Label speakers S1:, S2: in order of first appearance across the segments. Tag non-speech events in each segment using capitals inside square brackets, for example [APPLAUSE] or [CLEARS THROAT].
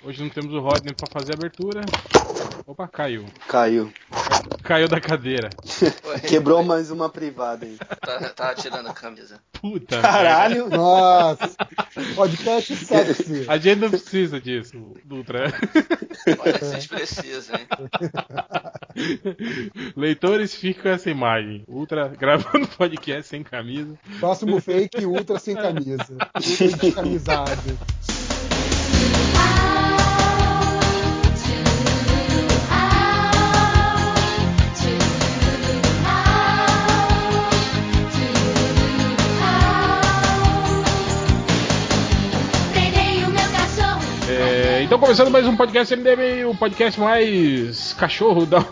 S1: Hoje não temos o Rodney pra fazer a abertura. Opa, caiu.
S2: Caiu.
S1: Caiu da cadeira.
S2: Quebrou mais uma privada aí.
S3: Tava, tava tirando a camisa.
S1: Puta. merda.
S2: Caralho!
S4: [LAUGHS] Nossa! Podcast sexy.
S1: A gente não precisa disso, Dutra.
S3: Olha, vocês precisam, hein?
S1: [LAUGHS] Leitores, ficam com essa imagem. Ultra gravando [LAUGHS] podcast sem camisa.
S4: Próximo fake, ultra sem camisa. Ultra descamisado.
S5: Treinei o meu cachorro.
S1: É, então, começando mais um podcast MDB, o podcast mais cachorro da [LAUGHS]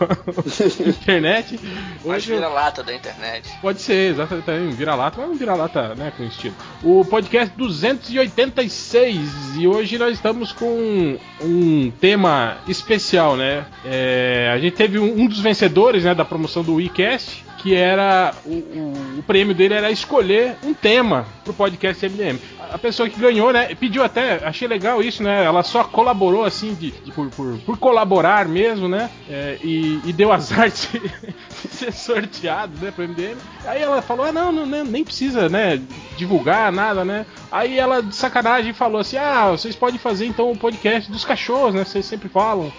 S1: internet.
S3: Mas
S1: Hoje
S3: vira lata da
S4: [LAUGHS]
S3: internet.
S1: pode ser, exatamente, um vira-lata, mas um vira-lata né, com estilo. O podcast 286 e hoje nós estamos com um tema especial, né? É, a gente teve um, um dos vencedores né, da promoção do WeCast. Que era o, o- o prêmio dele era escolher um tema pro podcast MDM. A pessoa que ganhou, né? Pediu até, achei legal isso, né? Ela só colaborou assim, de, de- por, por, por colaborar mesmo, né? É, e, e deu azar de, [LAUGHS] ser- de ser sorteado, né, pro MDM. Aí ela falou: ah, não, não, né, nem precisa, né? Divulgar nada, né? Aí ela, de sacanagem, falou assim: ah, vocês podem fazer então o podcast dos cachorros, né? Vocês sempre falam.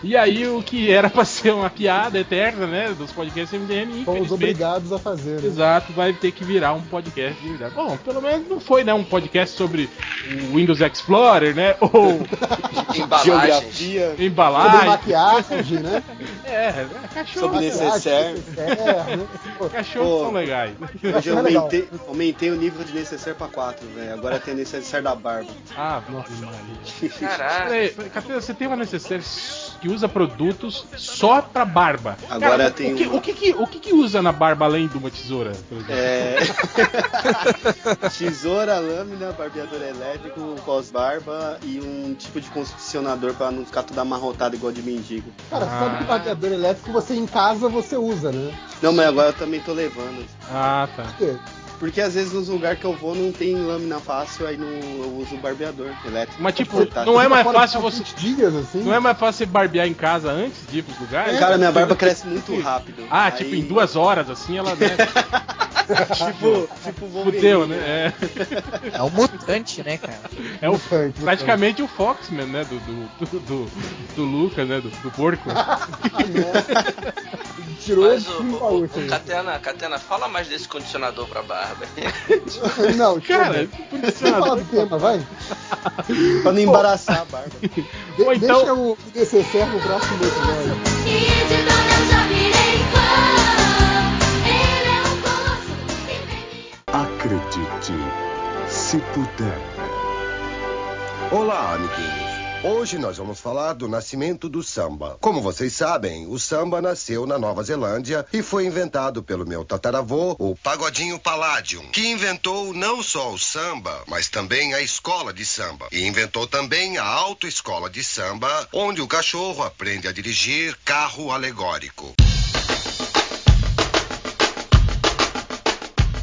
S1: [LAUGHS] e aí o que era pra ser uma piada eterna, né? Dos podcasts MDM,
S4: Fomos
S1: infelizmente,
S4: obrigados a fazer. Né?
S1: Exato, vai ter que virar um podcast de verdade. Bom, pelo menos não foi, né? Um podcast sobre o Windows Explorer, né? [LAUGHS] Ou
S3: Embalagens.
S2: Geografia.
S4: Sobre
S1: embalagem.
S4: maquiagem, né?
S1: [LAUGHS] É, né? cachorro.
S2: Sobre
S1: né?
S2: necessidade. Necessaire.
S4: Necessaire, né? Pô,
S1: Cachorros
S2: Pô.
S1: são
S2: [LAUGHS]
S1: legais.
S2: Hoje eu
S4: Tá legal.
S2: aumentei, aumentei o nível de necessaire pra 4, velho. Agora tem necessaire da barba.
S1: Ah, nossa, Maria.
S3: Caralho.
S6: É
S1: Peraí, Catena, você tem uma necessaire que usa produtos só pra barba.
S2: Agora
S1: Cara,
S2: tem
S1: o que,
S2: uma.
S1: o, que, que- o que que usa na barba além de uma tesoura? por exemplo?
S4: [LAUGHS]
S2: É. Tesoura, lâmina, barbeador elétrico, um pós-barba e um tipo de condicionador pra não ficar toda amarrotada igual de mendigo.
S4: Cara, sabe
S1: Ah.
S4: que barbeador elétrico você em casa você usa, né?
S2: Não, mas agora eu também tô levando.
S1: Ah, tá.
S4: Por quê?
S2: Porque às vezes nos lugares que eu vou não tem lâmina fácil, aí não, eu uso o barbeador elétrico. Tá
S1: Mas, tipo,
S2: Portátil.
S1: não é mais
S4: Fora de
S1: fácil você.
S4: 20 dias, assim.
S1: Não é mais fácil você barbear em casa antes de ir pros lugares?
S2: Cara, minha barba cresce muito rápido.
S1: um- Ah,
S2: É. Aí-
S1: tipo, em duas horas, assim, ela né,
S2: [LAUGHS] Tipo, tipo, Wolverine,
S1: fudeu, né? É,
S6: É um mutante, né, cara?
S1: é o,
S4: Mutante, mutante.
S1: [LAUGHS] praticamente o Foxman, né? Do, do, do, do, do Lucas, né? Do, do porco. [LAUGHS]
S4: Tirou
S3: Mas
S4: de
S3: o,
S4: cima
S3: o,
S4: baú
S3: o
S4: isso aí.
S3: Catena, Catena, fala mais desse condicionador pra barba. [LAUGHS]
S4: Não,
S1: Cara, é
S4: cara. Vamos falar
S1: condicionador.
S4: do tema, vai.
S2: Pra não embaraçar a barba.
S4: De-
S1: Ou então-
S4: Deixa o necessaire no braço do episódio.
S5: E de quando eu já virei fã. Ele é um colosso que vem me
S7: Acredite, se puder. Olá, amiguinhos. Hoje nós vamos falar do nascimento do samba. Como vocês sabem, o samba nasceu na Nova Zelândia e foi inventado pelo meu tataravô, o Pagodinho Palladium, que inventou não só o samba, mas também a escola de samba. E inventou também a autoescola de samba, onde o cachorro aprende a dirigir carro alegórico.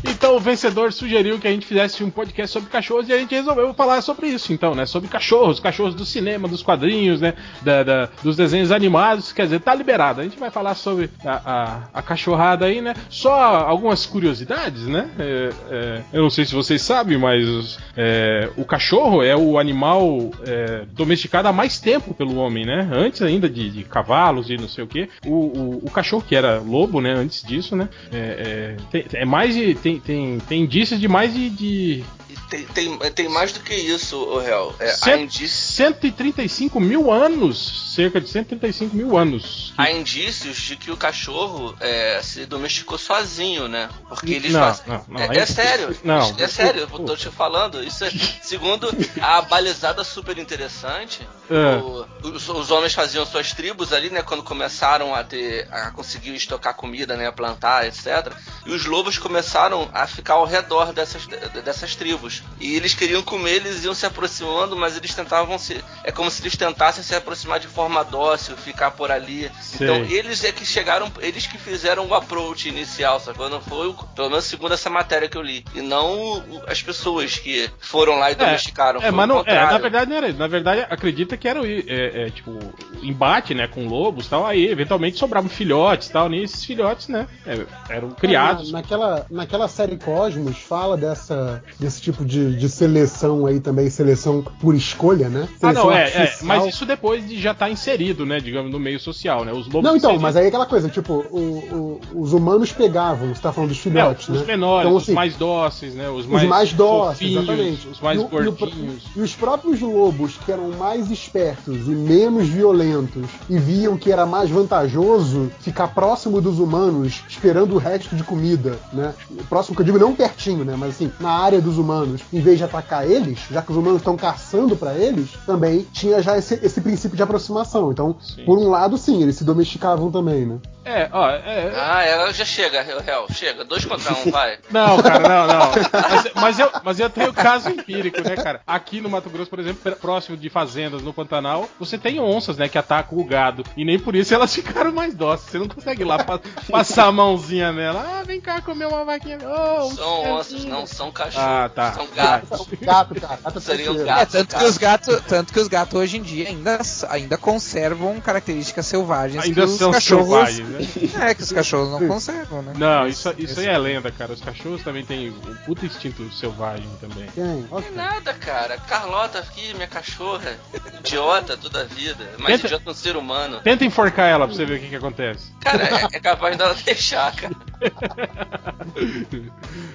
S1: Então o vencedor sugeriu que a gente fizesse um podcast sobre cachorros e a gente resolveu falar sobre isso, então, né? Sobre cachorros, cachorros do cinema, dos quadrinhos, né? Da, da- dos desenhos animados, quer dizer, tá liberado. A gente vai falar sobre a, a- a cachorrada aí, né? Só algumas curiosidades, né? É, é, eu não sei se vocês sabem, mas é, o cachorro é o animal é, domesticado há mais tempo pelo homem, né? Antes ainda de, de cavalos e não sei o quê. O, o, o cachorro, que era lobo, né? Antes disso, né? É, é, tem, é mais de. Tem, tem, tem indícios de mais de. de
S3: E tem, tem, tem mais do que isso, o réu. É, há,
S1: cento-
S3: indícios,
S1: 135 mil anos. Cerca de 135 mil anos.
S3: há indícios de que o cachorro é, se domesticou sozinho, né? Porque eles
S1: Não,
S3: fazem.
S1: não, não,
S3: é,
S1: aí-
S3: é sério.
S1: Não.
S3: É sério, eu tô te falando. Isso é, segundo a balizada super interessante,
S1: É.
S3: o- os, os homens faziam suas tribos ali, né? Quando começaram a ter. a conseguir estocar comida, né? Plantar, etc. E os lobos começaram a ficar ao redor dessas, dessas tribos. sapos. E eles queriam comer, eles iam se aproximando, mas eles tentavam se. É como se eles tentassem se aproximar de forma dócil, ficar por ali.
S1: Sei.
S3: Então eles é que chegaram, eles que fizeram o approach inicial, sacou? Não foi, o- pelo menos segundo essa matéria que eu li. E não o- as pessoas que foram lá e domesticaram.
S1: É,
S3: foi
S1: mas
S3: o
S1: não, é,
S3: contrário.
S1: na verdade não era isso. Na verdade, acredita que era o é, é, tipo, embate, né, com lobos e tal. Aí, eventualmente, sobravam filhotes e tal. E esses filhotes, né, é, eram criados.
S4: Na- naquela, naquela série Cosmos fala dessa, desse tipo de, de seleção aí também, seleção por escolha, né?
S1: Ah,
S4: Seleção
S1: não, é, é,
S4: artificial.
S1: mas isso depois de já estar inserido, né, digamos, no meio social, né? Os lobos.
S4: Não, então,
S1: seriam-
S4: mas aí é aquela coisa, tipo, o- o- os humanos pegavam, você tá falando dos
S1: É,
S4: filhotes, né?
S1: os menores,
S4: Então,
S1: os
S4: assim,
S1: mais dóceis, né? Os
S4: os
S1: mais,
S4: mais dóceis,
S1: fofinhos,
S4: exatamente.
S1: os mais
S4: E o- e o pro-
S1: gordinhos.
S4: E os próprios lobos, que eram mais espertos e menos violentos, e viam que era mais vantajoso ficar próximo dos humanos, esperando o resto de comida, né? Próximo que eu digo, não pertinho, né? Mas assim, na área dos humanos, em vez de atacar eles, já que os humanos estão caçando pra eles, também tinha já esse, esse princípio de aproximação. Então,
S1: Sim.
S4: por um lado, sim, eles se domesticavam também, né?
S1: É, ó, é,
S3: Ah, ela já chega, real, chega. Dois contra
S1: [LAUGHS]
S3: um, vai.
S1: Não, cara, não, não. Mas, mas eu, mas eu tenho caso empírico, né, cara? Aqui no Mato Grosso, por exemplo, pr- próximo de fazendas no Pantanal, você tem onças, né, que atacam o gado. E nem por isso elas ficaram mais dóceis. Você não consegue ir lá pa- passar a mãozinha nela. Ah, vem cá comer uma vaquinha. Oh, um
S3: São onças,
S1: franzinho.
S3: não são cachorros.
S1: Ah, tá.
S3: São gatos.
S4: Gato, cara. Gato é
S3: Seria um
S4: trecheiro.
S1: Ah,
S3: gato.
S6: É, tanto que os gatos, tanto que os gatos hoje em dia ainda, ainda conservam características selvagens que
S1: Ainda
S6: os
S1: são
S6: cachorros,
S1: selvagens, né?
S6: [LAUGHS] É, que os cachorros não conservam, né?
S1: Não, isso, isso aí é lenda, cara. Os cachorros também têm um puta instinto selvagem também.
S4: Quem? Ó,
S3: Não é nada, cara. Carlota aqui, minha cachorra. Idiota toda a vida. Mas
S1: Tenta-
S3: idiota é um ser humano.
S1: Tenta enforcar ela pra você ver o que, que acontece. [LAUGHS]
S3: Cara, é- é capaz dela [LAUGHS] deixar, cara.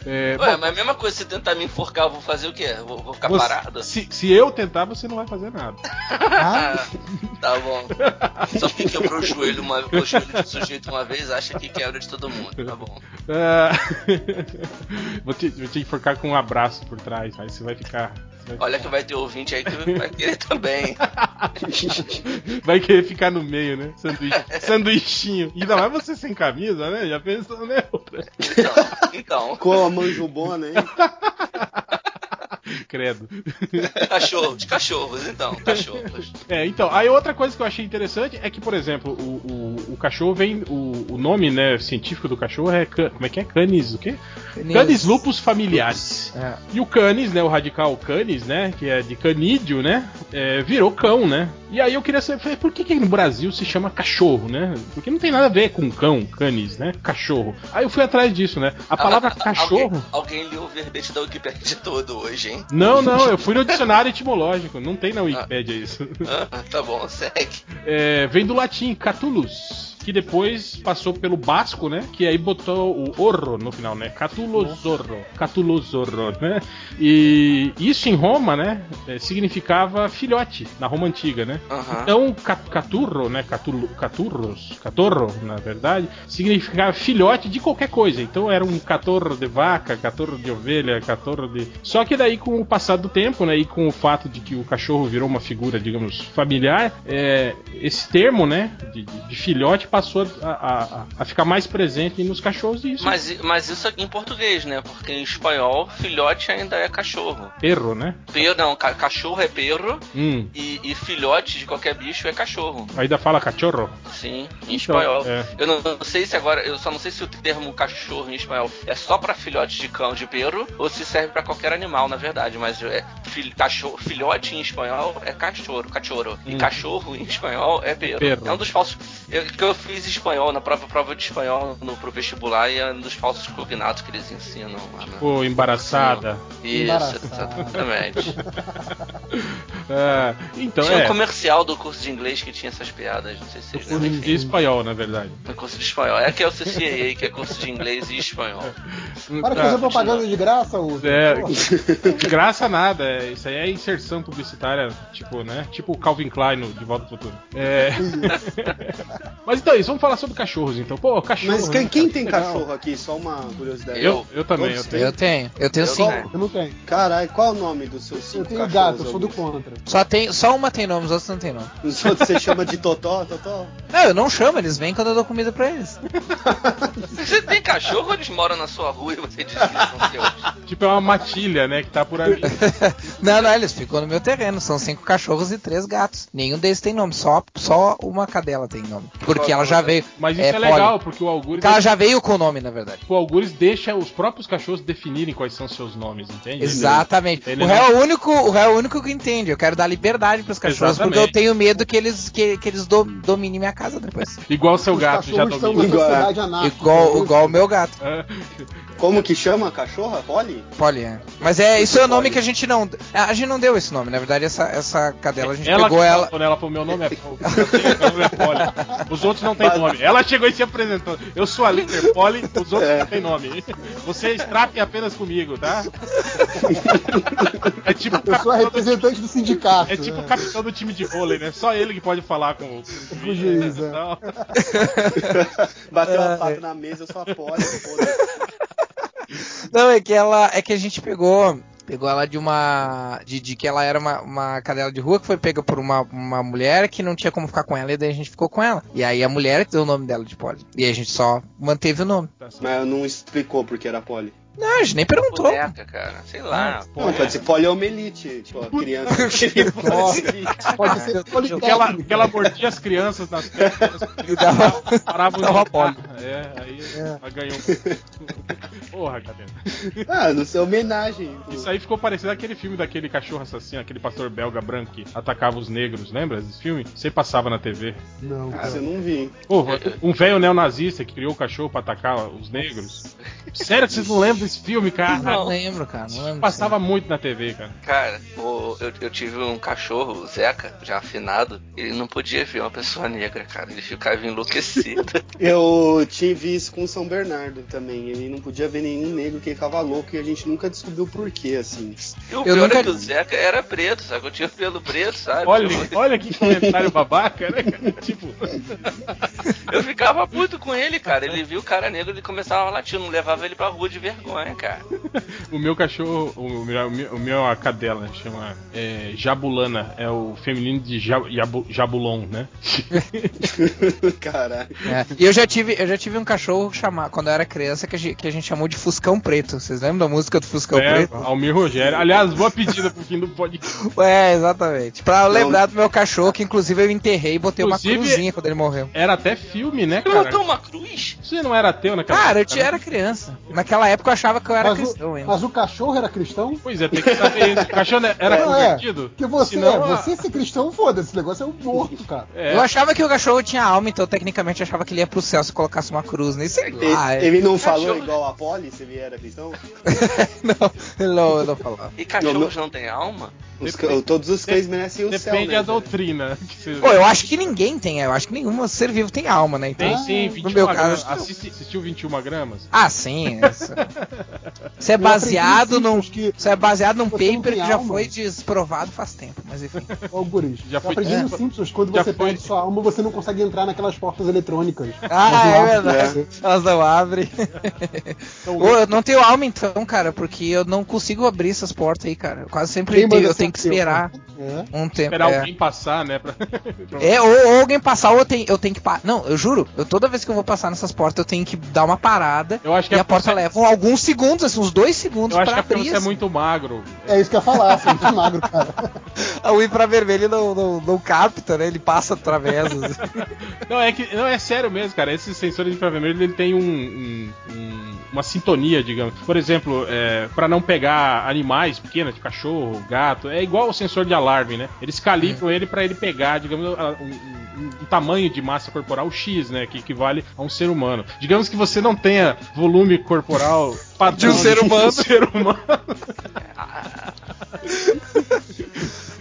S1: É,
S3: Ué, mas a mesma coisa, se tentar me enforcar, eu vou fazer o quê? Vou, vou ficar
S1: você-
S3: parado?
S1: se, se eu tentar, você não vai fazer nada.
S3: Ah, tá bom. Só porque quebrou o joelho, uma, o joelho do sujeito uma vez, acha que quebra de todo mundo. Tá bom.
S1: Ah, [LAUGHS] vou, te, vou te enforcar com um abraço por trás, aí você vai ficar. você vai,
S3: Olha que vai ter ouvinte aí que vai querer também.
S1: [LAUGHS] vai querer ficar no meio, né? Sanduíche, sanduichinho. Ainda mais você sem camisa, né? Já pensou, né?
S3: Então, então.
S2: [LAUGHS] Com a manjubona, hein?
S1: Credo. [LAUGHS]
S3: Cachorros, cachorros, então, cachorros.
S1: É, então, aí outra coisa que eu achei interessante é que, por exemplo, o, o, o cachorro vem. O, o nome né, científico do cachorro é. can- Como é que é? Canis, o quê?
S6: Canis.
S1: Canis lupus familiares.
S6: É.
S1: E o canis, né? O radical canis, né? Que é de canídeo, né? é, virou cão, né? E aí eu queria saber, falei, por que, que no Brasil se chama cachorro, né? Porque não tem nada a ver com cão, canis, né? Cachorro. Aí eu fui atrás disso, né? A palavra
S3: Al- al-
S1: cachorro.
S3: Ah, Alguém, alguém leu o verbete da Wikipedia todo hoje, hein?
S1: Não, não, eu fui no dicionário etimológico, não tem na Wikipédia isso.
S3: Ah, tá bom, segue.
S1: É, vem do latim, catulus, que depois passou pelo basco, né? Que aí botou o orro no final, né? Catulosorro, catulosorro, né? E isso em Roma, né? é, Significava filhote, na Roma antiga, né?
S3: Aham.
S1: Então, cat- caturro, né? Catulo, caturros, catorro, na verdade, significava filhote de qualquer coisa. Então era um catorro de vaca, catorro de ovelha, catorro de. Só que daí, com o passar do tempo, né? E com o fato de que o cachorro virou uma figura, digamos, familiar, é, esse termo, né? De, de- de filhote passou a, a- a- a ficar mais presente nos cachorros e isso. é
S3: Mas, mas isso aqui em português, né? Porque em espanhol, filhote ainda é cachorro.
S1: Perro, né?
S3: Perro, não, ca- cachorro é perro
S1: Hum.
S3: e, e filhote de qualquer bicho é cachorro.
S1: Ainda fala cachorro.
S3: Sim, em espanhol.
S1: é.
S3: Eu não, não sei se agora, eu só não sei se o termo cachorro em espanhol é só pra filhote de cão de perro ou se serve pra qualquer animal, na verdade. Mas é fil- cachorro, filhote em espanhol é cachorro, cachorro. E
S1: Hum.
S3: cachorro em espanhol é perro.
S1: Perro.
S3: É um dos falsos. Eu, que eu fiz espanhol na prova, prova de espanhol no pro vestibular e é um dos falsos cognatos que eles ensinam lá na-
S1: Pô, embaraçada.
S3: Isso,
S4: Embaraçado.
S3: exatamente.
S1: Ah, então,
S3: tinha um
S1: é.
S3: comercial do curso de inglês que tinha essas piadas, não sei se vocês lembram.
S1: De espanhol, na verdade.
S3: No curso de espanhol. É que é o CCA, que é curso de inglês e espanhol.
S4: Para de
S1: Ah.
S4: fazer propaganda de graça, ô.
S1: É,
S4: Pô.
S1: de graça nada, é, isso aí é inserção publicitária, tipo, né? Tipo o Calvin Klein no de volta pro futuro. É. Mas então é isso, vamos falar sobre cachorros então. Pô, cachorro.
S2: Mas quem,
S1: né,
S2: quem
S1: cara?
S2: tem
S1: Que legal.
S2: cachorro aqui? Só uma curiosidade.
S1: Eu, eu também, eu
S2: Todos
S1: tenho.
S6: Eu tenho, eu tenho
S3: Eu
S6: cinco.
S3: tenho.
S4: Eu não tenho.
S2: Caralho, qual é o nome dos seus cinco
S4: Eu tenho
S2: cachorros,
S4: gato, eu sou do
S2: Augusto?
S4: contra.
S6: Só, tem, só uma tem nome, os outros não tem nome.
S2: Os outros você chama de Totó, Totó?
S6: Não, eu não chamo, eles vêm quando eu dou comida pra eles.
S3: Você tem cachorro ou eles moram na sua rua e você deslizam seus?
S1: Tipo, é uma matilha, né? Que tá por ali.
S6: Não, não, eles ficam no meu terreno. São cinco cachorros e três gatos. Nenhum deles tem nome, só, só uma cadela tem nome. Porque ela já veio.
S1: Mas isso é,
S6: poli.
S1: legal, porque o Algures,
S6: Porque ela já veio com o nome, na verdade.
S1: o Algures deixa os próprios cachorros definirem quais são seus nomes, entende?
S6: Exatamente.
S1: Ele
S6: o réu é o único, o réu é o único que entende. Eu quero dar liberdade pros cachorros,
S1: Exatamente.
S6: porque eu tenho medo que eles que, que eles do- dominem minha casa depois.
S1: Igual seu gato já É.
S4: cachorros são
S1: domina.
S4: uma sociedade anárquica.
S6: Igual,
S4: entendeu?
S6: igual o meu gato,
S2: Como que chama a cachorra? Polly?
S6: Polly. é. Mas é isso é o nome que a gente não, a gente não deu esse nome. Na verdade essa essa cadela a gente
S1: Ela
S6: pegou
S1: que
S6: ela.
S1: falou, né? Ela falou, meu nome é Paul. Eu tenho- Meu nome é Polly. Os outros não têm nome. Ela chegou e se apresentou. Eu sou a líder Polly, os outros
S4: É.
S1: não têm nome. Vocês tratem apenas comigo, tá? É tipo o
S4: Eu sou a
S1: capitão do-
S4: representante do sindicato.
S1: é tipo o
S4: né?
S1: capitão do time de vôlei, né? Só ele que pode falar com o, com
S4: o juiz,
S1: né?
S4: é.
S1: Então,
S2: Bateu uma pata na mesa, eu sou a Polly.
S4: [LAUGHS]
S2: foda-se.
S6: Não é que ela é que a gente pegou Pegou ela de uma. De, de que ela era uma, uma cadela de rua que foi pega por uma, uma mulher que não tinha como ficar com ela, e daí a gente ficou com ela. E aí a mulher deu o nome dela de Polly. E a gente só manteve o nome.
S1: tá certo.
S2: Mas eu não explicou porque era Polly.
S6: Não, a gente nem perguntou.
S3: Boneca, cara. Sei
S6: Ah.
S3: lá.
S2: Não,
S4: é.
S2: pode ser poliomielite, tipo,
S4: [LAUGHS]
S2: a criança. poliomielite.
S4: Pode ser
S1: Porque ela,
S4: politécnico.
S1: porque ela mordia as crianças nas pernas,
S2: [LAUGHS]
S6: E dava-
S1: parava de
S6: Dava
S1: rolar. É, aí ela ganhou. um Porra, cadê?
S2: Ah, não sei, homenagem.
S1: Isso aí ficou parecendo aquele filme daquele cachorro assassino, aquele pastor belga branco que atacava os negros, lembra desse filme? Você passava na TV.
S4: Não,
S2: Ah,
S4: cara.
S2: eu não vi.
S1: Pô, um velho neonazista que criou o cachorro pra atacar os negros. Sério que vocês não lembram desse filme, cara?
S6: Não lembro, cara. Não lembro.
S1: Passava muito na TV, cara.
S3: Cara, o- eu, eu tive um cachorro, o Zeca, já afinado. Ele não podia ver uma pessoa negra, cara. Ele ficava enlouquecido.
S2: Eu tive isso com o São Bernardo também. Ele não podia ver nenhum negro que ele ficava louco e a gente nunca descobriu o porquê, assim. [LAUGHS]
S3: E o
S6: Eu
S3: pior
S6: nunca-
S3: é que o Zeca era preto, sabe? Eu tinha pelo preto, sabe?
S1: Olha, olha que comentário babaca, né, cara? [LAUGHS] Tipo,
S3: [LAUGHS] Eu, eu ficava puto com ele, cara. Ele viu o cara negro, ele começava a latir. Eu não levava ele pra rua de vergonha, cara.
S1: o meu cachorro, o meu, o meu a cadela, né, chama é, Jabulana. É o feminino de Ja- Jabu- Jabulon, né?
S2: Caralho.
S6: É, E eu já tive, eu já tive um cachorro chamar quando eu era criança que a gente, que a gente chamou de Fuscão Preto. Vocês lembram da música do Fuscão
S1: É,
S6: Preto?
S1: Almir Rogério. Aliás, boa pedida pro fim do podcast.
S6: É, exatamente. Pra lembrar do meu cachorro, que inclusive eu enterrei e botei
S1: Inclusive-
S6: uma cruzinha quando ele morreu.
S1: Era até filme, né,
S3: Ele
S1: cara?
S3: botou uma cruz?
S1: Você não era ateu naquela
S6: Então, Cara, eu
S1: época,
S6: te-
S1: né?
S6: era criança. Naquela época eu achava que eu era
S4: Mas
S6: cristão
S4: o,
S6: ainda.
S4: mas o cachorro era cristão?
S1: Pois é, tem que saber isso. O cachorro né? era
S4: Não, é.
S1: convertido?
S4: Que você,
S1: Senão,
S4: é,
S1: a-
S4: você ser cristão, foda-se, esse negócio é um morto, cara.
S1: É.
S6: Eu achava que o cachorro tinha alma, então tecnicamente eu achava que ele ia pro céu se colocasse uma cruz nesse.
S2: Ele,
S6: Ah, é.
S2: ele não
S3: Cachorro.
S1: né?
S2: falou igual a Polly, se então, ele era cristão?
S6: [LAUGHS] não, não, eu não falava.
S3: E cachorros não têm alma?
S2: Os ca- todos os cães merecem o céu.
S1: Depende
S2: né,
S1: da
S2: cara?
S1: doutrina. que você-
S6: é Pô, eu acho que ninguém tem, eu acho que nenhum ser vivo tem alma, né? Então,
S1: Tem sim,
S6: no
S1: 21
S6: meu
S1: gramas.
S6: caso,
S1: Assiste, assistiu 21 gramas?
S6: Ah, sim. Isso, Isso é
S4: Eu aprendi
S6: baseado num.
S4: princípios que-
S6: Isso é baseado num
S4: Você não
S6: paper que
S4: tem
S6: já
S4: alma.
S6: foi desprovado faz tempo, mas enfim.
S4: Ô, guris,
S1: Já
S4: já
S1: foi-
S4: foi um aprendi
S1: é.
S4: nos Simpsons, quando
S1: Já
S4: você
S1: foi-
S4: perde sua alma, você não consegue entrar naquelas portas eletrônicas.
S6: Ah, é
S4: Mas não abre,
S6: verdade.
S4: né?
S6: Elas não abrem.
S1: Então,
S6: Ô, eu não tenho alma então, cara, porque eu não consigo abrir essas portas aí, cara. Eu quase sempre
S4: Quem
S6: tenho-
S4: manda
S6: eu tenho que
S4: ser o teu?
S6: esperar
S4: É.
S6: um tempo.
S1: esperar
S6: é.
S1: alguém passar, né? pra- [LAUGHS] pra-
S6: É, ou, ou alguém passar, ou eu tenho, eu tenho que parar. Não, eu juro, eu, toda vez que eu vou passar nessas portas, eu tenho que dar uma parada.
S1: Eu acho que
S6: e
S1: é
S6: a porta
S1: porque-
S6: leva um, alguns segundos, assim, uns dois segundos
S1: Eu acho que
S6: pra
S1: é porque
S6: abrir.
S1: você é
S6: assim.
S1: muito magro.
S4: É isso que eu ia falar, você é muito magro, cara.
S6: O infravermelho não, não, não capta, né? Ele
S1: [LAUGHS]
S6: passa através. assim.
S1: Não, é que não é sério mesmo, cara. Esses sensores de infravermelho ele tem um, um- um- uma sintonia, digamos. Por exemplo, é, para não pegar animais pequenos, tipo cachorro, gato, é igual o sensor de alarme, né? Eles calibram
S6: É.
S1: ele para ele pegar, digamos, a- um, um- um tamanho de massa corporal X, né? Que equivale a um ser humano. Digamos que você não tenha volume corporal padrão
S6: De um ser humano.
S1: de um [LAUGHS] ser humano.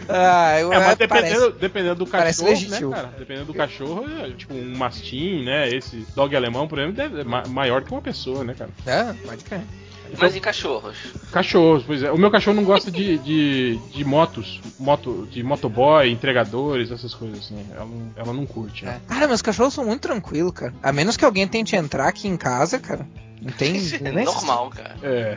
S6: Ah, eu,
S1: É, mas
S6: parece-
S1: dependendo, dependendo do
S6: parece
S1: cachorro,
S6: legítimo.
S1: né, cara? Dependendo do cachorro, é, tipo, um mastim, né? Esse dog alemão, por exemplo, deve- é ma- maior que uma pessoa, né, cara?
S6: É, pode crer.
S3: Mas e cachorros?
S1: Cachorros, pois é. O meu cachorro não gosta de, de, de motos, moto, de motoboy, entregadores, essas coisas assim. Ela, não- ela não curte, né?
S6: É. Cara, meus cachorros são muito tranquilos, cara. A menos que alguém tente entrar aqui em casa, cara. Não tem.
S1: [LAUGHS]
S3: Isso é
S6: nem-
S3: normal, cara.
S1: É.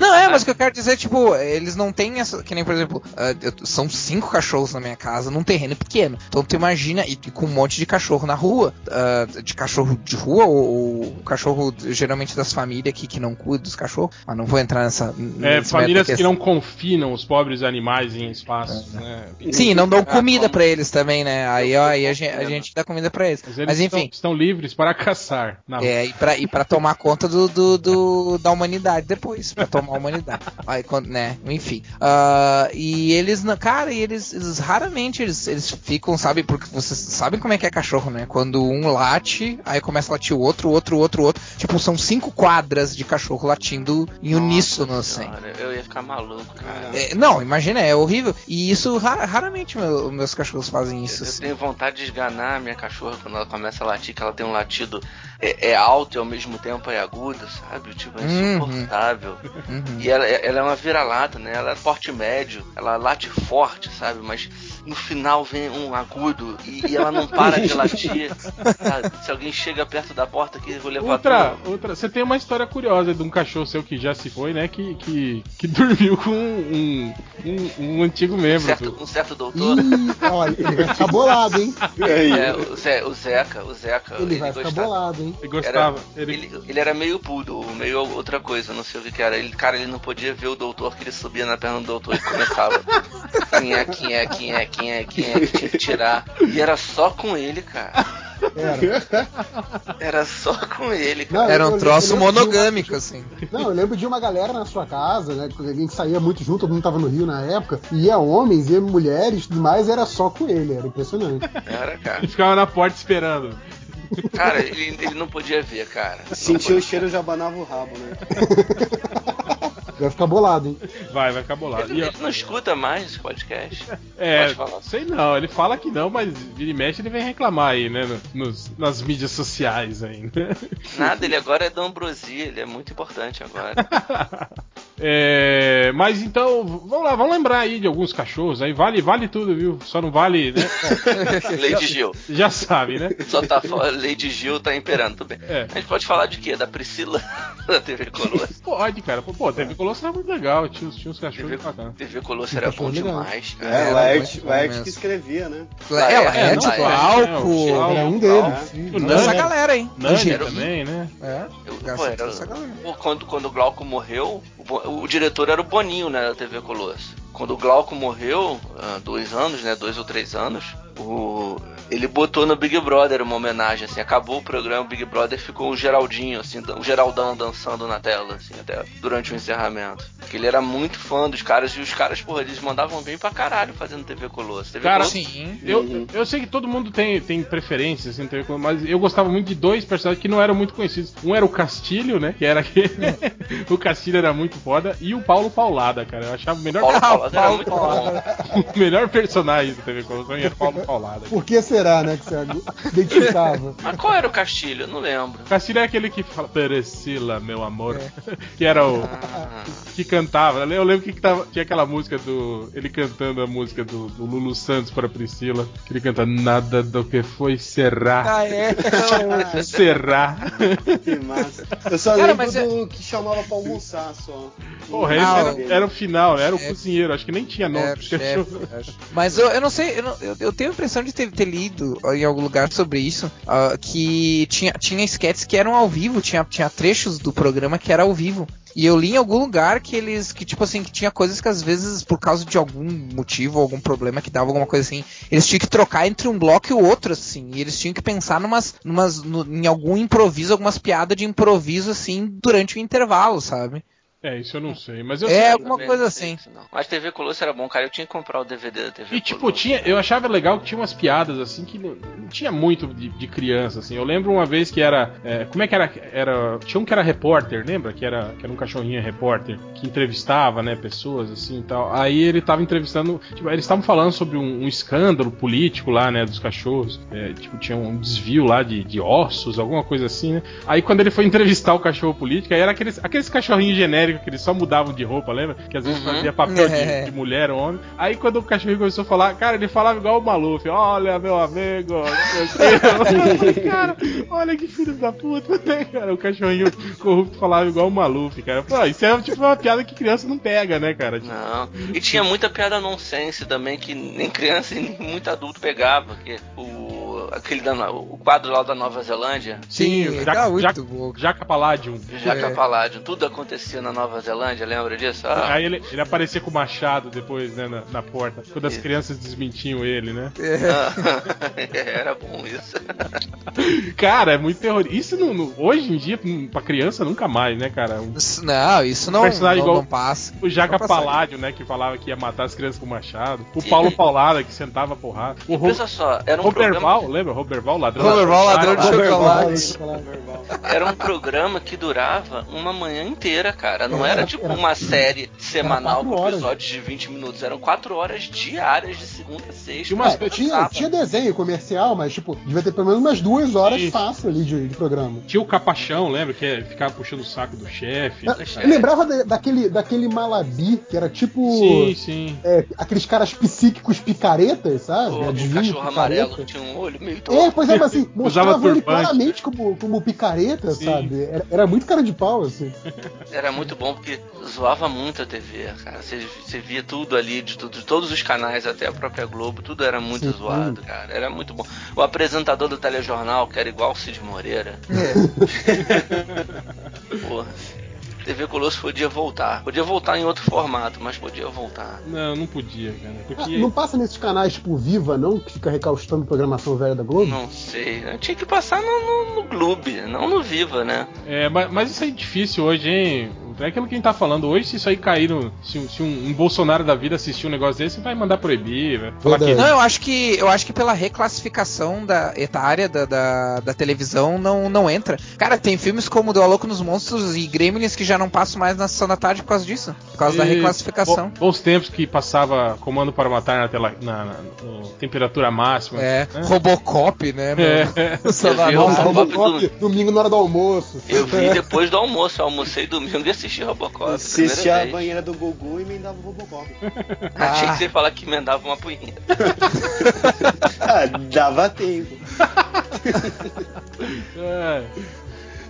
S6: Não, é, mas o que eu quero dizer, tipo, eles não têm essa. Que nem, por exemplo, ah, eu- são cinco cachorros na minha casa num terreno pequeno. Então tu imagina, e, e com um monte de cachorro na rua. ah, de cachorro de rua, ou, ou cachorro geralmente das famílias aqui que não cuida dos cachorros. Mas não vou entrar nessa.
S1: É,
S6: nesse
S1: famílias
S6: meta
S1: que não confinam os pobres animais em
S6: É.
S1: espaços, né?
S6: Sim, não
S3: [LAUGHS]
S6: dão
S3: Ah,
S6: comida
S3: como-
S6: pra eles também, né? Aí, ó, aí a, gente, a
S3: comida.
S6: gente dá comida pra eles.
S1: Mas
S6: Mas,
S1: eles
S6: enfim.
S1: estão, estão livres para caçar. Não.
S6: É, e pra, e pra tomar conta do, do- do- da humanidade depois, pra tomar a
S3: [LAUGHS]
S6: humanidade. Aí, quando, né, enfim. Ah, e eles, não- cara, e eles, eles raramente eles, eles ficam, sabe, porque vocês sabem como é que é cachorro, né? Quando um late, aí começa a latir o outro, o outro, o outro, o outro. Tipo, são cinco quadras de cachorro latindo em uníssono, assim.
S3: Cara, eu ia ficar maluco, cara.
S6: É, não, imagina, é horrível. E isso ra- raramente meu- meus cachorros fazem isso.
S3: Eu
S6: assim.
S3: tenho vontade de esganar a minha cachorra quando ela começa a latir, que ela tem um latido é, é alto e ao mesmo tempo é agudo, sabe? Tipo, é
S6: Uhum.
S3: insuportável.
S6: Uhum.
S3: E ela, ela é uma vira-lata, né? Ela é porte médio, ela late forte, sabe? Mas no final vem um agudo e, e ela não para de latir. sabe? Se alguém chega perto da porta aqui, eu vou levar
S1: Outra, outra. Você tem uma história curiosa de um cachorro seu que já se foi, né? Que, que, que [LAUGHS] dormiu com um, um, um antigo
S3: um
S1: membro.
S3: certo,
S1: do-
S3: um certo doutor.
S4: Ih, olha, ele vai ficar bolado, hein?
S2: [LAUGHS] Aí,
S3: É, o, Ze- o Zeca, o Zeca,
S4: Ele vai ficar
S3: gostava-
S4: bolado, hein?
S1: Ele
S3: Era-
S1: gostava. ele-
S3: ele, ele era meio poodle, meio outra coisa, não sei o que que era. Ele, cara, ele não podia ver o doutor que ele subia na perna do doutor e começava. quem é, quem é, quem é, quem é, quem é, que tinha que tirar. E era só com ele, cara.
S4: Era.
S3: Era só com ele, cara.
S4: Não,
S6: Era
S4: eu-
S6: um
S4: eu-
S6: troço
S4: eu lembro de uma-
S6: monogâmico, assim.
S4: Não, eu lembro de uma galera na sua casa, né? que A gente saía muito junto, todo mundo tava no Rio na época, e ia homens, ia mulheres, mas era só com ele, era impressionante.
S3: Era, cara.
S1: ele ficava na porta esperando.
S3: Cara, ele, ele não podia ver, cara.
S2: sentiu o cheiro, já abanava o rabo, né?
S4: Vai ficar bolado, hein?
S1: Vai, vai ficar bolado.
S3: Ele,
S1: E, ó,
S3: ele não escuta mais esse podcast.
S1: é,
S3: pode falar.
S1: sei não, ele fala que não, mas vira e mexe ele vem reclamar aí, né? no- nos- nas mídias sociais aí, né? [LAUGHS]
S3: Nada, ele agora é da Ambrosia, ele é muito importante
S1: [LAUGHS]
S3: agora.
S1: É, mas então, vamos lá, vamos lembrar aí de alguns cachorros aí. Vale, vale tudo, viu? Só não vale, né?
S3: Lady Gil.
S1: Já sabe, né?
S3: Só tá fo- Lady Gil tá imperando, tudo bem.
S1: É.
S3: A gente pode falar de quê? Da Priscila [LAUGHS] da TV Colosso?
S1: [LAUGHS] Pode, cara. Pô, TV Colosso era muito legal. Tinha, uns- tinha uns
S3: TV,
S1: cachorros bacanas.
S3: TV Colosso era bom
S4: Legal.
S3: demais, cara.
S2: É,
S6: era
S2: o Laerte
S6: muito
S2: o
S6: bom
S2: Laerte
S6: mesmo.
S2: que escrevia, né?
S6: Ela é,
S3: é,
S6: é,
S3: não,
S6: tipo,
S3: é, é,
S1: é,
S6: álcool.
S4: Era um
S2: Ah,
S4: deles.
S1: O
S4: sim.
S1: né? Nani,
S6: Essa galera, hein?
S1: Nani
S6: Ingênuo.
S1: também, né?
S6: É,
S3: Eu-
S6: graças
S3: pô,
S6: a
S3: era-
S6: Deus, essa galera.
S3: pô, quando, quando o Glauco morreu, o, Bo- o diretor era o Boninho, né, da TV Colosso. Quando o Glauco morreu, há dois anos, né, dois ou três anos, o- ele botou no Big Brother uma homenagem, assim, acabou o programa, o Big Brother ficou o Geraldinho, assim, dan- o Geraldão dançando na tela, assim, até durante o encerramento. Porque ele era muito fã dos caras, e os caras, porra, eles mandavam bem pra caralho fazendo TV Colosso. TV
S1: Cara,
S3: Colosso
S6: Sim.
S1: Eu, eu sei que todo mundo tem, tem preferências, assim, TV Colosso, mas eu gostava muito de dois personagens que não eram muito conhecidos. Um era o Castilho, né? Que era aquele. [LAUGHS] o Castilho era muito foda. E o Paulo Paulada, cara. Eu achava [LAUGHS] o melhor,
S3: [LAUGHS] Paulo Paulada era
S6: Paulo
S3: muito bom.
S1: o melhor personagem do TV Colosso. pra mim, Era o Paulo Paulada.
S4: Por que será, né, que você identificava?
S3: Mas qual era o Castilho? Eu não lembro.
S1: O Castilho é aquele que fala Priscila, meu amor.
S6: É.
S1: [LAUGHS] que era o.
S3: Ah,
S1: que cantava. Eu lembro que, que tava- tinha aquela música do. Ele cantando a música do, do Lulu Santos para Priscila. Que ele canta Nada do que foi será.
S6: Ah, é. [LAUGHS]
S1: Será.
S2: Que massa. Eu só
S6: Cara,
S2: lembro
S6: mas é-
S2: do que chamava pra almoçar só.
S1: Porra, esse
S6: Não.
S1: era, era o final, né? Era o
S6: Chefe.
S1: cozinheiro, acho que nem tinha nome.
S6: Era o
S1: [LAUGHS]
S6: É. chefe, acho. Mas eu, eu não sei, eu, não- eu- eu tenho a impressão de ter, ter lido em algum lugar sobre isso, ah, que tinha, tinha sketches que eram ao vivo, tinha, tinha trechos do programa que era ao vivo. E eu li em algum lugar que eles, que tipo assim, que tinha coisas que às vezes, por causa de algum motivo, algum problema que dava, alguma coisa assim, eles tinham que trocar entre um bloco e o outro, assim. E eles tinham que pensar numas, numas, no- em algum improviso, algumas piadas de improviso, assim, durante o intervalo, sabe?
S1: é, isso eu não sei. Mas eu
S6: É,
S1: sei.
S6: alguma
S3: também
S6: coisa
S3: não sei
S6: assim.
S3: se não. Mas TV Colosso era bom, cara. Eu tinha que comprar o DVD da TV
S1: E tipo,
S3: Colosso.
S1: tinha, eu achava legal que tinha umas piadas assim que não não tinha muito de, de criança, assim. Eu lembro uma vez que era. é, como é que era, era. Tinha um que era repórter, lembra? Que era, que era um cachorrinho repórter que entrevistava, né, pessoas assim e tal. Aí ele tava entrevistando. Tipo, eles estavam falando sobre um, um escândalo político lá, né, dos cachorros. É, tipo, tinha um desvio lá de, [LAUGHS] de ossos, alguma coisa assim, né? Aí quando ele foi entrevistar o cachorro político, aí era aqueles, aqueles cachorrinhos genéricos América que eles só mudavam de roupa, lembra? Que às vezes
S3: Uhum.
S1: fazia papel
S6: É.
S1: de, de mulher ou homem. Aí quando o cachorrinho começou a falar, cara, ele falava igual o Maluf: Olha, meu amigo, não sei o quê. [LAUGHS] cara, olha que filho da puta, né, cara? O cachorrinho corrupto falava igual o Maluf, cara. Pô, isso é tipo uma piada que criança não pega, né, cara? Tipo,
S3: Não. E tinha muita piada nonsense também, que nem criança e nem muito adulto pegava. Que o, aquele da, no- o quadro lá da Nova Zelândia,
S1: Sim,
S6: Sim,
S1: já-
S6: tá muito
S1: já-
S6: bom.
S1: Jaca Paladium.
S3: Jaca
S6: É.
S3: Paládio, tudo acontecia na Nova Zelândia, lembra disso? Ah,
S1: Aí ele, ele aparecia com o machado depois, né, na, na porta. Quando as
S3: Isso.
S1: crianças desmentiam ele, né?
S3: ah, [LAUGHS] era bom isso.
S1: Cara, é muito terror. Isso não, não- hoje em dia, hum, pra criança, nunca mais, né, cara? Um-
S6: Isso- Não, isso não, não,
S1: personagem igual-
S6: não passa.
S1: O Jaca
S6: Não passaria.
S1: Paládio, né, que falava que ia matar as crianças com machado. O
S3: Sim.
S1: Paulo Paulada, que sentava porrada. O Ro
S3: Pensa só, era um programa.
S1: Roberval, lembra? Roberval, ladrão.
S6: Roberval, ladrão de
S1: Roberval.
S6: chocolate.
S3: Era um programa que durava uma manhã inteira, cara. Não era tipo uma série semanal
S4: quatro
S3: com
S4: horas.
S3: episódios de 20 minutos. Eram quatro horas diárias de segunda a sexta.
S1: Tinha umas-
S4: É,
S3: sábado.
S4: tinha, tinha desenho comercial, mas tipo, devia ter pelo menos umas duas horas
S1: Isso.
S4: fácil ali de, de programa.
S1: Tinha o Capachão, lembra? Que ficava puxando o saco do chefe.
S4: Eu lembrava da- daquele, daquele Malabi, que era tipo.
S1: Sim, sim.
S4: é, aqueles caras psíquicos picaretas, sabe?
S3: O
S4: Adivinho,
S3: cachorro amarelo que
S4: picareta.
S3: tinha um olho meio
S4: É,
S3: torto.
S4: pois é, mas
S1: [LAUGHS]
S4: assim, mostrava ele
S1: turbante.
S4: claramente como, como picareta,
S1: Sim.
S4: sabe? Era, era muito cara de
S1: [LAUGHS]
S4: pau, assim.
S3: Era muito bom porque zoava muito a TV, cara. Você, você via tudo ali, de, tudo, de todos os canais, até a própria Globo, tudo era muito
S4: Sim.
S3: zoado, cara. Era muito bom. O apresentador do telejornal, que era igual o Cid Moreira.
S4: É.
S3: [LAUGHS] Porra. TV Colosso podia voltar. Podia voltar em outro formato, mas podia voltar.
S1: Não, não podia, cara.
S4: Ah,
S1: Porque
S4: não passa nesses canais tipo Viva, não? Que fica recalcitando programação velha da Globo?
S3: Não sei. né? Tinha que passar no, no, no Globo, não no Viva, né?
S1: É, ma- mas, isso é difícil hoje, hein? É aquilo que a gente tá falando. Hoje, se isso aí cair no. Se, um- se um, um Bolsonaro da vida assistir um negócio desse, vai mandar proibir, vai
S4: é.
S1: falar que.
S6: Não, eu acho que eu acho que pela reclassificação da etária da, da, da televisão não, não entra. Cara, tem filmes como Do Louco nos Monstros e Gremlins que já não passam mais na sessão da tarde por causa disso, por causa da
S1: E-
S6: reclassificação.
S1: bo- Bons tempos que passava comando para matar na, tela, na, na- no- temperatura máxima.
S6: É,
S1: né?
S6: Robocop, né? no-
S1: É. [LAUGHS]
S6: no [LAUGHS] Sessão da
S3: Eu vi
S6: Tarde.
S4: Nossa,
S3: Não,
S4: Robocop, domingo na hora do almoço.
S3: Eu vi
S4: É.
S3: depois do almoço, eu almocei domingo e assisti Robocop.
S2: Assistia
S3: primeira
S2: a
S3: vez.
S2: banheira do Gugu e emendava o Robocop.
S3: Achei
S6: Ah.
S3: que você ia falar que emendava uma punheta.
S2: [LAUGHS] ah, dava tempo.
S1: É.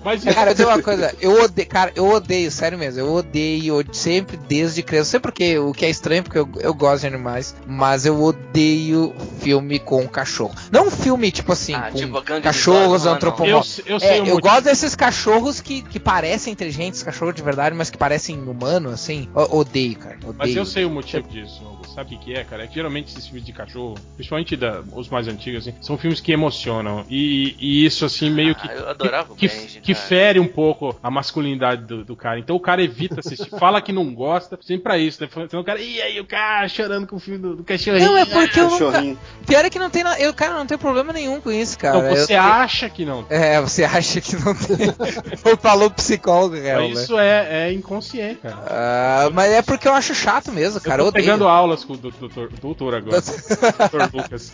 S1: Mas
S6: Cara, eu tenho uma coisa, eu odeio, cara, eu odeio, sério mesmo, eu odeio od- sempre desde criança. Não sei porque, o que é estranho, porque eu, eu gosto de animais, mas eu odeio filme com cachorro. Não filme, tipo assim,
S3: Ah,
S6: com
S3: tipo a Gangue
S6: cachorros
S3: dos Anjos, não,
S1: eu,
S6: antropomórficos.
S1: eu sei
S6: É,
S1: o
S6: eu
S1: motivo.
S6: gosto desses cachorros que, que parecem inteligentes, cachorro de verdade, mas que parecem humanos, assim. O- odeio, cara. Odeio.
S1: Mas eu sei o motivo disso, Hugo. sabe o que que é, cara? É que geralmente esses filmes de cachorro, principalmente da- os mais antigos, assim, são filmes que emocionam. E, e isso, assim, meio que.
S3: Ah, eu adorava o
S1: que,
S3: Benji,
S1: que
S3: cara.
S1: fere um pouco a masculinidade do, do cara. Então o cara evita assistir. fala que não gosta, sempre pra isso, né? Senão o cara, e aí o cara chorando com o filme do, do cachorrinho.
S6: Não, é porque eu.
S2: Cachorrinho.
S6: Pior é que não tem. na- Eu, cara, não tem problema nenhum com isso, cara.
S1: Então, você
S6: Eu-
S1: acha que não.
S6: É, você acha que não tem. [LAUGHS] Falou psicólogo, cara. né?
S1: Mas isso é, é inconsciente, cara.
S6: Ah, mas é porque eu acho chato mesmo, cara. Eu
S1: eu tô
S6: odeio.
S1: pegando aulas com o doutor, doutor agora. doutor Lucas.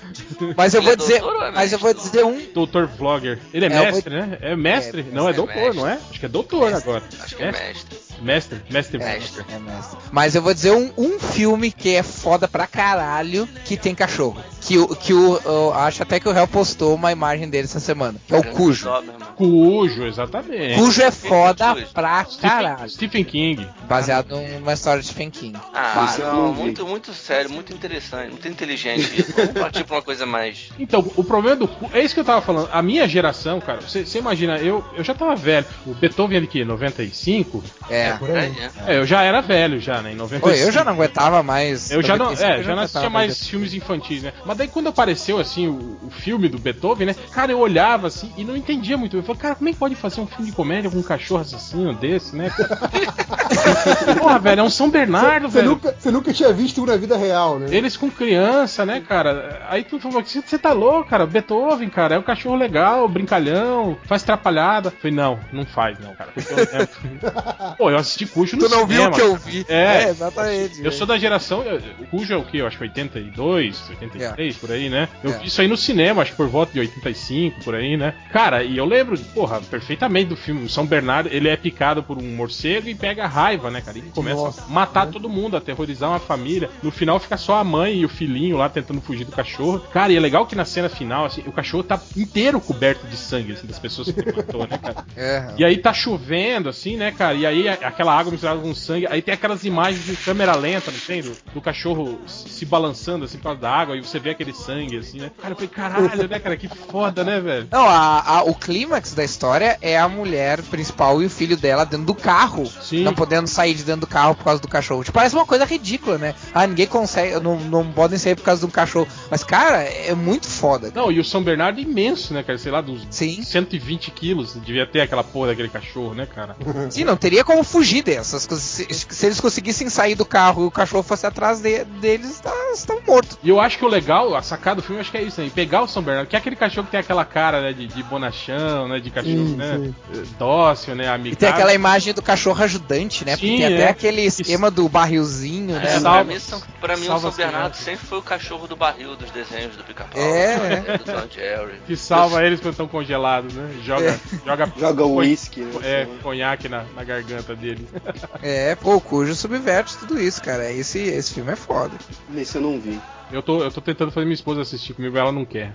S6: Mas eu
S3: Ele é
S6: vou dizer.
S3: doutor ou é
S6: Mas eu vou dizer um.
S1: Doutor Vlogger. Ele é,
S6: É, eu
S1: mestre, né? É mestre? não, é,
S3: é
S1: doutor,
S3: mestre.
S1: não é? Acho que é doutor agora.
S3: Acho que é mestre.
S1: Mestre, mestre,
S3: Mestre.
S6: É, mas- Mas eu vou dizer um, um filme que é foda pra caralho que tem cachorro. Que, o- que o, eu acho até que o réu postou uma imagem dele essa semana. Que é o Cujo.
S3: Doberman.
S1: Cujo, exatamente.
S6: Cujo é foda
S3: Cujo.
S6: pra
S1: Stephen,
S6: caralho.
S1: Stephen King.
S6: Baseado numa história de Stephen King.
S3: Ah,
S2: Isso
S4: é
S2: eu
S3: não,
S2: não vi.
S3: muito, muito sério, muito interessante, muito
S4: [LAUGHS]
S3: inteligente isso. Vamos partir pra uma coisa mais.
S1: Então, o problema do cu. É isso que eu tava falando. A minha geração, cara, você você imagina, eu, eu já tava velho. O Beethoven aqui, 95.
S6: É.
S4: Por
S3: É,
S4: aí.
S3: é.
S1: É, eu já era velho, já, né? Em 95.
S6: Pô, eu já não aguentava mais.
S1: Eu já não,
S6: 95,
S1: é, já não
S6: aguentava
S1: assistia mais filmes infantis, né? Mas daí quando apareceu assim o, o filme do Beethoven, né? Cara, eu olhava assim e não entendia muito. Eu falei, cara, como é que pode fazer um filme de comédia com um cachorro assassino desse, né? [LAUGHS] Porra, velho, é um São Bernardo,
S4: Você
S1: velho.
S4: nunca, você nunca tinha visto um na vida real, né?
S1: Eles com criança, né, cara? Aí tu falou que você tá louco, cara. Beethoven, cara, é um cachorro legal, brincalhão, faz trapalhada. Falei, não, não faz, não, cara. é,
S6: [LAUGHS]
S1: Pô, eu assisti Cujo no
S6: Tu não viu
S1: cinema,
S6: o que eu vi?
S1: É.
S6: exatamente.
S1: eu sou da geração, eu- o Cujo é o que? Eu acho que 82, 83, por aí, né? Eu
S6: É.
S1: vi isso aí no cinema, acho que por volta de 85, por aí, né? Cara, e eu lembro, porra, perfeitamente do filme. O São Bernardo, ele é picado por um morcego e pega raiva raiva, né, cara? E começa
S4: Nossa,
S1: a matar
S6: né?
S1: todo mundo, aterrorizar uma família. No final fica só a mãe e o filhinho lá tentando fugir do cachorro. Cara, e é legal que na cena final, assim, o cachorro tá inteiro coberto de sangue, assim, das pessoas que [LAUGHS] ele matou, né, cara?
S6: É.
S1: E aí tá chovendo, assim, né, cara? E aí a- aquela água misturada com sangue. Aí tem aquelas imagens de câmera lenta, não tem? Do, do cachorro se se balançando, assim, por causa da água. E você vê aquele sangue, assim, né? Cara, eu falei, caralho, né, cara? Que foda, né, velho?
S6: Não, a- a- o clímax da história é a mulher principal e o filho dela dentro do carro.
S1: Sim.
S6: Não podendo sair de dentro do carro por causa do cachorro. Tipo, parece uma coisa ridícula, né? Ah, ninguém consegue, não, não podem sair por causa de um cachorro. Mas, cara, é muito foda.
S1: Não, e o São Bernardo é imenso, né, cara? Sei lá, dos
S6: Sim.
S1: 120 quilos. Devia ter aquela porra daquele cachorro, né, cara?
S6: Sim, não teria como fugir dessas coisas. Se, se eles conseguissem sair do carro e o cachorro fosse atrás de- deles, tá, estão mortos.
S1: E eu acho que o legal, a sacada do filme, eu acho que é isso, né? Pegar o São Bernardo, que é aquele cachorro que tem aquela cara, né, de, de bonachão, né? De cachorro,
S4: Sim,
S1: né?
S4: sim.
S1: Dócil, né?
S6: E
S1: Amigável.
S6: tem aquela imagem do cachorro ajudante, né? Porque
S1: Sim,
S6: tem até
S1: é.
S6: aquele esquema do barrilzinho,
S3: É,
S6: né?
S1: Salva-
S3: pra mim, são- pra mim o
S1: salva
S3: São
S1: as
S3: Bernardo
S1: crianças.
S3: sempre foi o cachorro do barril dos desenhos do Pica-Pau.
S6: É,
S3: do Tom Jerry.
S1: Que salva eles quando estão congelados, né? Joga.
S4: É.
S1: Joga,
S2: Joga o
S4: um
S1: conha-
S2: uísque. né?
S1: É, conhaque na, na garganta dele.
S6: É, pô, o Cujo subverte tudo isso, cara. Esse, esse filme é foda.
S2: Nesse eu não vi.
S1: Eu tô, eu tô tentando fazer minha esposa assistir comigo, ela não quer.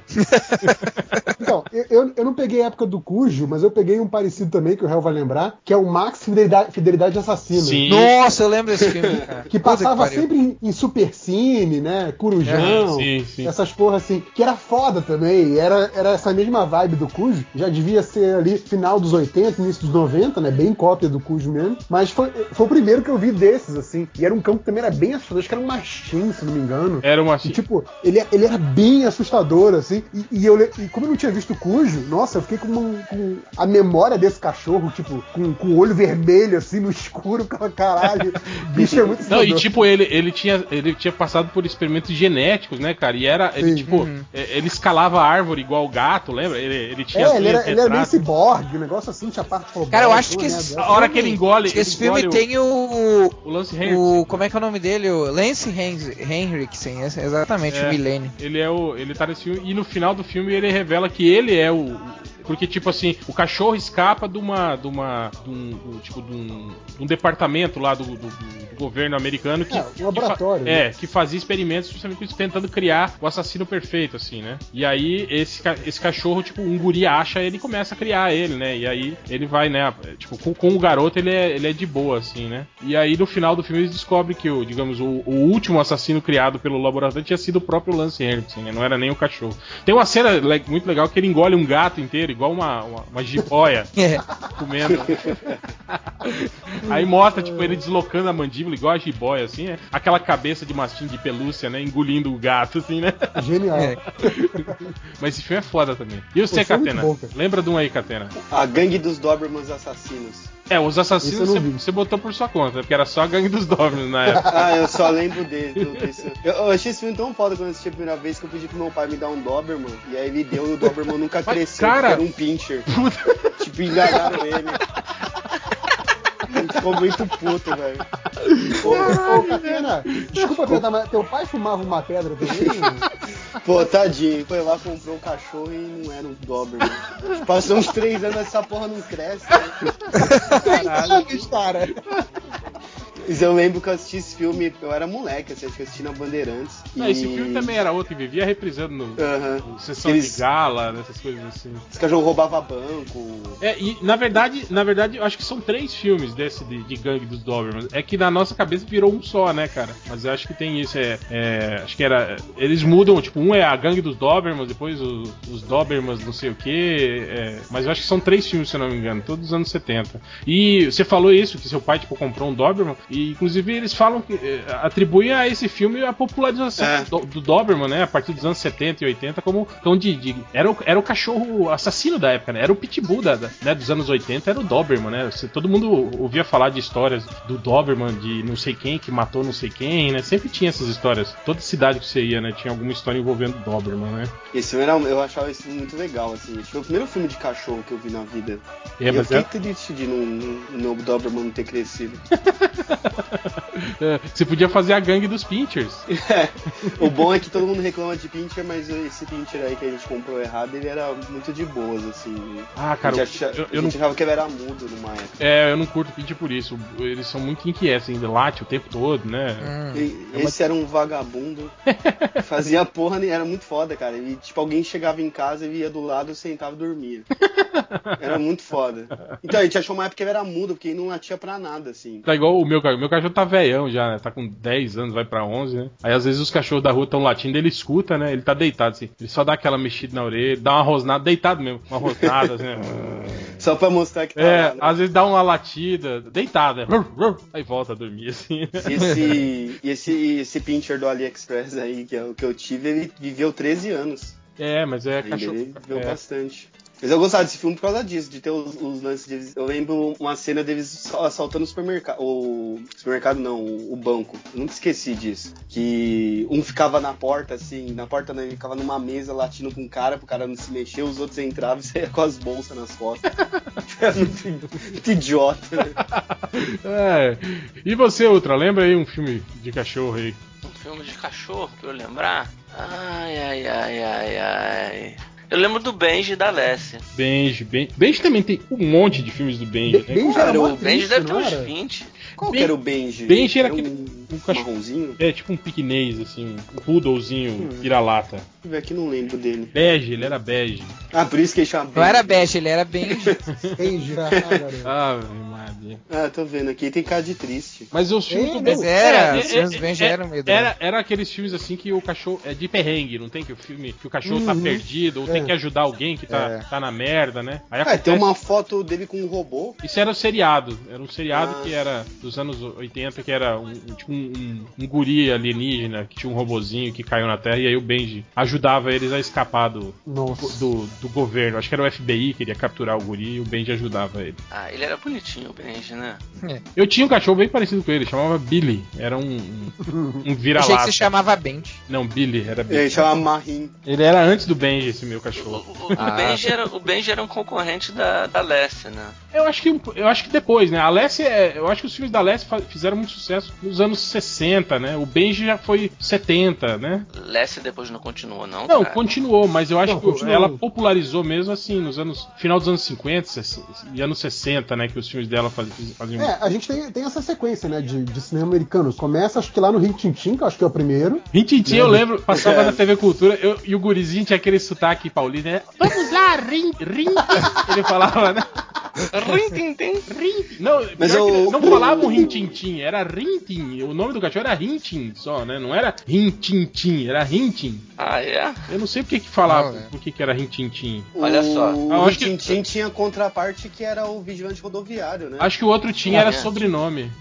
S4: Então, eu, eu, eu não peguei a época do Cujo, mas eu peguei um parecido também, que o réu vai lembrar, que é o Max Fidelidade, Fidelidade Assassina.
S1: Sim.
S6: Nossa, eu lembro desse
S1: [LAUGHS]
S6: filme, cara.
S4: Que
S6: Puta
S4: passava
S6: pariu.
S4: sempre em, em Supercine, né?
S1: É,
S4: Corujão.
S1: sim, sim.
S4: Essas porra assim. Que era foda também. Era, era essa mesma vibe do Cujo. Já devia ser ali final dos 80, início dos 90, né? Bem cópia do Cujo mesmo. Mas foi, foi o primeiro que eu vi desses, assim. E era um cão que também era bem assustador. Acho que era um machinho, se não me engano.
S1: Era uma.
S4: E, tipo, ele, ele era bem assustador, assim. E, e eu, le- e como eu não tinha visto o Cujo, nossa, eu fiquei com, um- com a memória desse cachorro, tipo, com, com o olho vermelho, assim, no escuro. Cara, caralho, bicho é muito
S1: Não,
S4: assustador.
S1: e tipo, ele, ele, tinha, ele tinha passado por experimentos genéticos, né, cara? E era. Ele,
S4: Sim.
S1: tipo, é, ele escalava a árvore igual o gato, lembra? Ele, ele tinha as
S4: é, ele
S1: linhas
S4: era, ele era meio
S1: retratas.
S4: ciborgue, um negócio assim, tinha parte robótica.
S6: Cara, eu acho
S4: uma
S6: que esse-
S4: merda.
S1: A hora que ele engole. ele
S6: Esse filme
S1: engole o-
S6: tem o.
S1: o Lance Henriksen.
S6: o como é que é o nome dele? O Lance Hen- Henriksen, esse- exatamente,
S1: É.
S6: o Milene.
S1: Ele é o. Ele tá nesse filme. E no final do filme ele revela que ele é o. Porque, tipo assim, o cachorro escapa de uma. de uma. de um. de um- tipo, de um, de um departamento lá do, do- do governo americano que.
S4: É, um
S1: que fa-
S4: laboratório,
S1: é, que fazia experimentos justamente com isso, tentando criar o assassino perfeito, assim, né? E aí esse, ca- esse cachorro, tipo, um guri acha ele e começa a criar ele, né? E aí ele vai, né? Tipo, com, com o garoto ele é, ele é de boa, assim, né? E aí no final do filme eles descobrem que, o, digamos, o, o último assassino criado pelo laboratório tinha sido o próprio Lance Henriksen, né? Não era nem o cachorro. Tem uma cena le- muito legal que ele engole um gato inteiro, igual uma, uma, uma jiboia
S6: [LAUGHS] É.
S1: comendo. Aí mostra, tipo, ele deslocando a mandíbula, igual a jiboia, assim, né? Aquela cabeça de mastim de pelúcia, né? Engolindo o gato, assim, né?
S6: [LAUGHS]
S4: Genial.
S6: É.
S1: Mas esse filme é foda também. E você,
S4: Pô, foi muito
S1: Catena?
S4: bom, cara.
S1: Lembra de um aí, Catena?
S2: A Gangue dos Dobermans Assassinos.
S1: É, os
S4: Esse eu
S1: assassinos
S4: não
S1: você-
S4: vi.
S1: você botou por sua conta, né? porque era só a gangue dos Dominos na
S4: [LAUGHS]
S1: época.
S2: Ah, eu só lembro dele. do- desse- Eu, eu achei esse filme tão foda quando eu assisti a primeira vez que eu pedi pro meu pai me dar um Doberman. E aí ele deu e o Doberman nunca
S1: Mas,
S2: cresceu,
S1: cara-
S2: porque era um pincher. Tipo, enganaram ele. Ele ficou muito puto, velho.
S4: Ô, ô, Catena, desculpa perguntar, mas teu pai fumava uma pedra também?
S2: Pô, tadinho. Foi lá, comprou um cachorro e não era um Doberman. Passou uns três anos, essa porra não cresce. né?
S4: Caralho, cara.
S2: Mas eu lembro que eu assisti esse filme, eu era moleque, assim, acho que eu assisti na Bandeirantes.
S1: Ah, Esse filme também era outro que vivia reprisando no,
S4: É.
S2: Aham.
S1: no sessão
S2: Eles-
S1: de gala, nessas coisas assim.
S2: Esse cachorro roubava banco.
S1: É, e na verdade, na verdade, eu acho que são três filmes desse de, de Gangue dos Dobermans. É que na nossa cabeça virou um só, né, cara? Mas eu acho que tem isso, é. é, acho que era. Eles mudam, tipo, um é a Gangue dos Dobermans, depois o- os Dobermans não sei o quê. é, mas eu acho que são três filmes, se eu não me engano, todos os anos 70. E você falou isso, que seu pai, tipo, comprou um Doberman, e inclusive eles falam que. é, atribuem a esse filme a popularização tipo,
S2: É.
S1: do do, do Doberman, né? A partir dos anos 70 e 80, como cão de. de- era, o, era o cachorro assassino da época, né? Era o pitbull da, da- né, dos anos 80, era o Doberman, né? Você- todo mundo ouvia falar de histórias do Doberman, de não sei quem que matou não sei quem, né? Sempre tinha essas histórias. Toda cidade que você ia, né? Tinha alguma história envolvendo o Doberman, né?
S2: Esse filme era, um, eu achava esse filme muito legal, assim. Esse foi o primeiro filme de cachorro que eu vi na vida.
S1: É,
S2: e eu
S1: mas
S2: fiquei
S1: é,
S2: triste de não, não, não Doberman não ter crescido. [LAUGHS]
S1: É, Você podia fazer a gangue dos Pinchers.
S2: o bom é que todo mundo reclama de Pinter, mas esse Pinter aí que a gente comprou errado, ele era muito de boas, assim.
S1: Ah, cara,
S2: a gente, acha-
S1: eu- eu
S2: a
S1: não-
S2: gente achava que ele era mudo numa época.
S1: É, eu não curto o Pincher por isso. Eles são muito inquietos ainda, late o tempo todo, né?
S2: E-
S1: É uma-
S2: Esse era
S1: [LAUGHS]
S2: um vagabundo. Fazia porra, nem- era muito foda, cara. E tipo, alguém chegava em casa e ia do lado, sentava e dormia. Era muito foda. Então a gente achou uma época que ele era mudo, porque ele não latia pra nada, assim.
S1: Tá igual o meu cachorro. Meu cachorro tá velhão já, né? Tá com 10 anos, vai pra 11, né? Aí às vezes os cachorros da rua tão latindo, ele escuta, né? Ele tá deitado assim. Ele só dá aquela mexida na orelha, dá uma rosnada, deitado mesmo, uma rosnada assim.
S2: [LAUGHS]
S1: né?
S2: Só pra mostrar que tá
S1: É,
S2: lá, né?
S1: às vezes dá uma latida, deitado, né? Aí volta a dormir assim.
S2: E Esse, e esse, esse pincher do AliExpress aí, que é o que eu tive, ele viveu 13 anos.
S1: É, mas é
S2: Ainda
S1: cachorro.
S2: ele viveu
S1: é.
S2: bastante. Mas eu gostava desse filme por causa disso, de ter os, os lances deles. Eu lembro uma cena deles assaltando o supermercado. O supermercado não, o, o banco. Eu nunca esqueci disso. Que um ficava na porta, assim, na porta não, ele ficava numa mesa latindo com um cara, pro cara não se mexer, os outros entravam e [LAUGHS] saíam com as bolsas nas costas. [LAUGHS] Era muito, muito idiota. né?
S1: [LAUGHS] É. E você, Ultra, lembra aí um filme de cachorro aí?
S3: Um filme de cachorro, pra eu lembrar. Ai, ai, ai, ai, ai. Eu lembro do Benji e da Lessie.
S1: Benji, Benji. Benji também tem um monte de filmes do Benji, né?
S4: Benji
S2: Cara,
S4: era mó
S2: o
S3: O Benji
S4: triste,
S3: deve ter
S4: não
S3: uns
S4: era?
S3: 20.
S2: Qual
S1: Ben-
S2: que era o Benji?
S1: Benji era
S2: um,
S1: aquele- um cachorro-
S2: marronzinho?
S1: É tipo um piquenês, assim, um
S2: Hum.
S1: poodlezinho vira-lata.
S2: Deixa eu ver aqui, não lembro dele.
S1: Bege, ele era bege.
S2: Ah, por isso que ele chama
S6: Não era
S2: Benji.
S6: Bash, ele
S1: [LAUGHS]
S6: era Benji.
S4: Benji, ah, garoto.
S1: Ah, Maria.
S2: Ah, tô vendo aqui, tem cara de triste.
S1: Mas os filmes
S4: É,
S1: do
S6: Mas
S1: Ben-
S6: era,
S1: É,
S6: os
S1: é,
S6: filmes
S1: é,
S6: do Benji
S1: é,
S6: eram meio
S1: Era, era aqueles filmes assim que o cachorro. É de perrengue, não tem? Que o filme. Que o cachorro tá
S4: Uhum.
S1: perdido, ou tem
S4: É.
S1: que ajudar alguém que
S6: É.
S1: tá, tá na merda, né? Aí
S2: Ah,
S1: acontece-
S2: tem uma foto dele com um robô.
S1: Isso era o seriado. Era um seriado
S2: Ah.
S1: que era dos anos 80, que era um, um- tipo um, um, um guri alienígena que tinha um robozinho que caiu na Terra e aí o Benji ajudava eles a escapar do, [LAUGHS]
S4: Nossa.
S1: do, do governo. Acho que era o FBI que queria capturar o guri e o Benji ajudava ele.
S3: Ah, ele era bonitinho, o Benji, né?
S6: É.
S1: Eu tinha um cachorro bem parecido com ele, chamava Billy. Era um, um, um
S6: Eu achei que
S1: vira-lata.
S6: se chamava Benji.
S1: Não, Billy, era Billy.
S2: Ele é, chama Marim.
S1: Ele era antes do Benji, esse meu
S3: O,
S1: cachorro.
S3: o-
S6: Ah.
S3: o Benji, era, o Benji era um concorrente da, da Lessie, né?
S1: Eu acho que, um- eu acho que depois, né? A Lessie, é- eu acho que os filmes da Lessie fa- fizeram muito sucesso nos anos 60, né? O Benji já foi 70, né?
S3: Lessie depois não continuou, não?
S1: Não,
S3: cara.
S1: continuou, mas eu acho
S4: Não,
S1: que
S4: continuou.
S1: ela popularizou mesmo assim, nos anos. Final dos anos 50 60 e anos 60, né? Que os filmes dela faz- fiz- faziam.
S4: É, a gente tem, tem essa sequência, né, de, de cinema americano. Começa, acho que lá no Rio Tintin, que eu acho que é o primeiro.
S1: Rintintin, eu lembro, passava na TV Cultura eu- e o gurizinho tinha aquele sotaque paulista, né? Vamos lá, rim, rim. [LAUGHS] Ele falava, né? Rim, não,
S2: Mas
S1: pior que
S2: eu-
S1: não falava o Rintintin, era Rintin. O nome do cachorro era Rintin só, né? Não era Rintintin, era Rintin.
S3: Ah,
S6: [LAUGHS]
S3: é?
S1: Eu não sei por que que falava,
S6: Não, é.
S1: por que que era Rintintin.
S3: Olha só.
S1: Ah,
S2: O
S1: acho que-
S2: Tintin tinha contraparte que era o vigilante rodoviário, né?
S1: Acho que o outro tinha era
S3: Ah, é.
S1: sobrenome.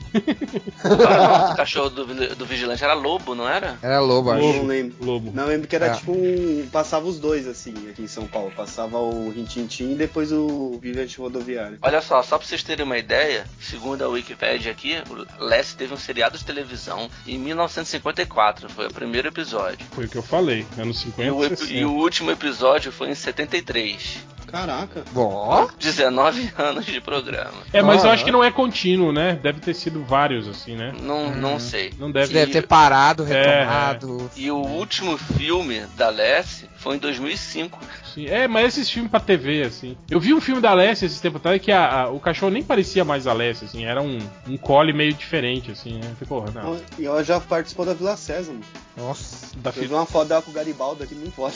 S3: O cachorro do, vil- do vigilante era lobo, não era?
S6: Era lobo, acho.
S2: Lobo. não lembro.
S1: Lobo.
S2: Não, eu lembro que era
S6: É.
S2: tipo um. Passava os dois, assim, aqui em São Paulo. Passava o Tintin e depois o vigilante rodoviário.
S3: Olha só, só pra vocês terem uma ideia, segundo a Wikipedia aqui, o Lessie teve um seriado de televisão em 1954, foi o primeiro episódio.
S1: Foi o que eu falei, anos
S3: E
S1: 50
S3: o,
S1: e
S3: epi-
S1: 60.
S3: e o último episódio foi em 73.
S2: Caraca.
S6: Ó,
S3: 19 [LAUGHS] anos de programa.
S1: É, mas eu
S6: Ah,
S1: acho
S6: é.
S1: que não é contínuo, né? Deve ter sido vários, assim, né?
S3: Não, não sei.
S1: Não
S6: Acho
S1: deve É.
S6: que deve ter parado, retomado.
S3: E o último filme da Lessie foi em 2005.
S1: Sim, é, mas esses filmes pra TV, assim. Eu vi um filme da Alessia esses tempos atrás que a- a- o cachorro nem parecia mais a Alessia, assim. Era um, um cole meio diferente, assim, né? Falei, porra, não. Tá
S2: E ela já participou da Vila Sésamo.
S6: Nossa.
S1: Da
S2: Eu vi
S1: fita.
S2: uma foto dela com o Garibaldo aqui, muito foda.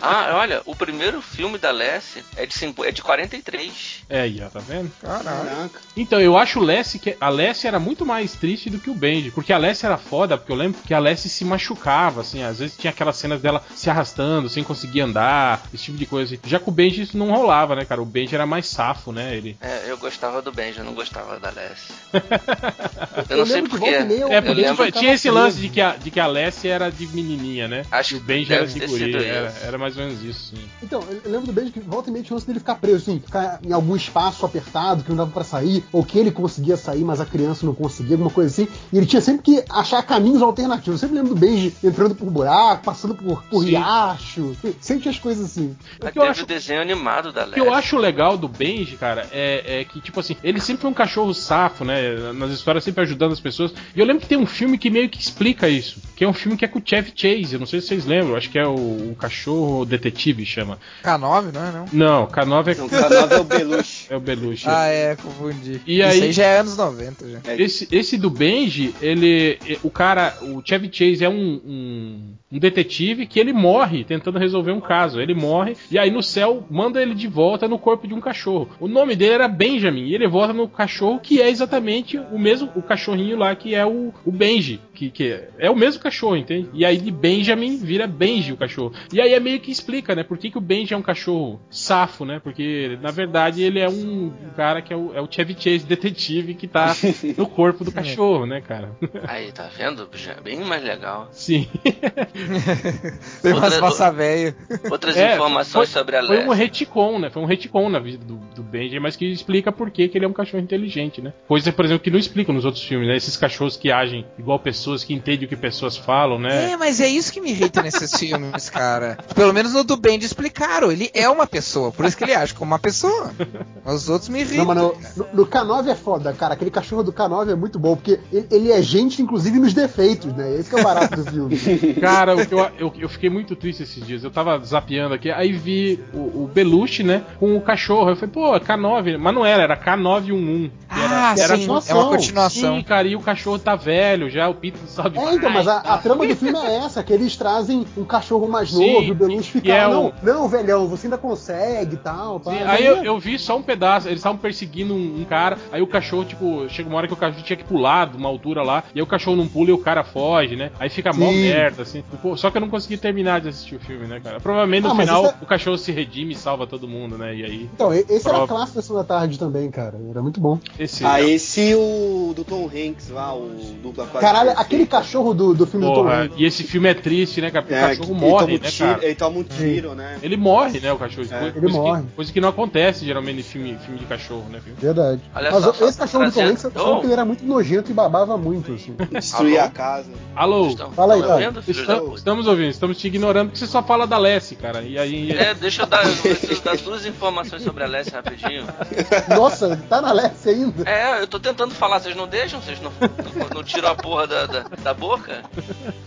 S3: Ah, olha, o primeiro filme da Lessie é de, cinqu- é de 43.
S1: É, aí, ó, tá vendo?
S6: Caralho.
S2: Caraca.
S1: Então, eu acho o Lessie que a Lessie era muito mais triste do que o Benji, porque a Lessie era foda, porque eu lembro que a Lessie se machucava, assim, às vezes tinha aquelas cenas dela se arrastando, sem conseguir andar, esse tipo de coisa. Já com o Benji isso não rolava, né, cara? O Benji era mais safo, né? Ele
S3: É, eu gostava do Benji, eu não gostava
S1: [LAUGHS]
S3: da Lessie. Eu
S4: Eu
S3: não sei
S4: lembro que
S3: porquê.
S4: volta e meia eu
S1: É,
S3: Eu
S1: porque
S3: lembro-
S1: tipo, tinha esse
S4: tava
S1: lance de que, a, de que a Lessie era de menininha, né?
S3: Acho
S1: e o
S3: que
S1: Benji
S3: deve
S1: era de
S3: ter
S1: guri,
S3: sido
S1: era,
S3: isso.
S1: era mais ou menos isso, sim.
S4: Então, eu eu lembro do Benji que volta e meia tinha o lance dele ficar preso, assim, ficar em algum espaço apertado que não dava pra sair, ou que ele conseguia sair, mas a criança não conseguia, alguma coisa assim. E ele tinha sempre que achar caminhos alternativos. Eu sempre lembro do Benji entrando por buraco, passando por, por
S1: Sim.
S4: riacho, Lépcio. Sente as coisas assim.
S1: O
S3: Mas
S1: que eu
S3: teve
S1: acho-
S3: o desenho animado da
S1: O
S3: Leste.
S1: que eu acho legal do Benji, cara, é, é que, tipo assim, ele sempre foi um cachorro safo, né? Nas histórias, sempre ajudando as pessoas. E eu lembro que tem um filme que meio que explica isso. Que é um filme que é com o Chevy Chase. Eu não sei se vocês lembram. Acho que é o, o cachorro detetive, chama.
S6: K9, não é não?
S1: Não, K9
S2: Não,
S1: é,
S2: K9 é
S1: [LAUGHS]
S2: o Beluche.
S1: é o Belushi.
S6: Ah, é, confundi.
S1: E
S6: Isso
S1: aí-
S6: aí já é anos 90 já.
S1: Esse, esse do Benji, ele. e- O cara. O Chevy Chase é um, um, um detetive que ele morre tentando resolver um caso. Ele morre, e aí no céu manda ele de volta no corpo de um cachorro. O nome dele era Benjamin, e ele volta no cachorro que é exatamente o mesmo. O cachorrinho lá que é o, o Benji. Que, que é- é o mesmo cachorro, entende? E aí de Benjamin vira Benji o cachorro. E aí é meio que explica, né? Por que, que o Benji é um cachorro safo, né? Porque, na verdade, ele é um cara que é o, é o Chevy Chase detetive que tá no corpo do cachorro, né, cara? [LAUGHS]
S3: Aí, tá vendo? Já é Bem mais
S4: [LAUGHS]
S3: legal.
S1: Sim.
S6: Tem umas
S3: Outra-
S6: massa velho.
S3: Outras
S1: É,
S3: informações
S1: foi-
S3: sobre a
S1: Foi
S3: Leste.
S1: um retcon, né? Foi um retcon na vida do, do Benji, mas que explica por que, que ele é um cachorro inteligente, né? Coisa, por exemplo, que não explicam nos outros filmes, né? Esses cachorros que agem igual pessoas, que entendem o que pessoas falam, né?
S6: É, mas é isso que me irrita nesses filmes, cara. Pelo menos no do Bend explicaram. Ele é uma pessoa, por isso que ele age como uma pessoa. Mas os outros me irritam.
S4: Não, mas no, no- no K9 é foda, cara. Aquele cachorro do K9 é muito bom, porque ele, ele é gente, inclusive, nos defeitos, né? Esse que é o barato do filme.
S1: Cara, o que eu, eu, eu fiquei muito triste esses dias. Eu tava zapeando aqui, aí vi o, o Belushi, né? Com o cachorro. Eu falei, pô, K9. Mas não era, era K911. que
S6: Ah,
S1: que
S6: sim,
S1: a
S6: é uma continuação.
S1: um Sim, cara, e o cachorro tá velho já, o Pito não sabe
S4: É, então, mas a, a trama do filme é essa, que eles trazem um cachorro mais
S1: Sim,
S4: novo, e o Belushi
S1: que
S4: fica,
S1: é
S4: ah,
S1: o-
S4: não, não, velhão, você ainda consegue e tal. pá. é-
S1: Sim, aí eu, eu vi só um pedaço, eles estavam perseguindo um, um cara, aí o cachorro, tipo, chega uma hora que o cachorro tinha que pular de uma altura lá, e aí o cachorro não pula e o cara foge, né? Aí fica mó
S4: Sim.
S1: merda, assim. Pô, Só que eu não consegui terminar de assistir o filme, né, cara? Provavelmente no
S4: Ah, mas
S1: final
S4: isso é-
S1: o cachorro se redime e salva todo mundo, né? E aí,
S4: Então, e- esse era
S1: Prova.
S4: clássico da Sessão da Tarde também, cara. Era muito bom.
S1: esse.
S2: Ah, esse e o do Tom Hanks lá, o dupla quase.
S4: Caralho,
S2: perfeita.
S4: aquele cachorro do, do filme do Tom
S1: Porra,
S4: Hanks.
S1: e esse filme é triste, né, cara? Porque
S2: É,
S1: o
S2: que-
S1: cachorro
S2: ele
S1: morre,
S2: toma um
S1: né,
S2: tiro-
S1: cara?
S2: Ele toma um tiro, né?
S1: Ele morre, né, o cachorro.
S2: É,
S1: coisa,
S4: ele
S1: coisa
S4: morre.
S1: Que, coisa que não acontece geralmente em filme, filme de cachorro, né? Filme?
S4: Verdade.
S3: Olha
S4: Mas
S3: só,
S4: o-
S3: só
S4: esse cachorro do Tom
S3: trazendo-
S4: Hanks, eu achava
S3: Oh.
S4: que ele era muito nojento e babava muito, assim.
S2: Destruir
S3: Alô?
S2: a casa.
S1: Alô?
S3: Estão-
S4: Fala aí,
S3: tão tá
S4: cara.
S3: vendo, filhos da
S1: Estamos,
S3: puta?
S1: estamos ouvindo, estamos te ignorando porque você só fala da Lessie, cara. E aí.
S3: É, deixa eu dar, eu preciso dar duas informações sobre a Leste rapidinho.
S4: Nossa, tá na Leste
S1: um
S4: ainda.
S3: É, eu tô tentando falar, vocês não deixam? Vocês não, não, não tiram a porra da, da, da boca?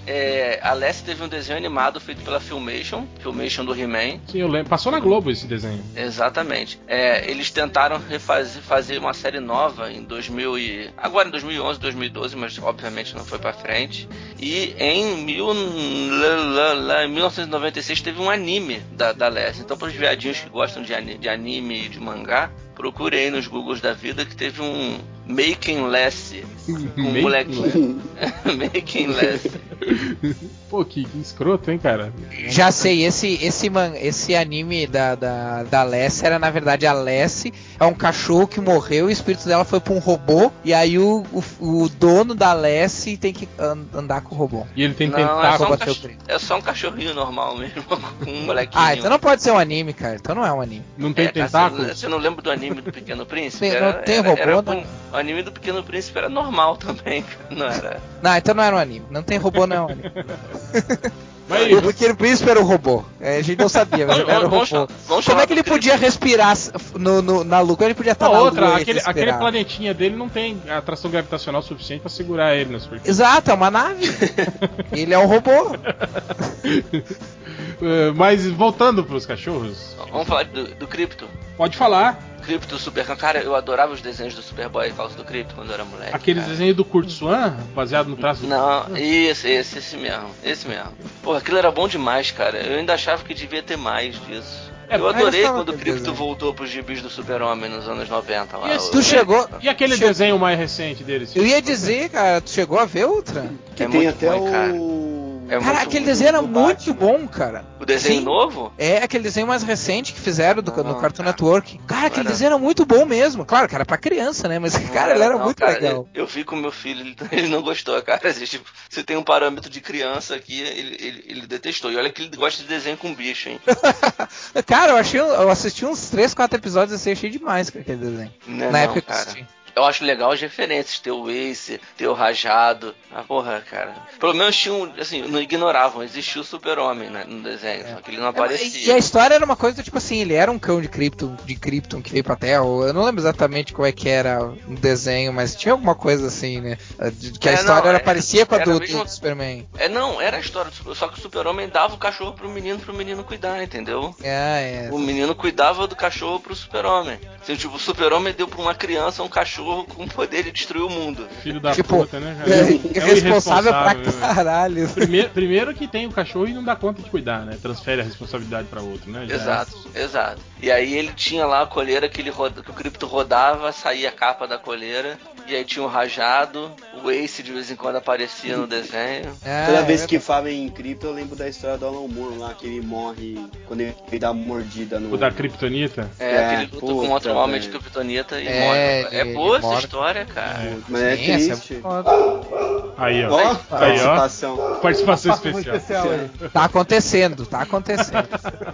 S3: É, a Leste teve um desenho animado feito pela Filmation, Filmation do He-Man,
S1: Sim, eu lembro. Passou na Globo esse
S3: [LAUGHS]
S1: desenho.
S3: exatamente. É, eles tentaram refazer, fazer uma série nova em 2000 e... Agora em 2011, 2012, mas obviamente não foi pra frente. E em mil, lá, lá, lá, em 1996 teve um anime da, da Leste. Então pros viadinhos que gostam de, ani- de anime e de mangá, procurei nos Googles da vida que teve um... Making Less, com um
S1: Meio-
S3: molequinho. [LAUGHS] Making less.
S1: [LAUGHS] Pô, que, que escroto, hein, cara?
S6: Já sei, esse esse, man, esse anime da, da, da Lessie era, na verdade, a Lessie é um cachorro que morreu e o espírito dela foi pra um robô. E aí o, o, o dono da Lessie tem que an- andar com o robô.
S1: E ele tem que
S3: Não,
S1: tentar.
S3: é só, um
S6: bater o
S3: cach...
S6: crime.
S3: é só um cachorrinho normal mesmo, [LAUGHS] com um molequinho.
S6: Ah, então não pode ser um anime, cara. Então não é um anime.
S1: Não tem
S3: É, cara,
S1: tentáculos?
S3: Você, você não lembra do anime do Pequeno Príncipe?
S6: Tem- não tem
S3: era,
S6: robô,
S3: era
S6: né?
S3: um- O anime do Pequeno Príncipe era normal também, cara, não era?
S6: Não, então não era um anime. Não tem robô, não é um anime.
S1: Mas,
S6: O Pequeno Príncipe era o robô. É, a gente não sabia, mas era o
S3: Vamos-
S6: robô.
S3: vamos- vamos
S6: Como
S3: chamar
S6: é que ele
S3: do Pequeno-
S6: podia respirar s- no, no- na lua? Como ele podia estar
S1: a
S3: um
S6: na
S1: outra,
S6: lua e
S1: aquele, aquele
S6: respirar?
S1: planetinha dele não tem atração gravitacional suficiente pra segurar ele né, na superfície.
S6: Exato, é uma nave. ele é um robô.
S1: Eh, Mas voltando pros cachorros,
S3: Vamos falar do, do Crypto.
S1: pode falar.
S3: Crypto Super Cara, eu adorava os desenhos do Superboy por causa do Crypto quando eu era moleque.
S1: É, Aqueles
S3: cara.
S1: desenhos do Kurt Swan, baseado no traço do
S3: Não, isso, esse, esse mesmo, esse mesmo. Porra, aquilo era bom demais, cara. Eu ainda achava que devia ter mais disso.
S1: É,
S3: eu
S1: mas
S3: adorei
S6: tava
S3: quando o
S6: aquele
S3: Crypto
S6: desenho.
S3: voltou pros gibis do Super-Homem nos anos 90 lá.
S1: E esse-
S3: o-
S6: Tu chegou.
S1: E aquele
S3: Tipo-
S6: Chegou.
S1: desenho mais recente assim, deles?
S6: Eu ia dizer, cara, tu chegou a ver outra?
S2: Que tem
S3: É muito
S2: até
S3: ruim,
S2: o.
S3: cara. É muito
S6: Cara, aquele
S3: ruim.
S6: desenho era
S2: do Batman.
S6: muito bom, cara.
S3: O desenho
S6: Sim.
S3: novo?
S6: É aquele desenho mais recente que fizeram do,
S3: Não,
S6: no Cartoon
S3: Ah, cara.
S6: Network. Cara, aquele
S3: Era.
S6: desenho era muito bom mesmo. Claro, cara, pra criança, né? Mas, [LAUGHS] cara, ele era
S3: Não,
S6: muito
S3: cara,
S6: legal.
S3: Eu, eu vi com meu filho, ele, [LAUGHS] ele não gostou, cara. Assim, tipo, você tem um parâmetro de criança aqui, ele, ele, ele detestou. E olha que ele gosta de desenho com bicho, hein?
S6: um, Cara, eu, achei, eu assisti uns 3, 4 episódios e assim, achei demais cara, aquele desenho.
S3: Não é
S6: Na
S3: não,
S6: época que eu
S3: cara.
S6: assisti.
S3: Eu acho legal as referências, ter o Ace, ter o Rajado. Ah, porra, cara. Pelo menos tinha um. Assim, não ignoravam, existia o Super-Homem né, no desenho, só que ele não
S6: É, E a
S3: aparecia.
S6: história era uma coisa do tipo assim, ele era um cão de Krypton, de Krypton que veio pra Terra, ou eu não lembro exatamente como é que era o desenho, mas tinha alguma coisa assim, né? de- Que a
S3: É,
S6: história
S3: não,
S6: era
S3: é-
S6: parecia com a
S3: era
S6: do,
S3: mesmo-
S6: do Superman.
S3: É, não, era a história do Super- Só que o Super-Homem dava o cachorro pro menino, pro menino cuidar, entendeu?
S6: É, é.
S3: O menino cuidava do cachorro pro super-homem. Assim, tipo, o super-homem deu pra uma criança um cachorro com o poder de destruir o mundo.
S1: Filho da
S6: Tipo,
S1: puta, né? cara?
S6: É,
S1: um
S6: irresponsável pra
S1: irresponsável, né?
S6: caralho.
S1: [LAUGHS] Primeiro, primeiro que tem o cachorro e não dá conta de cuidar, né? Transfere a responsabilidade pra outro, né? Já-
S3: Exato, exato. E aí ele tinha lá a coleira que, ele roda, que o cripto rodava, saía a capa da coleira, e aí tinha um rajado, o Ace de vez em quando aparecia no desenho.
S6: É,
S2: Toda vez
S6: é.
S2: que falam em cripto, eu lembro da história do Alan Moore lá, que ele morre quando ele dá uma mordida no.
S1: O da Kryptonita.
S3: É,
S2: É,
S3: aquele luto com
S2: puta,
S3: outro homem de
S2: velho.
S3: criptonita e
S6: É,
S3: morre. É
S6: ele
S3: boa essa
S6: morre.
S3: história, cara.
S2: Mas é
S6: Sim, essa é
S2: triste.
S6: foda.
S1: Aí,
S2: Ó,
S1: ó. Aí, ó.
S2: participação.
S1: Participação
S4: Passa um
S1: especial. É
S4: especial aí.
S6: Tá acontecendo, tá acontecendo.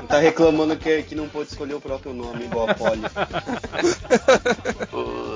S2: Tá reclamando que, que não pôde escolher o próprio nome, igual a Polly.
S3: O-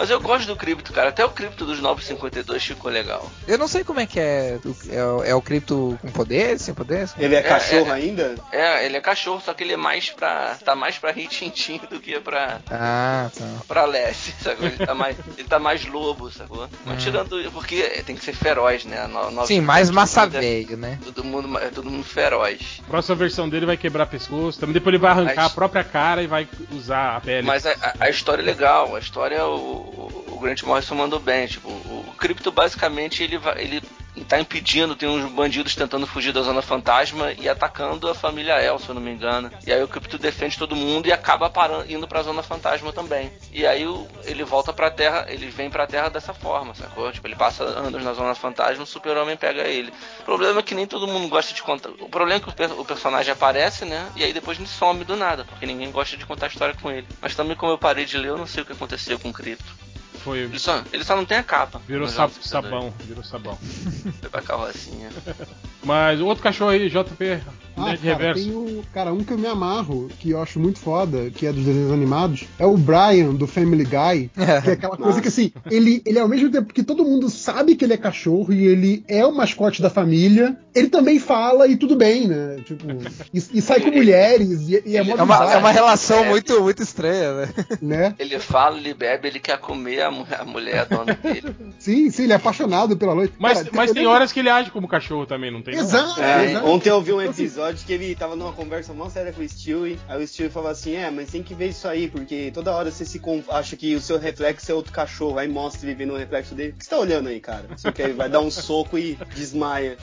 S3: Mas eu gosto do cripto, cara. Até o cripto dos 952 ficou legal.
S6: Eu não sei como é que é. do- É, o- é o cripto com poder, sem poder?
S2: Ele é cachorro
S3: é.
S2: ainda?
S3: É, ele é cachorro, só que ele é mais pra. tá mais pra Rintintim [LAUGHS] do que pra.
S6: Ah, tá.
S3: Pra Lessie, [LAUGHS] sacou? Ele tá mais, ele tá mais lobo, sacou? Mas tirando. Porque tem que ser feroz, né? No- no-
S6: Hum. Sim, mais massa
S3: todo mundo é-
S6: velho, né?
S3: Todo mundo, é todo mundo feroz.
S1: Próxima versão dele vai quebrar pescoço. Também depois ele vai arrancar
S3: Mas-
S1: a própria cara e vai usar a pele.
S3: Mas a, a- a história é legal, a história o, o, o Grant Morrison mandou bem. Tipo, o, o Crypto basicamente ele, vai- ele tá impedindo, tem uns bandidos tentando fugir da Zona Fantasma e atacando a família El, se eu não me engano. E aí o Crypto defende todo mundo e acaba parando, indo pra Zona Fantasma também. E aí o- ele volta pra Terra, ele vem pra Terra dessa forma, sacou? Tipo, ele passa anos na Zona Fantasma, o Super-Homem pega ele. O problema é que nem todo mundo gosta de contar. O problema é que o, per- o personagem aparece, né? E aí depois ele some do nada, porque ninguém gosta de contar a história com ele. Mas também, como eu parei de ler, eu não sei o que aconteceu com o Cripto.
S1: Foi.
S3: Ele só, ele só não tem a capa.
S1: Virou
S3: Mas, é um
S1: sab-
S3: ó,
S1: sabão. Virou sabão.
S3: [LAUGHS] Foi pra carrocinha.
S1: Mas outro cachorro aí, JP.
S4: Ah,
S1: Nerd
S4: cara,
S1: Reverso.
S4: tem o, cara, um que eu me amarro, que eu acho muito foda, que é dos desenhos animados, é o Brian, do Family
S3: [LAUGHS]
S4: Guy, que é aquela coisa que assim, ele, ele ao mesmo tempo que todo mundo sabe que ele é cachorro e ele é o mascote da família, ele também fala e tudo bem, né? Tipo, e, e sai com mulheres, e, e é mó
S6: É uma,
S4: bizarro,
S6: é uma relação muito, muito estranha, né?
S4: né?
S3: Ele fala, ele bebe, ele quer comer a, mu- a mulher, a dona dele.
S4: Sim, sim, ele é apaixonado pela noite.
S1: Mas,
S4: Cara,
S1: mas
S4: eu
S1: tem
S4: lembro-
S1: horas que ele age como cachorro também, não tem? não?
S4: Exato,
S2: É,
S1: Né?
S4: exato.
S2: ontem eu vi um episódio que ele tava numa conversa mó séria com o Stewie. Aí o Stewie falava assim: É, mas tem que ver isso aí, porque toda hora você se conf- acha que o seu reflexo é outro cachorro. Aí mostra ele vendo o reflexo dele. O que você tá olhando aí, cara? Você quer, vai dar um soco e desmaia.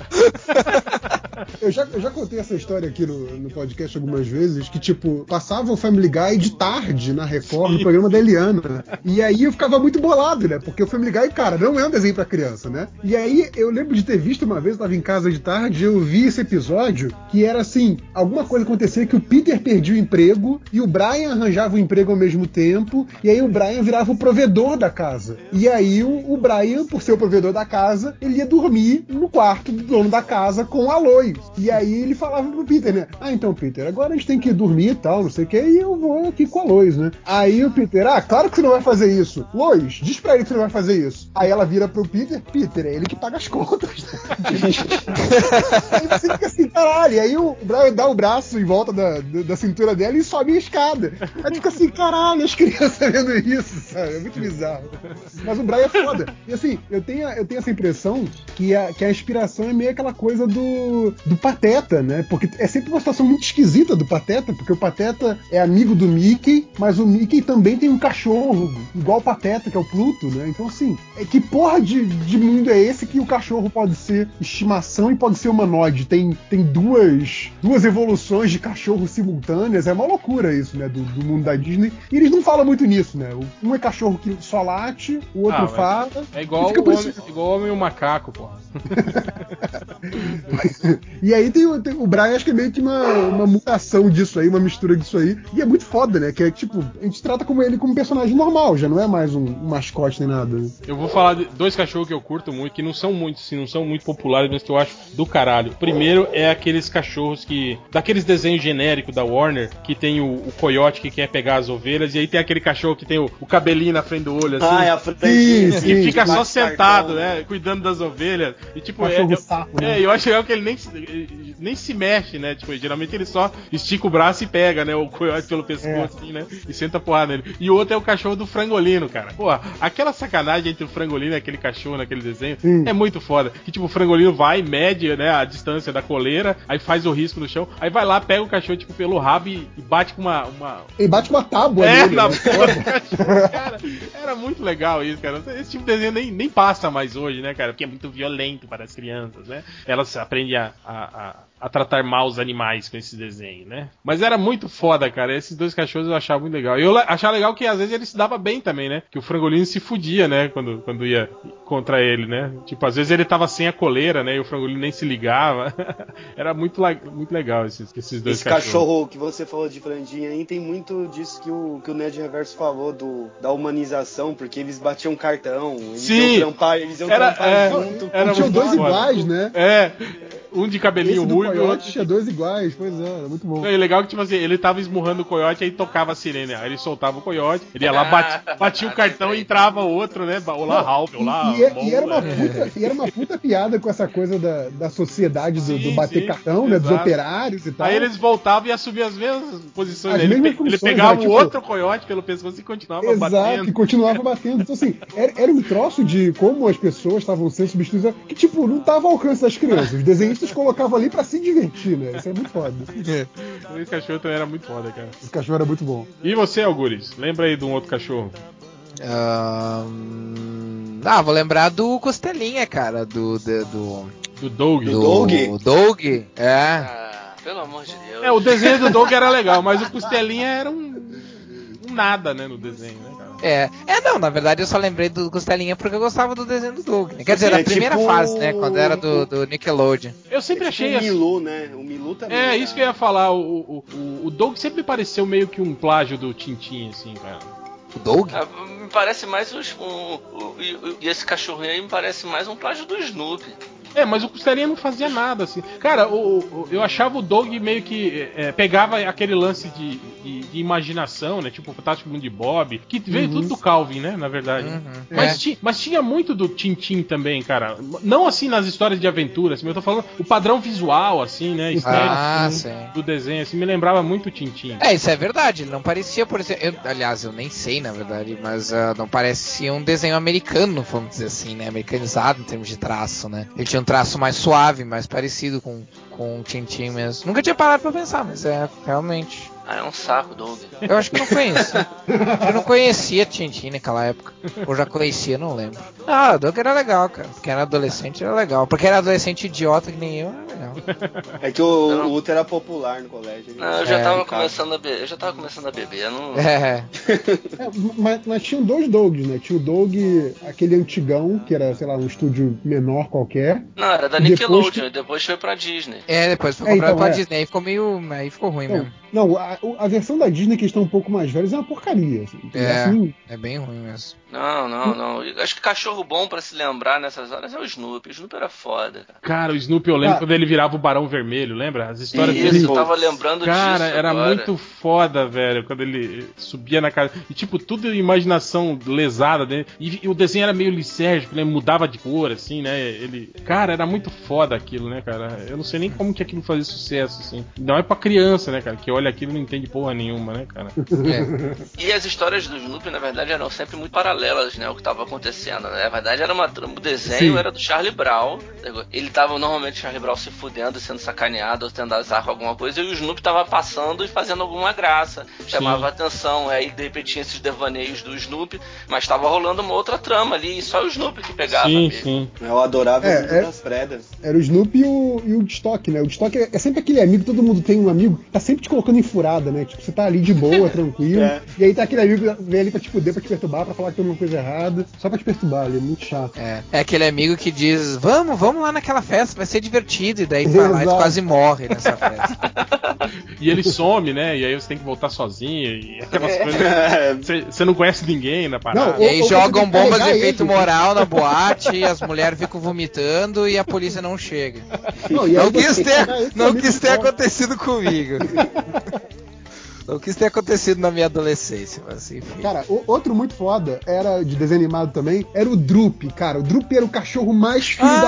S4: Eu já, eu já contei essa história aqui no, no podcast algumas vezes, que, tipo, passava o Family Guy de tarde na Record, no programa da Eliana. E aí eu ficava muito bolado, né? Porque o Family Guy, cara, não é um desenho pra criança, né? E aí eu lembro de ter visto uma vez, eu tava em casa de tarde, eu vi esse episódio, que era assim, alguma coisa acontecia que o Peter perdia o emprego e o Brian arranjava o emprego ao mesmo tempo, e aí o Brian virava o provedor da casa. E aí o, o Brian, por ser o provedor da casa, ele ia dormir no quarto do dono da casa com o Aloy. E aí ele falava pro Peter, né? Ah, então, Peter, agora a gente tem que dormir e tal, não sei o que, e eu vou aqui com a Lois, né? Aí o Peter, ah, claro que você não vai fazer isso. Lois, diz pra ele que você não vai fazer isso. Aí ela vira pro Peter, Peter, é ele que paga as contas. Aí você fica assim, caralho. E aí o Brian dá o braço em volta da, da, da cintura dela e sobe a escada. Aí fica assim, caralho, as crianças [LAUGHS] vendo isso, sabe? É muito bizarro. Mas o Brian é foda. E assim, eu tenho, a- eu tenho essa impressão que a, que a inspiração é meio aquela coisa do, do Pateta, né? Porque é sempre uma situação muito esquisita do Pateta, porque o Pateta é amigo do Mickey, mas o Mickey também tem um cachorro, igual o Pateta, que é o Pluto, né? Então, assim, é que porra de, de mundo é esse que o cachorro pode ser estimação e pode ser humanoide? Tem, tem duas, duas evoluções de cachorro simultâneas, é uma loucura isso, né? Do, do mundo da Disney. E eles não falam muito nisso, né? Um é cachorro que só late, o outro
S1: Ah, mas-
S4: fala.
S1: É igual
S4: Fica
S1: o, homem,
S4: parecendo-
S1: igual o homem e o macaco, porra.
S4: E aí tem, o- tem- o Brian, acho que é meio que uma, uma mutação disso aí, uma mistura disso aí. E é muito foda, né? Que é tipo, a gente trata como ele como um personagem normal, já não é mais um, um mascote nem nada. né?
S1: Eu vou falar de dois cachorros que eu curto muito, que não são muito, sim, não são muito populares, mas que eu acho do caralho. Primeiro é aqueles cachorros que. Daqueles desenhos genéricos da Warner, que tem o, o coiote que quer pegar as ovelhas, e aí tem aquele cachorro que tem o, o cabelinho na frente do olho, assim.
S2: Ah, é a
S4: Sim,
S2: franquia.
S4: sim.
S1: E fica só
S2: Max
S1: sentado,
S2: Cartão,
S1: né? Cuidando das ovelhas. E tipo, é,
S4: Cachorro
S1: eu,
S4: sapo, né?
S1: é, eu acho legal que ele nem, se- nem se mexe, né? Tipo, geralmente ele só estica o braço e pega, né? O coiote pelo pescoço,
S4: É.
S1: assim, né? E senta a porrada nele. E o outro é o cachorro do frangolino, cara. Pô, aquela sacanagem entre o frangolino e aquele cachorro naquele desenho
S4: Hum.
S1: é muito foda. Que tipo, o frangolino vai, mede, né? A distância da coleira, aí faz o risco no chão, aí vai lá, pega o cachorro, tipo, pelo rabo e, e bate com uma- uma,
S4: Ele bate uma tábua
S1: é,
S4: nele,
S1: na
S4: né?
S1: boca. cara, era muito legal isso, cara. Esse tipo de desenho nem, nem passa mais hoje, né, cara? Porque é muito violento para as crianças, né? Elas aprendem a, a, a- a tratar mal os animais com esse desenho, né? Mas era muito foda, cara. Esses dois cachorros eu achava muito legal. E eu la- achava legal que às vezes ele se dava bem também, né? Que o frangolino se fudia, né? Quando, quando ia contra ele, né? Tipo, às vezes ele tava sem a coleira, né? E o frangolino nem se ligava. [LAUGHS] era muito, la- muito legal esses, esses dois
S2: Esse cachorro que você falou de franjinha aí tem muito disso que o, que o Ned Reverso falou do, da humanização, porque eles batiam cartão, eles
S1: Sim.
S2: iam trampar, eles iam
S1: Era-
S2: trampar
S1: é,
S2: junto.
S1: era
S4: Tinha
S1: muito
S4: dois
S1: foda.
S4: iguais, né?
S1: É, um de cabelinho
S4: Esse do
S1: ruim e né?
S4: Coyote
S1: outro.
S4: tinha dois iguais, pois é, era muito bom.
S1: Não, e legal que, tipo assim, ele tava esmurrando o coiote aí tocava a sirene. Aí ele soltava o coiote, ele ia lá, [LAUGHS] bate- batia o cartão e entrava o outro, né? Olá, Ralph, olá.
S4: E, e-
S1: Mon,
S4: e era uma
S1: né?
S4: puta, e era uma puta piada com essa coisa da, da sociedade do, do
S1: Sim,
S4: bater
S1: sim,
S4: cartão, né? Dos
S1: exato.
S4: operários e tal.
S1: Aí eles voltavam e assumiam as mesmas posições.
S4: As
S1: né? Ele,
S4: mesmas
S1: pe- ele
S4: funções,
S1: pegava
S4: era
S1: o
S4: tipo-
S1: outro coiote pelo pescoço e continuava
S4: Exato,
S1: batendo.
S4: e continuava batendo. Então, assim, era, era um troço de como as pessoas estavam sendo substituídas, que, tipo, não tava ao alcance das crianças. Os desenhistas colocavam ali pra se divertir, né? Isso é muito foda.
S1: Esse cachorro também era muito foda, cara.
S4: Esse cachorro era muito bom.
S1: E você, Algures? Lembra aí de um outro cachorro?
S6: Ahn, Ah, vou lembrar do Costelinha, cara. Do. Do. Do,
S1: Do Doug.
S2: Doug?
S6: Doug, É.
S3: Ah, pelo amor de Deus.
S1: É, o desenho do Doug era legal, mas o Costelinha era um, um nada, né, no desenho, né, cara?
S6: É. É, não, na verdade eu só lembrei do Costelinha porque eu gostava do desenho do Doug. né? Quer dizer,
S2: É
S6: na primeira
S2: tipo-
S6: fase, né? Quando era do, do Nickelodeon.
S1: Eu sempre achei
S2: o
S1: assim.
S2: Milu, né? O Milu também.
S1: É,
S2: era-
S6: né?
S1: isso que eu ia falar. O, o, o- o Doug sempre me pareceu meio que um plágio do Tintin, assim, cara.
S6: O Doug?
S3: Ah, Me parece mais os, um, o- e- o- e esse cachorrinho aí me parece mais um plágio do Snoopy.
S1: É, mas o Costelinha não fazia nada, assim. Cara, o, o- eu achava o Doug meio que. é, pegava aquele lance de, de- de imaginação, né? Tipo o Fantástico Mundo de Bob, que veio tudo do Calvin, né? Na verdade.
S6: Uhum.
S1: Mas,
S6: É.
S1: ti- mas tinha muito do Tintin também, cara. Não assim nas histórias de aventura, assim, mas eu tô falando o padrão visual, assim, né? estético,
S6: Ah,
S1: né,
S6: sim.
S1: Do desenho, assim, me lembrava muito o Tintin.
S6: É, isso é verdade. Ele não parecia, por exemplo. eu- aliás, eu nem sei, na verdade, mas ah, não parecia um desenho americano, vamos dizer assim, né? Americanizado em termos de traço, né? Ele tinha um traço mais suave, mais parecido com, com o Tintin mesmo. Nunca tinha parado pra pensar, mas é, realmente.
S3: Ah, é um saco, Doug.
S6: Eu acho que não conheço. Eu não conhecia Tintin naquela época. Ou já conhecia, não lembro. Ah, o Doug era legal, cara. Porque era adolescente, era legal. Porque era adolescente idiota que nem eu, era legal.
S2: É que o,
S3: Não.
S2: o Uta era popular no colégio. né? ele-
S3: Não, eu já
S6: É,
S3: tava
S2: cara.
S3: começando a beber. Eu já tava começando a beber. eu não-
S6: É.
S4: É, mas, mas tinham dois Dougs, né? Tinha o Doug, aquele antigão, que era, sei lá, um estúdio menor qualquer.
S3: Não, era da
S4: Depois
S3: Nickelodeon, e depois foi pra Disney.
S6: É, depois foi
S4: É,
S6: comprado
S4: então,
S6: pra
S4: é. Hum.
S6: Disney, aí ficou meio. Aí ficou ruim
S4: Não,
S6: mesmo.
S4: não a, a versão da Disney, que eles estão um pouco mais velhos, é uma porcaria. Assim, não tem
S6: É.
S4: graça nenhuma.
S6: É bem ruim mesmo.
S3: Não, não, não. Eu Acho que cachorro bom pra se lembrar nessas horas é o Snoopy. O Snoopy era foda, cara.
S1: Cara, o Snoopy, eu lembro
S4: Ah.
S1: quando ele virava o Barão Vermelho, lembra? As histórias
S3: Isso,
S1: dele.
S3: eu tava lembrando disso.
S1: Cara, era
S3: agora.
S1: muito foda, velho, quando ele subia na casa. E, tipo, tudo imaginação lesada dele. E, e o desenho era meio lisérgico, né? Mudava de cor, assim, né? Ele. Cara, era muito foda aquilo, né, cara? Eu não sei nem como que aquilo fazia sucesso, assim. Não é pra criança, né, cara? Que olha aquilo e não entende porra nenhuma, né, cara?
S6: É.
S3: E as histórias do Snoopy, na verdade, eram sempre muito paralelas, né? O que tava acontecendo, né? Na verdade, era uma trama. O desenho
S1: Sim.
S3: era do Charlie Brown. sacou? Ele tava normalmente o Charlie Brown se fudendo, sendo sacaneado, ou tendo azar com alguma coisa, e o Snoopy tava passando e fazendo alguma graça. Chamava atenção. Aí, de repente, tinha esses devaneios do Snoopy, mas tava rolando uma outra trama ali, e só o Snoopy que pegava.
S1: sim,
S3: mesmo.
S1: sim.
S2: Eu adorava
S4: É,
S2: o Milu
S4: é-
S2: das
S3: [LAUGHS]
S2: Predas.
S4: Era o Snoopy e o, e o Woodstock, né? O Woodstock é, é sempre aquele amigo, todo mundo tem um amigo, tá sempre te colocando em errada, né? Tipo, você tá ali de
S6: [LAUGHS]
S4: boa, tranquilo.
S2: É.
S4: E aí tá aquele amigo que vem ali pra te poder, pra te perturbar, pra falar que tem alguma coisa errada. Só pra te perturbar ali, é muito chato.
S6: É, é aquele amigo que diz, vamos, vamos lá naquela festa, vai ser divertido, e daí vai lá e tu
S4: Exato.
S6: quase morre nessa
S4: [LAUGHS]
S6: festa.
S1: E ele some, né? E aí você tem que voltar sozinho. E aquelas coisas. Você você não conhece ninguém na parada.
S4: É. Não,
S6: E aí
S4: Ou- ou
S6: jogam
S4: você tem que
S6: bombas de
S4: carregar
S6: efeito
S4: ele.
S6: moral na boate, as mulheres ficam vomitando e a polícia não chega.
S4: Não, e aí
S6: Não
S4: você
S6: quis
S4: tem que
S6: ter,
S4: pegar esse
S6: [LAUGHS] não
S4: amigo
S6: quis
S4: de
S6: ter
S4: volta.
S6: acontecido comigo. Não quis ter acontecido na minha adolescência, mas enfim.
S4: Cara, o- outro muito foda, era de desenho animado também, era o Droop, cara. O Droop era o cachorro mais filho
S6: Ah,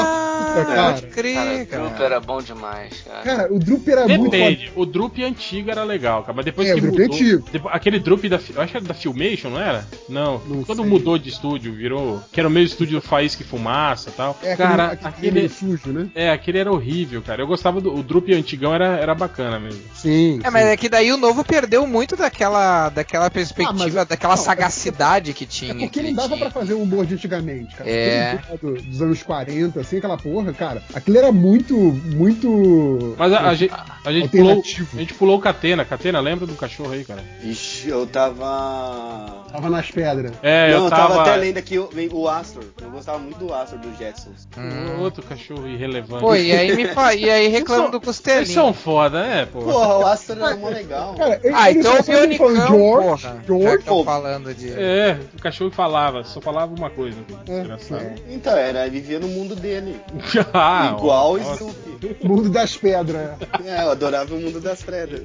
S4: da puta, cara.
S6: pode crer,
S3: Cara, o Drupa
S6: cara.
S3: era bom demais, cara.
S4: Cara, o Droop era é muito foda.
S1: Depende. O Drup antigo era legal, cara. Mas depois
S4: É,
S1: que
S4: o Drup
S1: mudou.
S4: antigo.
S1: depo- aquele Drup da. Fi- Eu acho que era da Filmation, não era? Não.
S4: Não
S1: Quando
S4: sei.
S1: mudou de estúdio, virou. Que era o mesmo estúdio do Faísca e Fumaça e tal.
S4: É aquele,
S1: cara,
S4: aquele
S1: aquele.
S4: menino sujo, né?
S1: É, aquele era horrível, cara. Eu gostava do. O Drup antigão era, era bacana mesmo.
S4: Sim.
S6: É, mas é que daí o novo perdeu muito daquela, daquela perspectiva,
S4: Ah, mas-
S6: daquela
S4: não, é-
S6: sagacidade que tinha.
S4: porque
S6: que
S4: não
S6: ele
S4: dava
S6: tinha.
S4: pra fazer o humor de antigamente, cara.
S6: É.
S4: Aquele humor do- Dos anos 40, assim, aquela porra, cara. Aquilo era muito, muito.
S1: Mas a, a gente, a gente pulou.
S4: Alternativo.
S1: A gente pulou o Catena. Catena, lembra do cachorro aí, cara?
S2: [LAUGHS] Ixi, eu tava.
S4: Tava nas pedras.
S1: É,
S2: não,
S1: eu tava.
S2: até lendo aqui o, o Astor. Eu gostava muito do Astor do Jetsons.
S1: Hum, Outro cachorro irrelevante.
S6: Pô, e é aí me fa... e aí reclamo
S1: são- [LAUGHS]
S6: do
S1: Eles
S6: costelinho.
S1: são foda, né, pô?
S2: Porra, o Astor era mó legal.
S4: Cara,
S6: Ah,
S4: eles
S6: então o
S4: só ficam
S6: Bionicão,
S4: falando George,
S6: porra. já
S4: George.
S6: que tá tão
S2: pô.
S6: falando de...
S1: É, o cachorro falava, só falava uma coisa.
S4: É,
S1: Engraçado.
S2: Então, era, ele vivia no mundo dele.
S1: [LAUGHS] Ah,
S2: Igual
S1: ó,
S2: e
S1: nossa.
S2: Snoopy. [LAUGHS]
S4: Mundo das Pedras.
S2: É, eu adorava o mundo das trevas.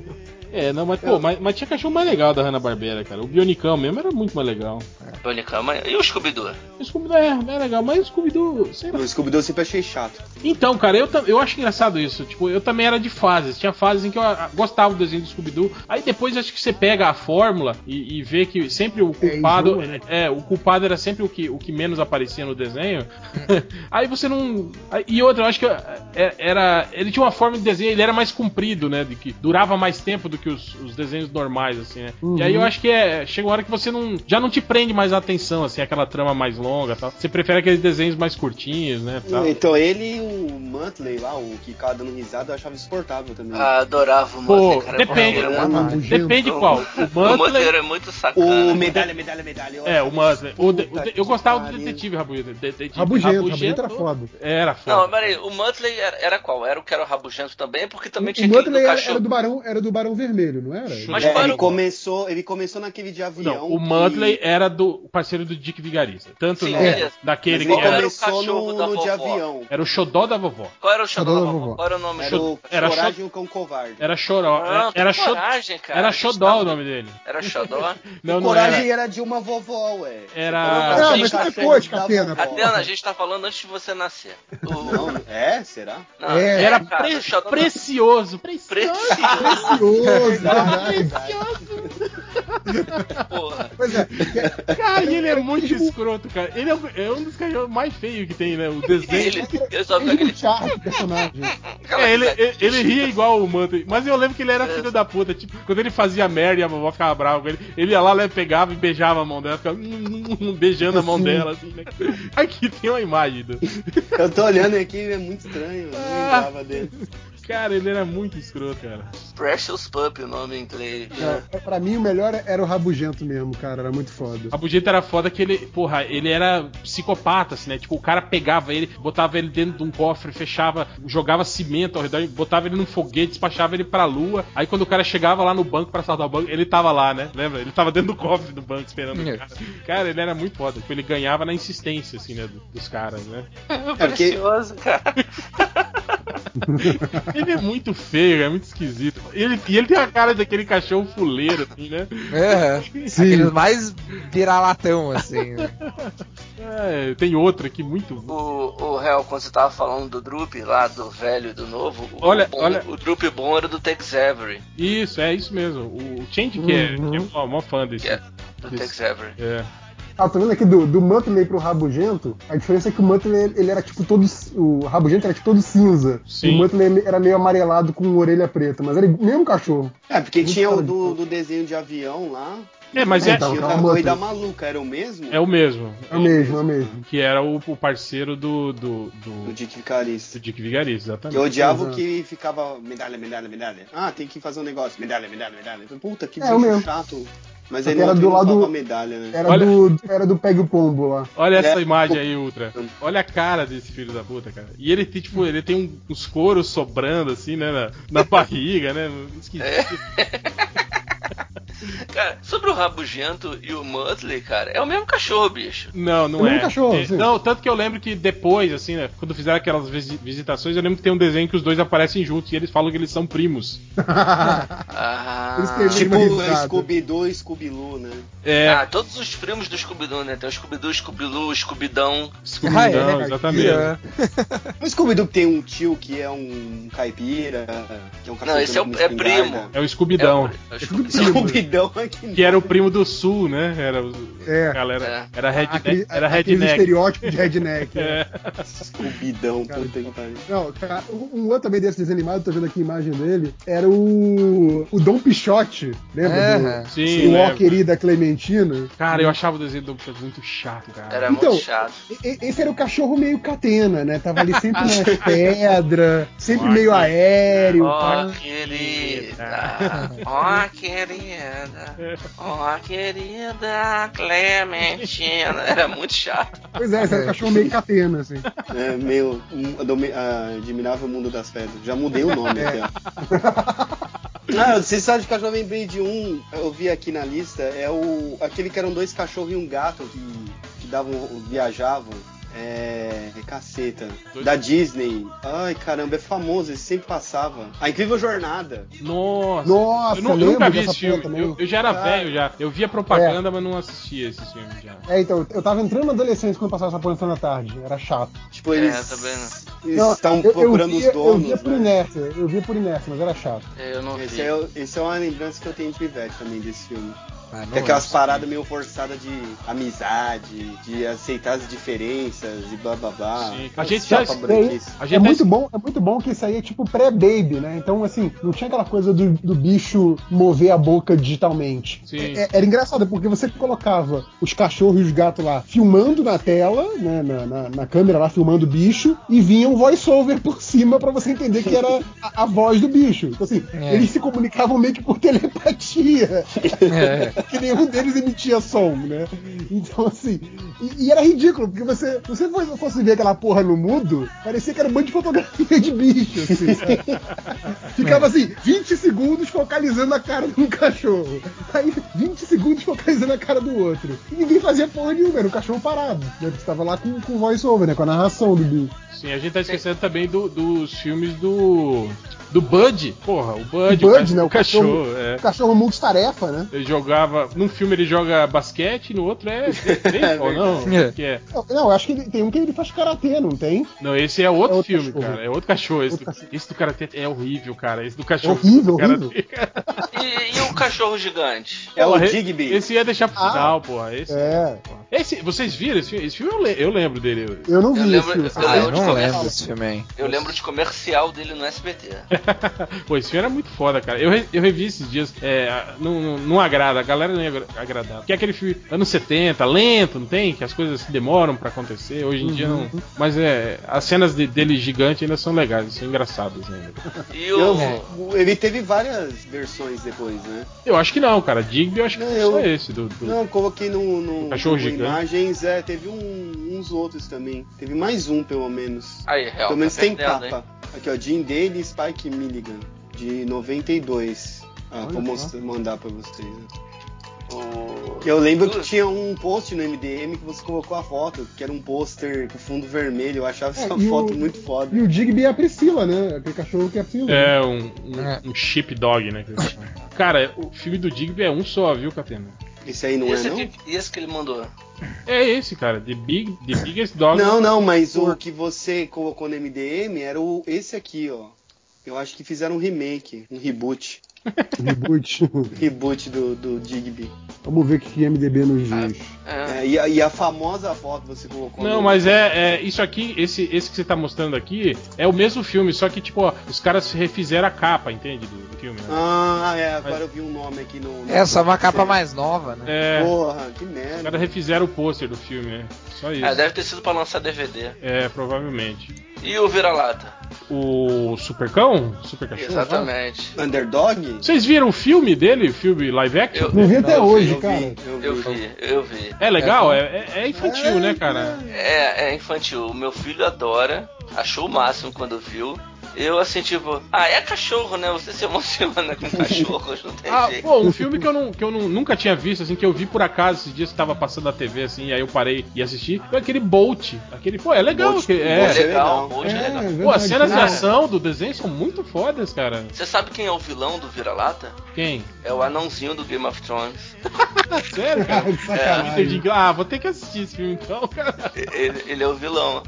S1: É, não, mas, pô, mas, mas tinha cachorro mais legal da Hanna-Barbera, cara. O Bionicão mesmo era muito mais legal.
S3: Bonicama. E o Scooby-Doo?
S1: O Scooby-Doo é, é legal, mas o Scooby-Doo, sei lá.
S2: O Scooby-Doo eu sempre achei chato.
S1: Então, cara, eu, ta- eu acho engraçado isso. Tipo, eu também era de fases. Tinha fases em que eu a- gostava do desenho do Scooby-Doo. Aí depois acho que você pega a fórmula e, e vê que sempre o culpado.
S4: enjoa, né?
S1: É, o culpado era sempre o que, o que menos aparecia no desenho.
S4: É.
S1: [LAUGHS] aí você não. aí- E outra, eu acho que é- era. Ele tinha uma forma de desenho, ele era mais comprido, né? De que durava mais tempo do que os, os desenhos normais, assim, né? E
S4: Uhum.
S1: aí eu acho que é. Chega uma hora que você não. Já não te prende mais a atenção, assim, aquela trama mais longa e tal. Você prefere aqueles desenhos mais curtinhos, né? Tal.
S2: Então ele e o Mantley lá, o que ficava dando risada, eu achava insuportável também.
S3: Ah, adorava o
S1: Pô,
S3: Motley, cara. é
S1: depende.
S3: Era
S2: Ah,
S3: muito-
S4: Ah, nojento.
S1: Depende
S3: O-
S1: qual.
S3: O
S1: O
S3: Motley
S1: Butler.
S3: era muito
S2: O
S3: sacana. né?
S2: medalha, medalha, medalha. eu
S1: É, o
S2: achava
S1: Butler. O de- o
S2: puta
S1: de-
S2: que
S1: eu gostava do
S2: pariu.
S1: detetive Rabugento. De- detetive
S4: Rabugento, Rabugento era foda.
S1: Era
S3: Não,
S1: foda.
S3: peraí, o Muttley era, era qual? Era o que era o rabugento também? Porque também
S4: O
S3: tinha aquele do
S4: Muttley era,
S3: cachorro.
S4: era do barão, era do Barão Vermelho, não era?
S3: Mas,
S2: É,
S3: mano,
S2: ele começou, ele começou naquele de avião.
S1: Não, o
S2: que-
S1: Muttley era do parceiro do Dick Vigarista. Tanto
S3: um Sim,
S1: no-
S3: é.
S2: Mas
S1: daquele
S2: ele
S1: que era,
S3: come- Era
S2: começou
S3: o cachorro
S2: no,
S3: da
S2: no de
S3: vovó.
S2: avião.
S1: era o xodó da vovó.
S3: Qual era o xodó
S4: Adoro
S3: da
S4: a
S3: vovó?
S4: vovó.
S3: Qual era o nome?
S2: Era o
S1: era
S2: Coragem com Covarde.
S1: Era choró.
S3: Ah,
S1: era era,
S3: que
S1: xodó-
S3: coragem, cara. um
S1: era xodó o nome dele.
S3: Era xodó?
S1: Não,
S2: o
S1: não
S2: Coragem
S1: era.
S2: era. de uma vovó, ué.
S1: Era-
S2: Você falou
S4: Ah,
S2: pra
S4: mas
S2: gente,
S4: depois,
S2: cachorro
S4: Catena,
S2: da vovó.
S3: Atena, a gente tá falando antes de você nascer. O-
S2: Não, é? Será?
S3: não, um
S4: É.
S1: Era
S3: cara,
S1: pre-
S3: o xodó tá da-
S1: precioso. Precioso.
S3: Precioso,
S4: Maravilhoso,
S3: [LAUGHS]
S4: verdade.
S3: porra.
S4: Pois é, que-
S1: Cara, e ele é muito escroto, cara. Ele é, o- é um dos cachorros mais feios que tem, né? O desenho.
S3: Ele, é ele só pega
S4: ele
S3: aquele.
S4: um charme do personagem.
S3: aquela-
S1: É, ele, ele, ele ria igual o Manto. Mas eu lembro que ele era filho da puta. Tipo, quando ele fazia merda e a vovó ficava brava com ele, ele ia lá, né, pegava e beijava a mão dela, ficava hum, hum, hum, beijando a mão dela, assim, né? [LAUGHS] Aqui tem uma imagem do.
S2: Eu tô olhando aqui, é muito estranho. Eu não
S1: Ah.
S2: lembrava dele.
S1: Cara, ele era muito escroto, cara.
S3: Precious Pup, o nome em inglês.
S4: É, pra mim, o melhor era o Rabugento mesmo, cara. Era muito foda.
S1: A Bugenta era foda que ele, porra, ele era psicopata, assim, né? Tipo, o cara pegava ele, botava ele dentro de um cofre, fechava, jogava cimento ao redor, botava ele num foguete, despachava ele pra lua. Aí quando o cara chegava lá no banco pra assaltar o banco, ele tava lá, né? Lembra? Ele tava dentro do cofre do banco esperando o
S6: É.
S1: cara. Cara, ele era muito foda. Tipo, ele ganhava na insistência, assim, né? do- Dos caras, né?
S2: É porque
S3: Precioso, cara.
S1: Ele é muito feio, é muito esquisito. Ele, e ele tem a cara daquele cachorro fuleiro, assim, né?
S6: Aham. É, Aqueles mais viralatão, assim.
S1: [LAUGHS]
S6: né?
S1: É, tem outro aqui muito.
S3: O, o Hel, quando você tava falando do Drup lá, do velho e do novo, o,
S1: Olha,
S3: o bom-
S1: olha.
S3: o Drup bom era do Tex Avery.
S1: Isso, é isso mesmo. O Change que é, que é
S4: Uhum.
S1: mó, mó fã desse.
S3: Que é do
S1: Isso.
S3: Tex Avery.
S1: É.
S4: Ah, tô vendo aqui do, do Muttley pro Rabugento, a diferença é que o Muttley, ele era tipo todo... O Rabugento era tipo todo cinza.
S1: Sim.
S4: E o Muttley era meio amarelado com orelha preta, mas era o mesmo cachorro.
S2: É, porque tinha o do, do desenho de avião lá,
S1: É, mas é,
S2: Tinha
S4: Então,
S2: uma
S4: calma,
S2: corrida
S4: Pedro.
S2: maluca, era o mesmo?
S1: é o mesmo.
S4: É o mesmo, é o mesmo.
S1: Que era o, o parceiro do, do, do,
S2: Do Dick
S1: do
S2: Vicaris.
S1: Dick Vigarista,
S2: Eu
S1: exatamente.
S2: odiava
S4: Exato.
S2: que ficava medalha, medalha, medalha. Ah, tem que fazer um negócio. Medalha, medalha, medalha. Puta, que
S4: É, o
S2: bicho
S4: meu.
S2: chato. Mas
S4: Só
S2: aí
S4: que
S2: não
S4: era do lado-
S2: triunfava a medalha, né?
S4: Era,
S1: Olha-
S4: do, era do Peg o Pombo lá.
S1: Olha essa
S2: É.
S1: imagem aí, Ultra. Olha a cara desse filho da puta, cara. E ele, tem, tipo, ele tem um- uns couros sobrando, assim, né? Na, na [LAUGHS] barriga, né? Esquisito.
S3: Cara, sobre o Rabugento e o Mudley, cara, é o mesmo cachorro, bicho.
S1: Não, não
S4: Ele é
S1: é.
S4: um cachorro,
S1: É,
S4: sim.
S1: Não, tanto que eu lembro que depois, assim, né? Quando fizeram aquelas visi- visitações, eu lembro que tem um desenho que os dois aparecem juntos e eles falam que eles são primos.
S3: Ah,
S4: Por isso que ele-
S2: Tipo,
S4: Memorizado.
S2: Scooby-Doo e Scooby-Loo, né?
S1: É,
S3: Ah, todos os primos do Scooby-Doo, né? Tem o Scooby-Doo, Scooby-Doo, Scooby-Dão.
S1: Scooby-Doo,
S6: Ah, é, né?
S1: exatamente.
S6: É.
S2: O Scooby-Doo que tem um tio que é um caipira, que é um
S3: Não, esse é, o,
S2: com
S3: é
S2: espingarda.
S3: primo.
S1: É o Scooby-Dão.
S3: É o, é o Scooby-Doo.
S2: Scooby-Doo [LAUGHS] é que
S1: Que era o primo do Sul, né? Era o,
S4: É.
S1: a galera. Era
S4: Aquele-
S1: redneck. Era
S4: aquele
S1: redneck.
S4: estereótipo de redneck. né?
S1: [LAUGHS] É.
S2: Scooby-Doo, puta que pariu.
S4: Não, cara, um outro também desse desenho animado, tô vendo aqui a imagem dele, era o. o Dom Pichote, lembra?
S6: É.
S4: do-
S1: Sim,
S4: do Ó
S1: lembro.
S4: Querida Clementina.
S1: Cara, eu achava o desenho do Pichote muito chato, cara.
S3: Era
S4: Então,
S3: muito chato.
S4: E- e- Esse era o cachorro meio catena, né? Tava ali sempre
S1: [LAUGHS]
S4: nas pedras, sempre meio
S1: né?
S4: aéreo.
S3: Ó,
S4: pá.
S3: querida. Ó, querida. Ó, querida Clementina. Era muito chato.
S4: Pois é, esse era o cachorro meio catena, assim.
S2: É, meu, um, admi- ah, admirável mundo das pedras. Já mudei o nome
S4: É.
S2: até. Ah, vocês sabem de cachorro, eu lembrei de um, eu vi aqui na lista, é o aquele que eram dois cachorros e um gato que, que davam, viajavam. É. Caceta. Da Disney. Ai, caramba, é famoso, esse sempre passava. A Incrível Jornada.
S1: Nossa.
S4: Nossa,
S1: eu, nu- eu
S4: lembro
S1: nunca vi
S4: dessa
S1: esse filme.
S4: porra também.
S1: Eu, eu já era
S2: Ah.
S1: velho já. Eu via propaganda, mas não assistia esse filme já.
S4: É, então, eu tava entrando na adolescência quando passava essa porra na tarde, era chato.
S2: Tipo,
S3: É,
S2: eles.
S3: tá vendo?
S2: Eles
S4: Não,
S2: estão
S4: eu- eu
S2: procurando
S4: via-
S2: os donos.
S4: Eu via por
S2: né?
S4: inércia, eu via por inércia, mas era chato.
S3: Eu não
S2: Esse
S3: vi.
S2: é, o- esse é uma lembrança que eu tenho de pivete também desse filme.
S6: Ah, não
S2: Que é aquelas
S6: lembro.
S2: paradas meio forçadas de amizade, de aceitar as diferenças e blá blá blá.
S1: Sim, a gente
S2: Chapa
S1: já-
S2: branquice.
S1: A gente
S4: É
S1: tá
S4: muito, bom, é muito bom que isso aí é tipo pré-baby, né? Então, assim, não tinha aquela coisa do, do bicho mover a boca digitalmente.
S1: Sim.
S4: É- era engraçado, porque você colocava os cachorros e os gatos lá filmando na tela, né? Na, na- na câmera lá, filmando o bicho, e vinha um voice-over por cima pra você entender que era a, a voz do bicho. Então, assim,
S6: É.
S4: eles se comunicavam meio que por telepatia.
S6: É.
S4: que nenhum deles emitia som, né? Então, assim. E, e era ridículo, porque você, se você fosse, fosse ver aquela porra no mudo, parecia que era um bando de fotografia de bicho,
S1: [LAUGHS]
S4: assim, sabe?
S1: É.
S4: Ficava assim, 20 segundos focalizando a cara de um cachorro. Aí, 20 segundos focalizando a cara do outro. E ninguém fazia porra nenhuma, era o cachorro parado. Né? Porque você tava lá com, com voice over, né? Com a narração do bicho.
S1: Sim, a gente tá esquecendo também do- dos filmes do. Do Bud. Porra, o Bud.
S4: Bud,
S1: ca-
S4: né,
S1: O
S4: o
S1: cachorro.
S4: cachorro.
S1: é.
S4: O cachorro multitarefa, né?
S1: Ele jogava. Num filme ele joga basquete, no outro é. beisebol, não?
S6: É.
S1: Que é.
S4: Não, eu acho que ele- tem um que ele faz karatê, não tem?
S1: Não, esse é outro,
S4: É outro
S1: filme,
S4: cachorro.
S1: cara. É outro cachorro. Esse,
S4: Outro
S1: do,
S4: cachorro. É
S1: esse do Karate é horrível, cara. Esse do cachorro.
S4: horrível,
S1: do Karate-
S4: horrível.
S3: E, e o cachorro gigante?
S2: É o
S1: Porra,
S2: Digby.
S1: Esse ia deixar pro
S4: Ah.
S1: final, porra. Esse,
S4: É.
S1: esse- vocês viram esse filme? Esse filme eu, le- eu lembro dele. [LAUGHS]
S4: Eu não vi
S3: Eu lembro-
S4: esse.
S3: eu
S6: Ah, eu
S3: de
S6: não lembro
S3: começo.
S6: desse filme aí.
S3: Eu lembro de comercial dele no SBT.
S1: Pô, esse filme era muito foda, cara. Eu, re- eu revi esses dias. é, a- não, não- não agrada, a galera não ia agra- agradar. Porque é aquele filme anos 70, lento, não tem? Que as coisas demoram pra acontecer. Hoje em dia não.
S4: Uhum.
S1: Mas é. As cenas de- dele gigante ainda são legais, são engraçadas ainda.
S3: E
S2: Eu- É.
S3: o.
S2: ele teve várias versões depois, né?
S1: Eu acho que não, cara. Digby eu acho que
S2: Não,
S1: foi
S2: eu-
S1: só esse do. do-
S2: Não, eu coloquei no, no,
S1: O cachorro
S2: no
S1: gigante.
S2: imagens, é, teve um- uns outros também. Teve mais um, pelo menos.
S3: Aí, real.
S2: pelo menos
S3: tá
S2: tem
S3: perdendo,
S2: capa. Aqui, ó, Jim Daly e Spike Milligan, de 92. Ah, vou mostrar- mandar pra vocês. né?
S3: hein? O-
S2: Eu lembro que
S3: Duas.
S2: tinha um post no MDM que você colocou a foto, que era um pôster com fundo vermelho. Eu achava
S4: É,
S2: essa
S4: e
S2: foto
S4: o-
S2: muito foda.
S4: E o Digby é a Priscila, né? Aquele cachorro que é a Priscila.
S1: É, um, um,
S6: É.
S1: um sheepdog, né? que eles chamam. Cara, o filme do Digby é um só, viu, Catena?
S2: Esse aí não
S3: E esse,
S2: é, não?
S3: aqui- e esse que ele mandou?
S1: É esse, cara. The, big, the Biggest Dog.
S2: Não, não, mas o que você colocou no MDM era o, esse aqui, ó. Eu acho que fizeram um remake, um reboot.
S4: [LAUGHS] Reboot.
S2: Reboot do, do Digby.
S4: Vamos ver o que que MDB nos diz.
S3: É.
S2: É, e, a, e a famosa foto você colocou.
S1: Não,
S2: no-
S1: mas é, é, isso aqui, esse, esse que você tá mostrando aqui, é o mesmo filme, só que, tipo, ó, os caras refizeram a capa, entende? Do filme, né?
S2: Ah, é, agora eu vi um nome aqui no. no-
S6: É só uma capa
S2: Sério.
S6: mais nova, né?
S1: É, os
S2: Porra, que merda.
S1: caras refizeram o pôster do filme, né? Só isso.
S3: É, deve ter sido pra lançar DVD.
S1: É, provavelmente.
S3: E o Vira-Lata?
S1: O Supercão? Super Cachorro?
S3: Exatamente.
S2: Underdog?
S1: Vocês viram o filme dele, o filme live action?
S3: Eu,
S4: Não vi até
S3: eu
S4: hoje,
S2: Eu vi,
S4: cara.
S3: Eu vi, eu vi.
S1: É legal, é, é- é infantil, né, cara?
S3: É, é infantil. O meu filho adora, achou o máximo quando viu. Eu assim, tipo, ah, é cachorro, né? Você se emociona com cachorros, não tem
S1: Ah,
S3: jeito.
S1: pô, um filme que eu, não, que eu não- nunca tinha visto, assim, que eu vi por acaso esses dias que tava passando na TV, assim, e aí eu parei e assisti, foi aquele Bolt. Aquele, pô, é legal.
S2: Bolt,
S1: que-
S3: É,
S1: é.
S2: Bolt.
S3: legal,
S2: legal.
S3: hoje é, legal.
S1: Pô,
S4: verdade.
S1: as cenas de
S4: Cara, [LAUGHS]
S1: ação do desenho são muito fodas, cara.
S3: Você sabe quem é o vilão do Vira-Lata?
S1: Quem?
S3: É o anãozinho do Game of Thrones. [LAUGHS]
S1: Sério,
S2: [LAUGHS]
S1: cara?
S4: de sacanagem.
S1: Entendi. Ah, vou ter que assistir esse filme então, cara.
S3: Ele, ele é o vilão.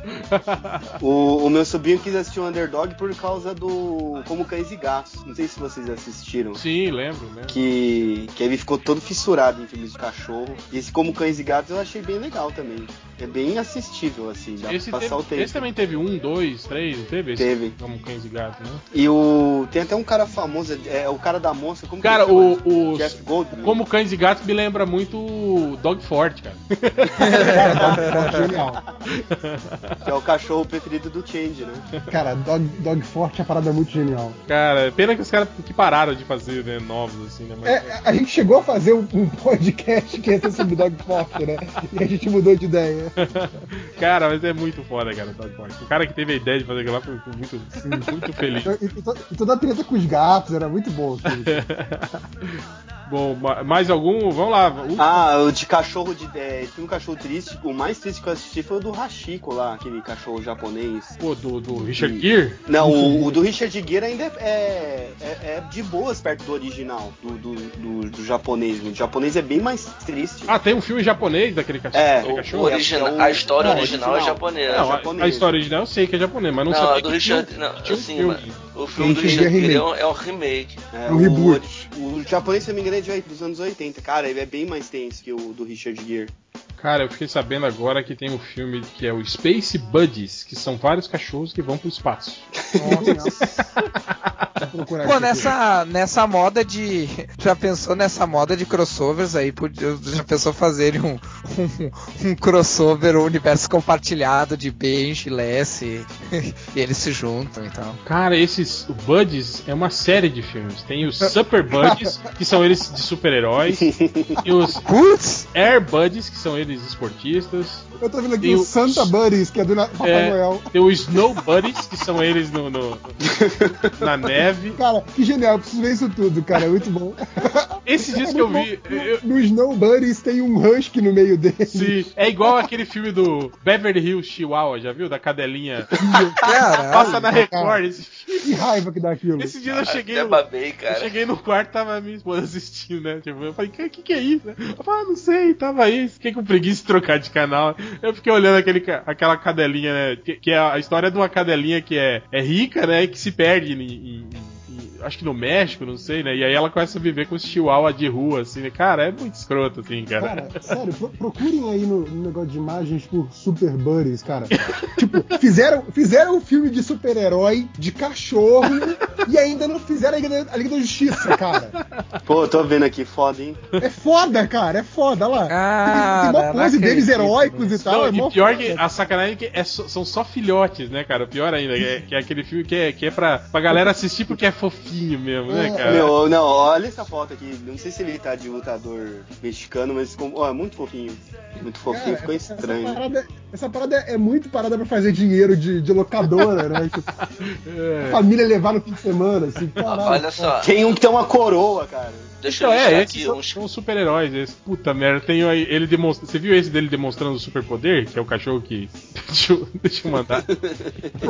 S2: O, o meu sobrinho quis assistir o Underdog por causa do Como Cães e Gatos. Não sei se vocês assistiram.
S1: Sim, lembro, né?
S2: Que, que ele ficou todo fissurado em filmes de cachorro. E esse Como Cães e Gatos eu achei bem legal também. É bem assistível, assim, dá
S1: Esse,
S2: pra passar
S1: teve-
S2: o tempo.
S1: esse também teve um, dois, três, não teve? Esse
S2: Teve.
S1: Como cães e gatos, né?
S2: E o. Tem até um cara famoso, é, é o cara da mosca. Como que
S1: Cara,
S2: ele chama?
S1: o- o-
S2: Jeff Goldblum.
S1: Como cães e gatos me lembra muito o Dog Fort, cara.
S4: Dogfort é genial.
S2: Que é o cachorro preferido do Change, né?
S4: Cara, Dog, Dogfort é uma parada muito genial.
S1: Cara, pena que os caras que pararam de fazer, né, novos, assim, né? Mas...
S4: É, a gente chegou a fazer um, um podcast que ia ser sobre Dogfort, né? E a gente mudou de ideia.
S1: [LAUGHS] Cara, mas é muito foda, cara, o Dog Fort. O cara que teve a ideia de fazer aquilo lá foi foi muito, muito
S4: [LAUGHS]
S1: feliz.
S4: Então, E, e to- e toda a treta com os gatos era muito bom. assim.
S1: Bom, ma- mais algum? Vamos lá. Uh, O-
S2: Ah, o de cachorro de. É, tem um cachorro triste. O mais triste que eu assisti foi o do Hashiko lá, aquele cachorro japonês.
S1: Pô, do, do Richard Gere?
S2: Não, o, o do Richard Gere ainda é, é, é de boas perto do original, do, do, do, do japonês. O japonês é bem mais triste.
S1: Ah, tem um filme japonês daquele cachorro.
S2: É,
S1: daquele
S2: o-
S3: O
S1: cachorro?
S3: origina-
S2: É o-
S3: a história
S2: não,
S3: original é
S2: original.
S3: japonesa.
S1: Não, a- a,
S2: japonês.
S1: história original eu sei que é japonês, mas não,
S3: Não,
S1: sei
S3: a do
S1: que
S3: Richard.
S1: filme-
S3: Não,
S1: tinha um
S3: assim,
S1: filme.
S3: mas o filme do
S4: Richard
S3: Richard Gere é
S4: remake.
S3: um, é um remake.
S2: É,
S4: É um reboot.
S2: O, o japonês, se eu não me engano, é de oit- dos anos 80. Cara, ele é bem mais tenso que o do Richard Gere.
S1: Cara, eu fiquei sabendo agora que tem um filme que é o Space Buddies, que são vários cachorros que vão pro espaço. [LAUGHS]
S4: Vou procurar
S6: Pô,
S4: aqui.
S6: nessa, nessa moda de. [LAUGHS] Já pensou nessa moda de crossovers aí? podia- Já pensou fazerem um, um, um crossover, um universo compartilhado de Benji, Lessie, [LAUGHS] e eles se juntam e tal.
S1: Cara, esses Buddies é uma série de filmes. Tem os Super Buddies, que são eles de
S3: [LAUGHS]
S1: super-heróis. E os
S6: Putz!
S1: Air Buddies, que são eles esportistas.
S4: Eu tô vendo aqui
S1: Tem
S4: o
S1: o-
S4: Santa Buddies, que é do Na- Papai
S1: É,
S4: Noel.
S1: tem os Snow Buddies, que são eles no, no- na neve.
S4: Cara, que genial, eu preciso ver isso tudo, cara, é
S1: [LAUGHS]
S4: muito bom. É
S1: Esses dias que eu vi. eu-
S4: No Snow Buddies tem um Husky no meio dele.
S1: Sim, é igual aquele filme do Beverly Hills Chihuahua, já viu? Da cadelinha.
S6: Cara,
S1: Passa na Record esse filme.
S4: Que raiva que dá aquilo.
S1: Esses dias eu cheguei. um-
S3: Até
S1: no-
S3: babei,
S1: Eu
S3: cara.
S1: cheguei no quarto, tava a minha esposa assistindo, né? Tipo, eu falei, que que, que é isso? Ela falou, ah, não sei, tava aí, fiquei com preguiça de trocar de canal. Eu fiquei olhando aquele, ca- aquela cadelinha, né? Que, que é a história de uma cadelinha que é, é rica, né? E que se perde em, em- em- Acho que no México, não sei, né? E aí ela começa a viver com os chihuahua de rua, assim, né? Cara, é muito escroto, assim, cara.
S4: Cara, sério, pro- procurem aí no, no negócio de imagens por Super Buddies, cara. [LAUGHS] tipo, fizeram, fizeram um filme de super-herói, de cachorro, e ainda não fizeram a Liga, da, a Liga da Justiça, cara.
S2: [LAUGHS] Pô, tô vendo aqui, foda, hein?
S4: É foda, cara, é foda, olha lá.
S6: Cara,
S4: tem uma
S6: não
S4: pose deles
S6: acredito
S4: heróicos e tal,
S1: Não,
S4: é mó
S1: e pior que
S4: foda.
S1: a sacanagem é que é só- são só filhotes, né, cara? Pior ainda, que é, que é aquele filme que é, que é pra, pra galera assistir porque é fofinho mesmo, né, cara?
S2: Meu, não, olha essa foto aqui. Não sei se ele tá de lutador mexicano, mas com- ó, é muito fofinho. Muito fofinho,
S4: Cara,
S2: ficou estranho.
S4: Essa parada, essa parada é muito parada pra fazer dinheiro de, de locadora, né? Tipo,
S1: É.
S4: a família levar no fim de semana, assim,
S3: Ah,
S4: caralho.
S3: olha só,
S2: Tem um que tem uma coroa, cara.
S3: deixa eu
S1: Então,
S3: listar
S1: é, esses
S3: aqui
S1: são,
S3: uns.
S1: são super-heróis. Esse. Puta merda, tem aí, ele demonstra. Você viu esse dele demonstrando o superpoder? Que é o cachorro que. [LAUGHS] deixa, eu, deixa eu mandar. [LAUGHS]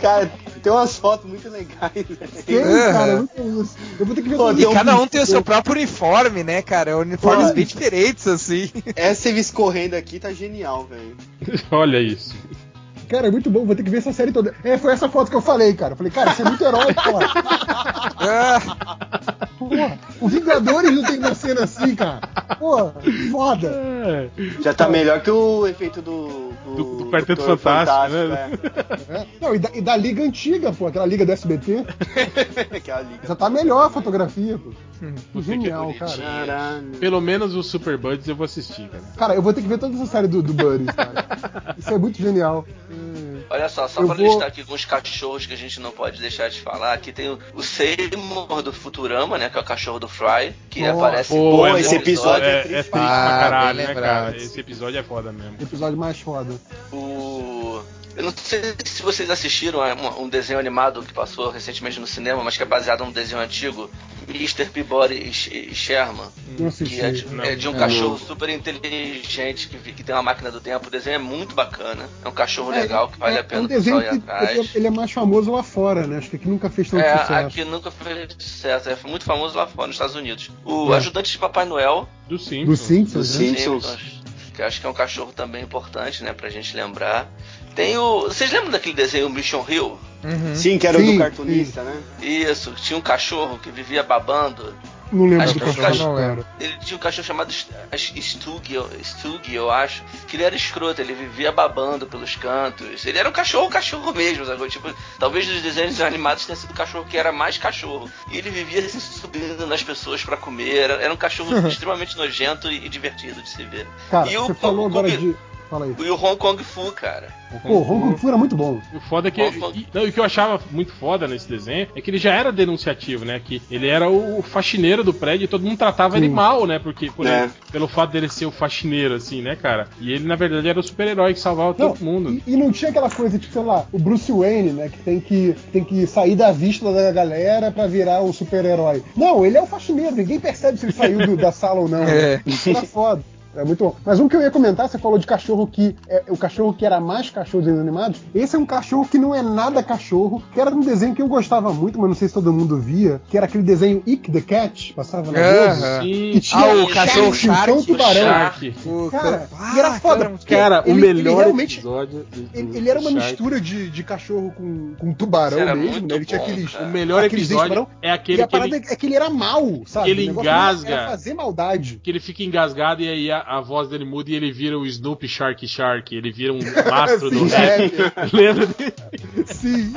S2: Cara, tem umas fotos muito legais.
S4: Tem,
S2: Né?
S4: cara, é muito isso. Eu vou ter que ver
S2: Pô,
S4: tudo
S2: tem
S4: isso.
S2: um-
S6: cada um tem o seu próprio uniforme, né, cara? Uniformes
S4: Olha.
S6: bem [LAUGHS] diferentes, assim.
S2: Essa eles correndo aqui tá genial, velho.
S1: Olha isso.
S4: Cara, é muito bom, vou ter que ver essa série toda. É, foi essa foto que eu falei, cara. Eu falei, cara, você é muito herói, porra.
S6: Ah,
S4: Porra, o Vingadores não tem uma cena assim, cara. Porra, foda.
S1: É,
S2: Já tá melhor que o efeito do.
S1: Do- do Quarteto Fantástico, né?
S4: É. Não, e da, e da liga antiga, pô, aquela liga do SBT,
S2: né? que é [LAUGHS] a liga.
S4: já tá melhor a fotografia, pô.
S1: você que é
S4: Genial,
S1: bonito.
S4: cara.
S2: Caralho.
S1: Pelo menos o Super Buds eu vou assistir, cara.
S4: Cara, eu vou ter que ver toda essa série do, do Buddies, cara. Isso é muito genial.
S3: Olha só, só
S4: Eu
S3: pra
S4: vou-
S3: listar aqui alguns cachorros que a gente não pode deixar de falar. Aqui tem o, o Seymour do Futurama, né? Que é o cachorro do Fry, que
S4: Nossa.
S3: aparece
S1: Pô,
S3: em
S1: é
S3: todo
S1: bom.
S2: esse episódio
S1: é,
S2: é
S1: é
S2: triste.
S1: triste pra
S6: Ah,
S1: caralho,
S6: bem
S1: né,
S6: lembrado.
S1: cara? Esse episódio é foda mesmo.
S4: Episódio mais foda.
S3: Hum, O... Eu não sei se vocês assistiram a um- um desenho animado que passou recentemente no cinema, mas que é baseado num desenho antigo, Mr. Peabody e Sh- e Sherman,
S4: Não
S3: que é
S4: assisti.
S3: de,
S1: Não.
S3: é de um
S4: Não.
S3: cachorro super inteligente que, vi- que tem uma máquina do tempo. O desenho é muito bacana, é um cachorro
S4: É,
S3: legal que vale a pena
S4: é um
S3: o pessoal
S4: desenho
S3: ir
S4: que ele,
S3: atrás.
S4: ele é mais famoso lá fora, né? Acho que aqui nunca fez tanto
S3: É,
S4: sucesso.
S3: aqui nunca fez sucesso, é muito famoso lá fora, nos Estados Unidos. O
S4: É.
S3: ajudante de Papai Noel,
S1: Do Simpsons.
S4: Do Simpsons,
S2: Do
S4: né?
S2: Sim- Simpsons.
S3: Simpsons, que eu acho que é um cachorro também importante, né, pra gente lembrar. Tem o. Vocês lembram daquele desenho Mission Hill?
S6: uhum.
S2: Sim, que era o
S4: Sim,
S2: do cartunista, né?
S3: Isso, tinha um cachorro que vivia babando.
S4: né? Não lembro
S3: Acho
S4: do
S3: que
S4: cachorro,
S3: eu
S6: não
S4: cara.
S3: Ele tinha um cachorro chamado St- acho que Stug, eu- Stug, eu acho, que ele era escroto, ele vivia babando pelos cantos. Ele era um cachorro, cachorro mesmo, sacou? Tipo, talvez dos desenhos animados tenha sido o cachorro que era mais cachorro. E ele vivia assim, subindo nas pessoas pra comer. Era, era um
S4: [LAUGHS]
S3: cachorro extremamente nojento e, e divertido de se ver.
S4: Cara,
S3: E o
S4: você falou
S3: Kung-
S4: agora de. Fala aí.
S3: E o Hong Kong Fu, cara.
S4: Pô, Hong Kong Fu era muito bom.
S1: O foda é que.
S3: Qual foda?
S1: e- não, e o que eu achava muito foda nesse desenho é que ele já era denunciativo, né? Que ele era o, o faxineiro do prédio e todo mundo tratava ele
S4: Sim.
S1: mal, né? Porque por
S2: É.
S1: ele- pelo fato dele ser o faxineiro, assim, né, cara? E ele, na verdade, era o super-herói que salvava
S4: Não,
S1: todo mundo.
S4: E, e não tinha aquela coisa, tipo, sei lá, o Bruce Wayne, né? Que tem que, tem que sair da vista da galera pra virar um super-herói. Não, ele é o faxineiro, ninguém percebe se ele saiu do- da sala
S6: [LAUGHS]
S4: ou não.
S6: É.
S4: Isso era foda. É muito bom. Mas um que eu ia comentar, você falou de cachorro que. É, o cachorro que era mais cachorro dos animados. Esse é um cachorro que não é nada cachorro, que era um desenho que eu gostava muito, mas não sei se todo mundo via, que era aquele desenho Ick the Cat, passava na Globo.
S6: Aham.
S1: Sim,
S4: E tinha
S6: Ah, o
S4: um Shark, um
S6: cachorro Shark,
S4: cão
S6: o
S4: tubarão.
S1: Shark.
S6: O-
S4: Cara,
S6: Ah,
S4: e era foda.
S6: cara,
S4: porque ele- ele realmente,
S1: episódio.
S4: ele, ele era uma mistura de, de cachorro com, com tubarão
S3: Isso era
S4: mesmo,
S3: muito
S4: né? Ele tinha
S3: bom,
S4: aqueles.
S3: cara.
S1: O melhor
S4: aqueles dentes
S1: episódio
S4: tubarão.
S1: é
S4: e
S1: aquele
S4: a
S1: que
S4: parada
S1: ele,
S4: é que ele era mal, sabe?
S1: que ele
S4: O negócio era-
S1: engasga.
S4: Era fazer maldade. [LAUGHS]
S1: que ele fica engasgado e aí a, a voz dele muda e ele vira o Snoopy Shark Shark. Ele vira
S4: [LAUGHS]
S1: um mastro do
S4: Sim, é.
S1: rap. [LAUGHS] Lembra dele?
S4: Sim.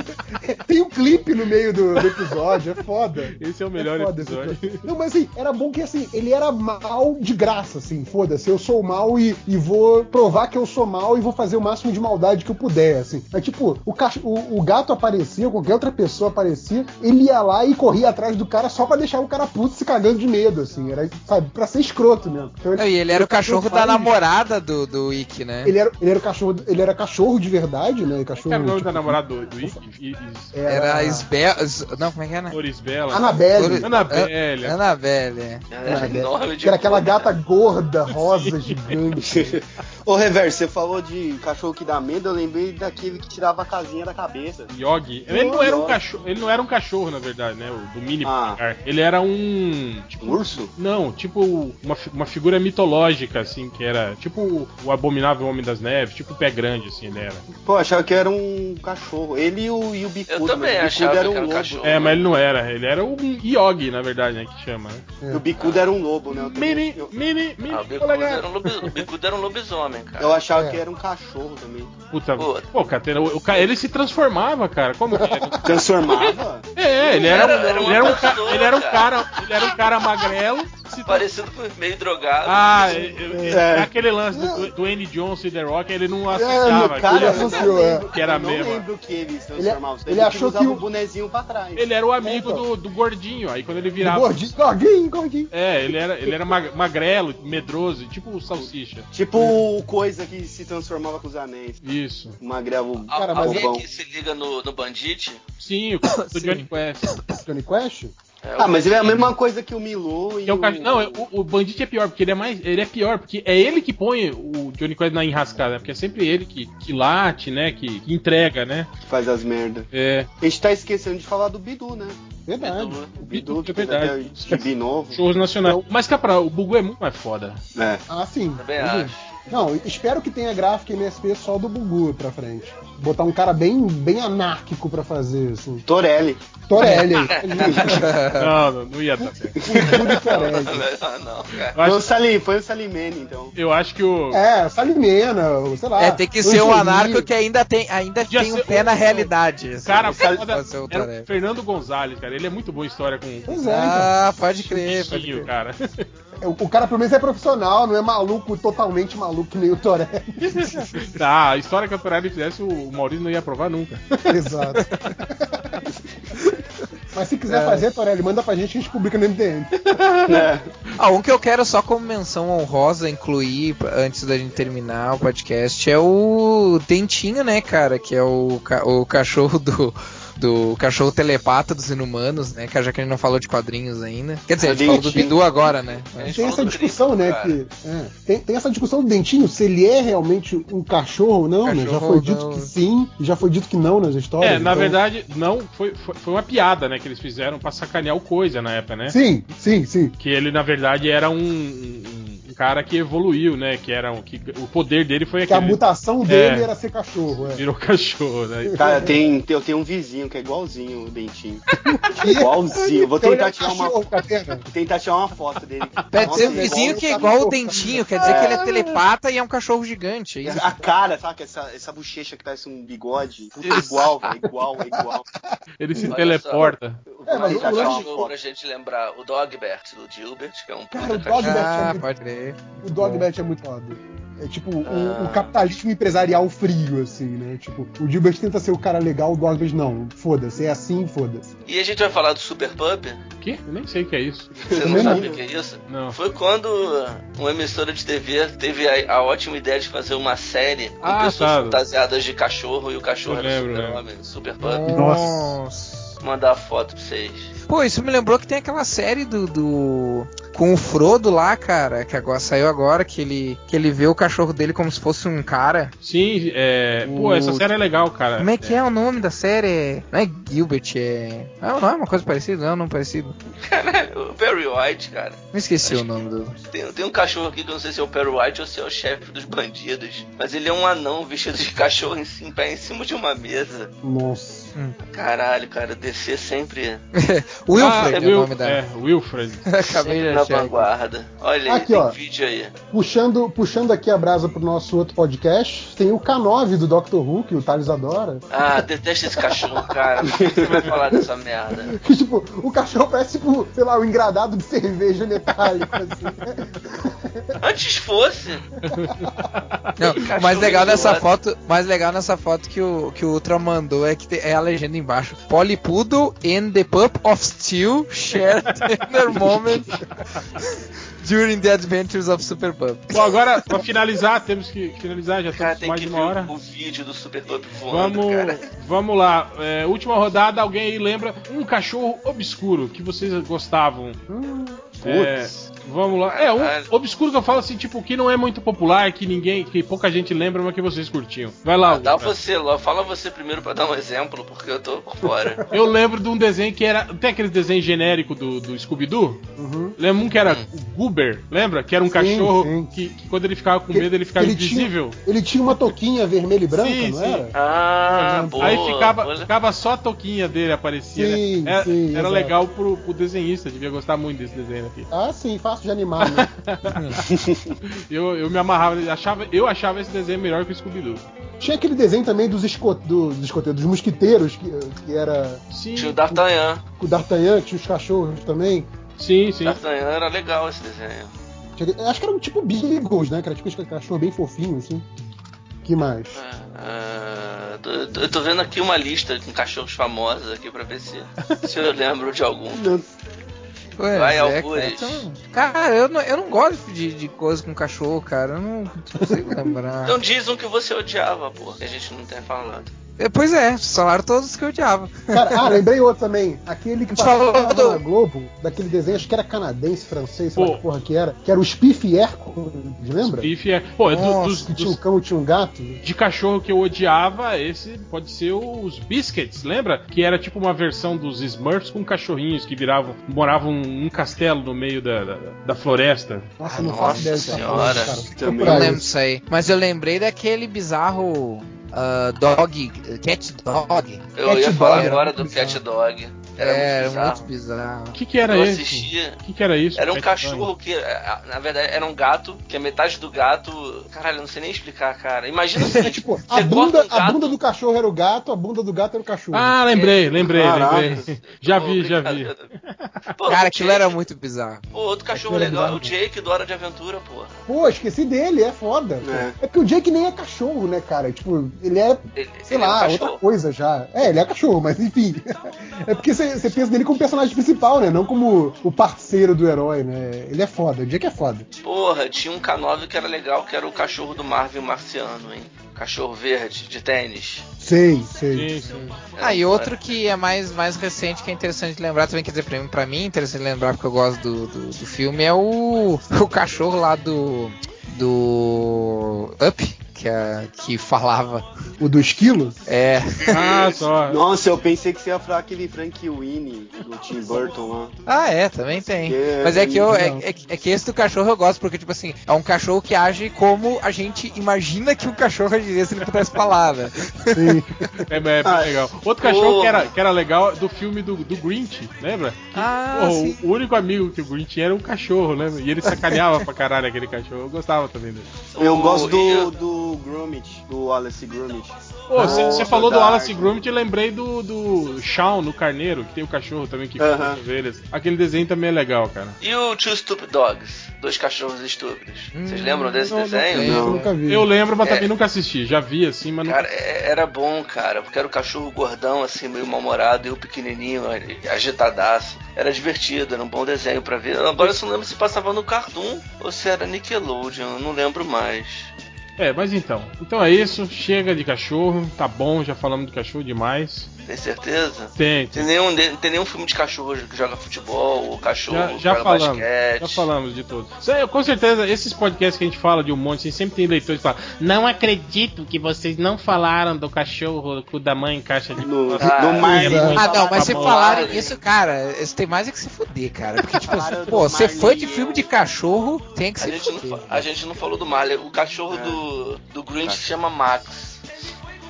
S4: Tem um clipe no meio do, do episódio, é foda.
S1: Esse é o melhor
S4: É foda esse
S1: episódio.
S4: episódio. Não, mas assim, era bom que assim, ele era mal de graça, assim, foda-se, eu sou mal e, e vou provar que eu sou mal e vou fazer o máximo de maldade que eu puder, assim. Mas tipo, o, cach- o, o gato aparecia, qualquer outra pessoa aparecia, ele ia lá e corria atrás do cara só pra deixar o cara puto se cagando de medo, assim, era, sabe, pra ser escroto mesmo. Então,
S6: Não, e ele era o cachorro da
S4: faz-
S6: namorada do, do Ick, né?
S4: Ele era, ele era o cachorro, ele era cachorro de verdade, né? Cachorro.
S1: Cara, é o nome
S4: tipo,
S1: da namorada do, do Ick? I- Is-
S6: Era Isbel... Is- Não, como é que era?
S1: Florisbela.
S4: Anabelle.
S1: Anabelle.
S6: Anabelle.
S4: [LAUGHS]
S3: Era enorme de
S4: Que era Ah, aquela
S3: boca.
S4: gata gorda, rosa, gigante.
S2: [LAUGHS] Ô, Reverso, você falou de cachorro que dá medo, eu lembrei daquele que tirava a casinha da cabeça.
S1: Yogi. Ele não era um
S2: Yogi.
S1: cachorro. Ele não era um cachorro, na verdade, né? O do mini
S2: Ah.
S1: Pixar. Ele era um. Tipo,
S2: Um urso?
S1: não, tipo uma, fi- uma figura mitológica, assim, que era tipo o- o abominável Homem das Neves, tipo o pé grande, assim, ele era.
S2: Pô, eu achava que era um cachorro. Ele e o, e o Bicudo.
S3: Eu também
S2: mas o Bicudo
S3: achava
S2: era
S3: que
S2: um
S3: era um
S2: lobo.
S3: cachorro.
S1: É, mas ele não era, ele era um Yogi, na verdade, né? Que chama, né?
S2: E o Bicudo era um lobo, né? Eu, também-
S1: Mini,
S2: eu,
S1: mini, mini,
S3: Ah, o bicudo
S1: polegar.
S3: era um lobi- o bicudo era um lobisomem, cara.
S2: eu achava
S4: É.
S2: que era um cachorro também.
S1: Puta,
S3: Pô.
S1: pô, Catena, o, o ca- ele se transformava, cara. Como que
S2: [LAUGHS]
S1: era?
S2: Transformava?
S1: É, ele era,
S3: Era- era
S1: um,
S3: uma
S1: ele era um, ca-
S3: pessoa,
S1: ele era um
S3: cara.
S1: cara, ele era um cara magrelo. Se
S3: Parecido com meio drogado.
S1: Ah, é, é,
S2: É.
S1: é aquele lance do, do Andy Johnson e The Rock, ele não
S4: meu
S1: aceitava.
S4: cara,
S1: ele,
S2: eu não
S4: associou,
S2: lembro-
S1: é. Que era
S2: eu não
S1: mesmo.
S2: lembro que ele se transformava.
S4: Ele-
S2: Ele,
S4: ele achou
S2: usava
S4: que o-
S2: o bonezinho pra trás.
S1: ele era o amigo
S4: Então.
S1: do, do gordinho, aí quando ele virava.
S4: Gordinho, gordinho, gordinho.
S1: É, ele era, ele era mag- magrelo, medroso, tipo o salsicha.
S2: Tipo o coisa que se transformava com os anéis.
S1: Isso.
S2: O magrelo
S3: Al-
S4: Cara, mas é
S3: Alguém
S2: bobão.
S3: é que se liga no, no Bandit?
S1: Sim, o cara do Johnny Quest.
S4: Johnny Quest?
S3: É,
S2: Ah, mas ele é a mesma coisa que o Milu e
S1: Que é o
S2: o-
S1: cach- Não, é- o, o Bandit é pior, porque ele é mais. Ele é pior, porque é ele que põe o Johnny Quest na enrascada, né? porque é sempre ele que, que late, né? Que, que entrega, né?
S2: que faz as merdas.
S1: É.
S2: A gente tá esquecendo de falar do Bidu, né?
S4: Verdade.
S1: Bidu,
S2: O Bidu,
S1: é
S2: que
S1: verdade.
S2: verdade. Gibi novo.
S1: Shows nacionais. Mas, Capra, o Bugu é muito mais foda.
S2: É.
S4: Ah, sim.
S3: também
S4: Entendi.
S3: acho.
S4: Não, espero que tenha gráfico MSP só do Bugu pra frente. Botar um cara bem, bem anárquico pra fazer, assim.
S2: Torelli.
S3: [LAUGHS]
S4: Torelli.
S6: É.
S1: Não, não, não ia dar certo.
S3: [LAUGHS]
S4: é-
S3: Melhor Ah, não, cara.
S1: Eu
S2: Põe o
S1: acho,
S2: Salim, põe o Salimene, então.
S1: eu acho que o.
S4: É, Salimena, ou sei lá.
S6: É, tem que ser um
S4: Angelim.
S6: anarco que ainda tem, ainda
S1: Já
S6: tem um
S1: sei-
S6: pé na realidade. assim,
S1: Cara,
S6: pra
S1: foda,
S6: fazer o
S1: era o
S6: tarefa.
S1: Fernando Gonzalez, cara. Ele é muito boa história com.
S4: Pois é, então.
S6: Ah, pode crer, pode
S1: Chiquinho,
S6: crer. [LAUGHS]
S1: cara.
S4: O, o cara pelo menos é profissional, não é maluco, totalmente maluco que nem o Torelli.
S6: [LAUGHS]
S1: Tá, a história que a Torelli fizesse, o Maurício não ia aprovar nunca.
S4: Exato. Mas se
S6: É.
S4: quiser fazer, Torelli, manda pra gente, a gente publica no MDM.
S6: Ah, um que eu quero só como menção honrosa incluir pra- antes da gente terminar o podcast é o Dentinho, né, cara? Que é o, ca- o cachorro do. Do cachorro telepata dos inumanos, né? Que já que a gente não falou de quadrinhos ainda. Quer dizer, a gente falou do
S2: Dentinho.
S6: Bidu agora, né?
S3: A gente
S4: Tem
S3: falou
S4: essa
S3: do
S4: discussão,
S3: Grifo,
S4: né?
S3: cara.
S4: Que, é, tem, tem essa discussão do Dentinho, se ele é realmente um cachorro ou não, né? Já
S6: Cachorro
S4: foi
S6: ou
S4: dito
S6: não.
S4: que sim, e já foi dito que não nas histórias.
S1: É, na
S4: então-
S1: verdade, não, foi, foi, foi uma piada, né, que eles fizeram pra sacanear o coisa na época, né?
S4: Sim, sim, sim.
S1: Que ele, na verdade, era um, um- um cara que evoluiu, né? Que era um, que o poder dele foi
S4: Que a
S1: aquele.
S4: mutação dele
S1: É.
S4: era ser cachorro. É.
S1: Virou cachorro, né?
S4: [LAUGHS]
S2: Cara, tem, eu tenho um vizinho que é igualzinho o Dentinho. igualzinho. Eu Vou
S4: Então ele é
S2: tentar
S4: um
S2: tirar uma,
S4: cachorro, Catena.
S2: tentar tirar uma foto dele.
S6: Quer
S2: Nossa,
S6: dizer, o
S2: ele é
S6: vizinho
S4: o
S6: que é igual o
S4: cachorro.
S6: Dentinho, quer dizer que ele é telepata e é um cachorro gigante. é
S2: igual-
S6: isso?
S2: A cara, sabe? Essa, essa bochecha que parece um bigode. Puta, igual, cara, igual, é igual.
S1: Ele se
S3: Olha
S1: teleporta.
S2: Eu Vou
S4: [LAUGHS] É, mas
S2: tentar
S4: o
S2: tirar
S4: lance-
S2: uma
S3: Só pra
S2: foto.
S3: gente lembrar o Dogbert do Gilbert, que é um
S4: Cara, o
S3: puta
S4: Dogbert
S3: cachorro.
S6: Ah,
S4: é muito-
S6: pode crer.
S4: o Dogbert é muito foda. É tipo o
S3: Ah.
S4: capitalismo empresarial frio, assim, né? Tipo, o Dilbert tenta ser o cara legal, o Dogbert não. Foda-se, é assim, foda-se.
S3: E a gente vai falar do Super Pup?
S1: Que? Eu nem sei o que é isso.
S3: Você não
S4: Também
S3: sabe
S4: não.
S3: o que é isso?
S1: Não.
S3: Foi quando uma emissora de TV teve a, a ótima ideia de fazer uma série com
S1: Ah,
S3: pessoas
S1: tá.
S3: fantasiadas de cachorro e o cachorro
S1: Eu
S3: era o
S1: lembro,
S3: super-homem, super pup.
S4: Nossa.
S6: Nossa.
S3: Vou mandar a foto pra vocês. [LAUGHS]
S6: Pô, isso me lembrou que tem aquela série do. do- Com o Frodo lá, cara, que agora saiu agora, que ele, que ele vê o cachorro dele como se fosse um cara.
S1: Sim, é. Pô,
S6: O-
S1: essa série é legal, cara.
S6: Como é que é, o nome da série? Não é Gilbert, é. Não, não é uma coisa parecida? Não, é um nome parecido.
S3: O Perry White, cara.
S6: Me esqueci o nome do.
S3: Tem, tem um cachorro aqui que eu não sei se é o Perry White ou se é o chefe dos bandidos. Mas ele é um anão vestido de cachorro em, cima- em pé em cima de uma mesa.
S4: Nossa.
S3: Caralho, cara, descer sempre,
S6: [LAUGHS] Wilfred
S1: Ah,
S6: é
S1: Wil-
S6: o nome da.
S1: É, Wilfred.
S6: [LAUGHS] Acabei de
S3: sempre tá na
S6: achar.
S3: vanguarda. Olha aí,
S4: Aqui,
S3: tem
S4: ó.
S3: vídeo aí.
S4: Puxando, puxando aqui a brasa pro nosso outro podcast, tem o K9 do Doctor Who, que o Thales adora. [LAUGHS]
S3: Ah, detesto esse cachorro, cara. Por que você vai falar dessa merda?
S4: Que, tipo, o cachorro parece, tipo, sei lá, um engradado de cerveja metálico, assim.
S3: Antes fosse.
S6: Não, o mais
S3: Cachorro
S6: legal nessa
S3: idiota.
S6: foto, o mais legal nessa foto que o, que o Ultra mandou é que te- é a legenda embaixo. Polypoodle and the pup of steel shared their moment during the adventures of Super Pup.
S1: Bom, agora, pra finalizar, temos que finalizar, já
S3: Cara,
S1: estamos
S3: tem
S1: mais
S3: que
S1: de
S3: ver
S1: uma hora.
S3: o vídeo do Super Pup voando,
S1: Vamos,
S3: cara.
S1: vamos lá. É, última rodada, alguém aí lembra um cachorro obscuro que vocês gostavam? É, vamos lá. É,
S3: Caralho.
S1: um obscuro que eu falo assim, tipo, que não é muito popular, que ninguém, que pouca gente lembra, mas que vocês curtiam. Vai lá,
S3: Ah, Dá
S1: Ultra.
S3: você, Ló. Fala você primeiro pra dar um exemplo, porque eu tô por
S1: [LAUGHS]
S3: fora.
S1: Eu lembro de um desenho que era. Tem aquele desenho genérico do, do Scooby-Doo?
S4: Uhum.
S1: Lembra um que
S3: Hum.
S1: era o Goober? Lembra? Que era um cachorro
S4: sim.
S1: Que, que quando ele ficava com medo ele ficava invisível.
S4: Tinha, ele tinha uma touquinha vermelha e branca,
S1: Sim,
S4: não
S1: sim.
S4: era?
S3: Ah, boa.
S1: Aí ficava,
S3: boa.
S1: ficava só a toquinha dele aparecia,
S4: Sim,
S1: né? Era,
S4: sim,
S1: era
S4: exato.
S1: legal pro, pro desenhista, devia gostar muito desse desenho aqui.
S4: Ah, sim, fácil de animar,
S1: [LAUGHS]
S4: né?
S1: Eu, eu me amarrava, achava, eu achava esse desenho melhor que o Scooby-Doo.
S4: Tinha aquele desenho também dos, esco do- dos escoteiros, dos mosquiteiros, que, que era
S1: Sim,
S3: Tinha o D'Artagnan.
S4: com o D'Artagnan, que tinha os cachorros também.
S1: sim, sim.
S3: D'Artagnan era legal esse desenho.
S4: Tinha- acho que era um tipo Beagles, né? Que era tipo esse cachorro bem fofinho, assim. Que mais?
S3: Ah, ah, tô- eu tô- eu tô vendo aqui uma lista com cachorros famosos aqui pra ver se, se eu lembro de algum.
S6: Pois
S3: Vai,
S6: é, cara,
S3: Albures.
S6: então- cara, eu não, eu não gosto de, de coisa com cachorro, cara. Eu não, não consigo lembrar.
S3: Então diz um que você odiava, pô, que a gente não tem falado.
S6: É, Pois é, salário todos que eu odiava.
S4: Cara, ah, lembrei outro também. Aquele que
S6: A gente falou
S4: passava
S6: do-
S4: na Globo, daquele desenho, acho que era canadense, francês, sei
S1: Pô.
S4: lá que porra que era, que era o Spiff e Hércules, lembra?
S1: Bife é. Pô, é do-
S6: Nossa,
S1: dos,
S4: Que tinha um
S1: dos-
S4: cão e tinha um gato.
S1: de cachorro que eu odiava, esse pode ser os Biscuits, lembra? Que era tipo uma versão dos Smurfs com cachorrinhos que viravam, moravam em um castelo no meio da, da, da floresta.
S4: Nossa,
S3: Ah,
S4: não
S3: nossa
S4: faço ideia do que tá falando,
S3: senhora.
S4: cara. Tem que é
S2: Também.
S6: Eu
S4: procurar
S6: não lembro
S4: isso.
S6: disso aí. Mas eu lembrei daquele bizarro ah, dog. Cat dog.
S3: Eu
S4: Cat
S3: ia
S4: Dog
S3: falar
S4: era
S3: agora
S4: muito
S3: do Cat
S4: bizarro.
S3: Dog. Era
S6: é,
S3: muito bizarro.
S6: muito bizarro.
S1: O que, que era
S3: eu
S1: esse?
S3: assistia.
S1: O que, que era isso?
S3: Era um
S1: Pet
S3: cachorro que, eh, na verdade, era um gato, que a metade do gato. Caralho, eu não sei nem explicar, cara.
S4: [LAUGHS]
S3: Imagina assim,
S4: Tipo,
S3: você
S4: a
S3: corta
S4: bunda,
S3: um gato.
S4: a bunda do cachorro era o gato, a bunda do gato era o
S6: Tipo,
S4: cachorro.
S1: Ah, lembrei,
S6: é,
S1: lembrei,
S2: Caraca.
S1: lembrei. Já vi, já vi.
S3: [LAUGHS] Pô,
S6: Cara,
S3: o
S6: aquilo era
S3: Jake-
S6: muito bizarro.
S3: Pô, outro cachorro
S4: Aquilo era
S3: legal, é o
S4: bizarro.
S3: Jake do Hora de Aventura, porra.
S4: Pô, esqueci dele, é foda.
S2: É.
S4: É. porque o Jake nem é cachorro, né, cara? Tipo, ele é,
S3: Ele-
S4: sei
S3: ele é um
S4: lá,
S3: cachorro.
S4: outra coisa já. É, ele é cachorro, mas enfim. É porque você você pensa nele como personagem principal, né? Não como o parceiro do herói, né? Ele é foda, o Jake é foda.
S3: Porra, tinha um K9 que era legal, que era o cachorro do Marvin Marciano, hein? Cachorro verde, de tênis.
S4: Sei,
S1: Sim,
S4: sei.
S1: sim.
S6: Ah, e outro que é mais, mais recente, que é interessante de lembrar também, quer dizer, pra mim, pra mim é interessante lembrar porque eu gosto do, do, do filme, é o, [LAUGHS] o cachorro lá do. do. Up, que, é, que falava.
S4: O do esquilo?
S6: É.
S1: Ah, só.
S2: Nossa, eu pensei que você ia falar aquele Frank Winnie do Tim Burton lá.
S6: Ah, é, também tem.
S2: É,
S6: Mas é que eu. É,
S4: não.
S6: é que- é que esse do cachorro eu gosto, porque, tipo assim, é um cachorro que age como a gente imagina que o cachorro agiria se ele pudesse falar,
S1: [LAUGHS]
S6: né?
S4: Sim.
S1: É, é, é
S2: Ah,
S1: legal. Outro cachorro
S3: porra.
S1: que era, que era legal do filme do, do Grinch, lembra? Que,
S6: Ah,
S1: porra,
S6: sim.
S1: o único amigo que o Grinch tinha era um cachorro, lembra? E ele sacaneava pra caralho aquele cachorro. Eu gostava também dele.
S2: Eu gosto do,
S3: e-
S2: do Gromit, do Wallace Gromit.
S1: Pô, você
S2: Nossa,
S1: você falou do
S2: Dark.
S1: Wallace Gromit e lembrei do, do Shaun, no Carneiro, que tem o cachorro também que fica com
S2: Aham.
S1: as ovelhas. Aquele desenho também é legal, cara.
S3: E o Two Stupid Dogs, dois cachorros estúpidos. Vocês lembram desse
S1: Hum, não, não
S3: desenho?
S2: lembro.
S4: Eu nunca vi.
S1: Eu lembro, mas
S3: É.
S1: também nunca assisti. Já vi assim, mas nunca.
S3: Cara, é- era bom, cara, porque era o cachorro gordão, assim, meio mal-humorado, e o pequenininho, ele- agitadaço. Era divertido, era um bom desenho pra ver. Agora eu só não lembro se passava no Cartoon ou se era Nickelodeon, eu não lembro mais.
S1: É, mas então. Então é isso. Chega de cachorro. Tá bom, já falamos de cachorro demais.
S3: Tem certeza?
S1: Tem,
S3: Tem nenhum, de- tem nenhum filme de cachorro que joga futebol, ou cachorro
S1: Já,
S3: que
S1: já
S3: joga
S1: falamos,
S3: basquete.
S1: já falamos de tudo. Isso aí, Com certeza, esses podcasts que a gente fala de um monte, assim, sempre tem leitores que falam: Não acredito que vocês não falaram do cachorro cu da mãe em caixa de.
S2: No,
S3: Ah,
S2: no Marley.
S1: exato.
S6: Ah, não, mas se
S1: Vamos
S6: falarem
S3: lá,
S6: isso, cara, isso tem mais é que se fuder, cara. Porque, tipo,
S2: Falaram
S6: pô,
S2: do
S6: ser fã de
S2: Marley,
S6: filme
S2: eu-
S6: de cachorro tem que
S3: A
S6: se
S3: gente, não,
S6: fuder.
S3: fa- a gente não falou do Marley. O cachorro
S1: É.
S3: do, do
S1: Tá.
S3: Grinch se chama Max.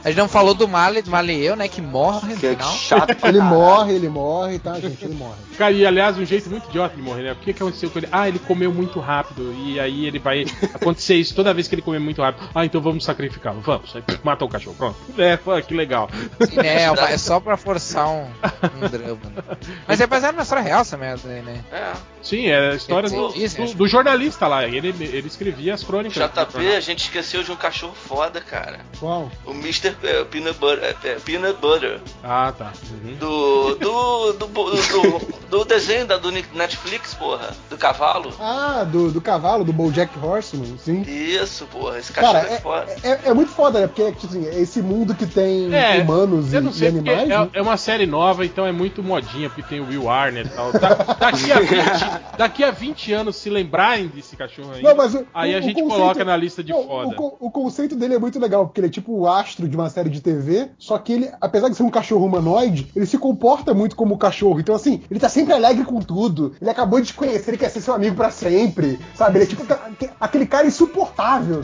S6: A gente não falou do Marley, do Marley eu, né, que morre no
S2: Que é
S6: final.
S2: chato pra
S4: Ele
S2: caralho.
S4: morre, ele morre, tá, gente? Ele morre.
S1: Cara, e aliás, um jeito muito idiota de morrer, né? O que, que aconteceu com ele? Ah, ele comeu muito rápido. E aí ele vai acontecer isso toda vez que ele comer muito rápido. Ah, então vamos sacrificá-lo. Vamos. Aí, matou o cachorro. Pronto. É, pô, que legal.
S6: Né, é uma- é só pra forçar um, um drama. né? Mas é baseado na história real essa merda aí, né?
S3: É.
S1: Sim, é a história
S6: Sim,
S1: do,
S6: dizem,
S1: do-
S6: acho.
S1: do jornalista lá. Ele, ele escrevia as crônicas. do
S3: JP,
S1: jornal.
S3: tá a gente esqueceu de um cachorro foda, cara.
S4: Qual?
S3: O Mr. eh, Peanut Butter, eh, Peanut Butter
S1: Ah, tá.
S4: Hum?
S1: Uhum.
S3: do, do, do, do, do- do desenho da, do Netflix, porra. Do cavalo.
S4: Ah, do, do cavalo, do Bojack Horseman, sim.
S3: Isso, porra. Esse cachorro
S4: Cara,
S3: é,
S4: é,
S3: foda.
S4: é- é muito foda, né? Porque tipo assim, é esse mundo que tem
S1: É,
S4: humanos e,
S1: Eu não sei
S4: e
S1: porque
S4: animais. né?
S1: é, é uma série nova, então é muito modinha, porque tem o Will Arner e tal. Da- daqui, a 20, daqui a 20 anos, se lembrarem desse cachorro ainda,
S4: Não, mas o-
S1: aí
S4: o-
S1: a
S4: o
S1: gente
S4: conceito-
S1: coloca na lista de
S4: não,
S1: foda.
S4: O, con- o conceito dele é muito legal, porque ele é tipo o astro de uma série de TV, só que ele, apesar de ser um cachorro humanoide, ele se comporta muito como cachorro. Então, assim, ele tá sempre alegre com tudo. Ele acabou de te conhecer, ele quer ser seu amigo pra sempre, sabe? Ele é tipo ca- aque- aquele cara insuportável,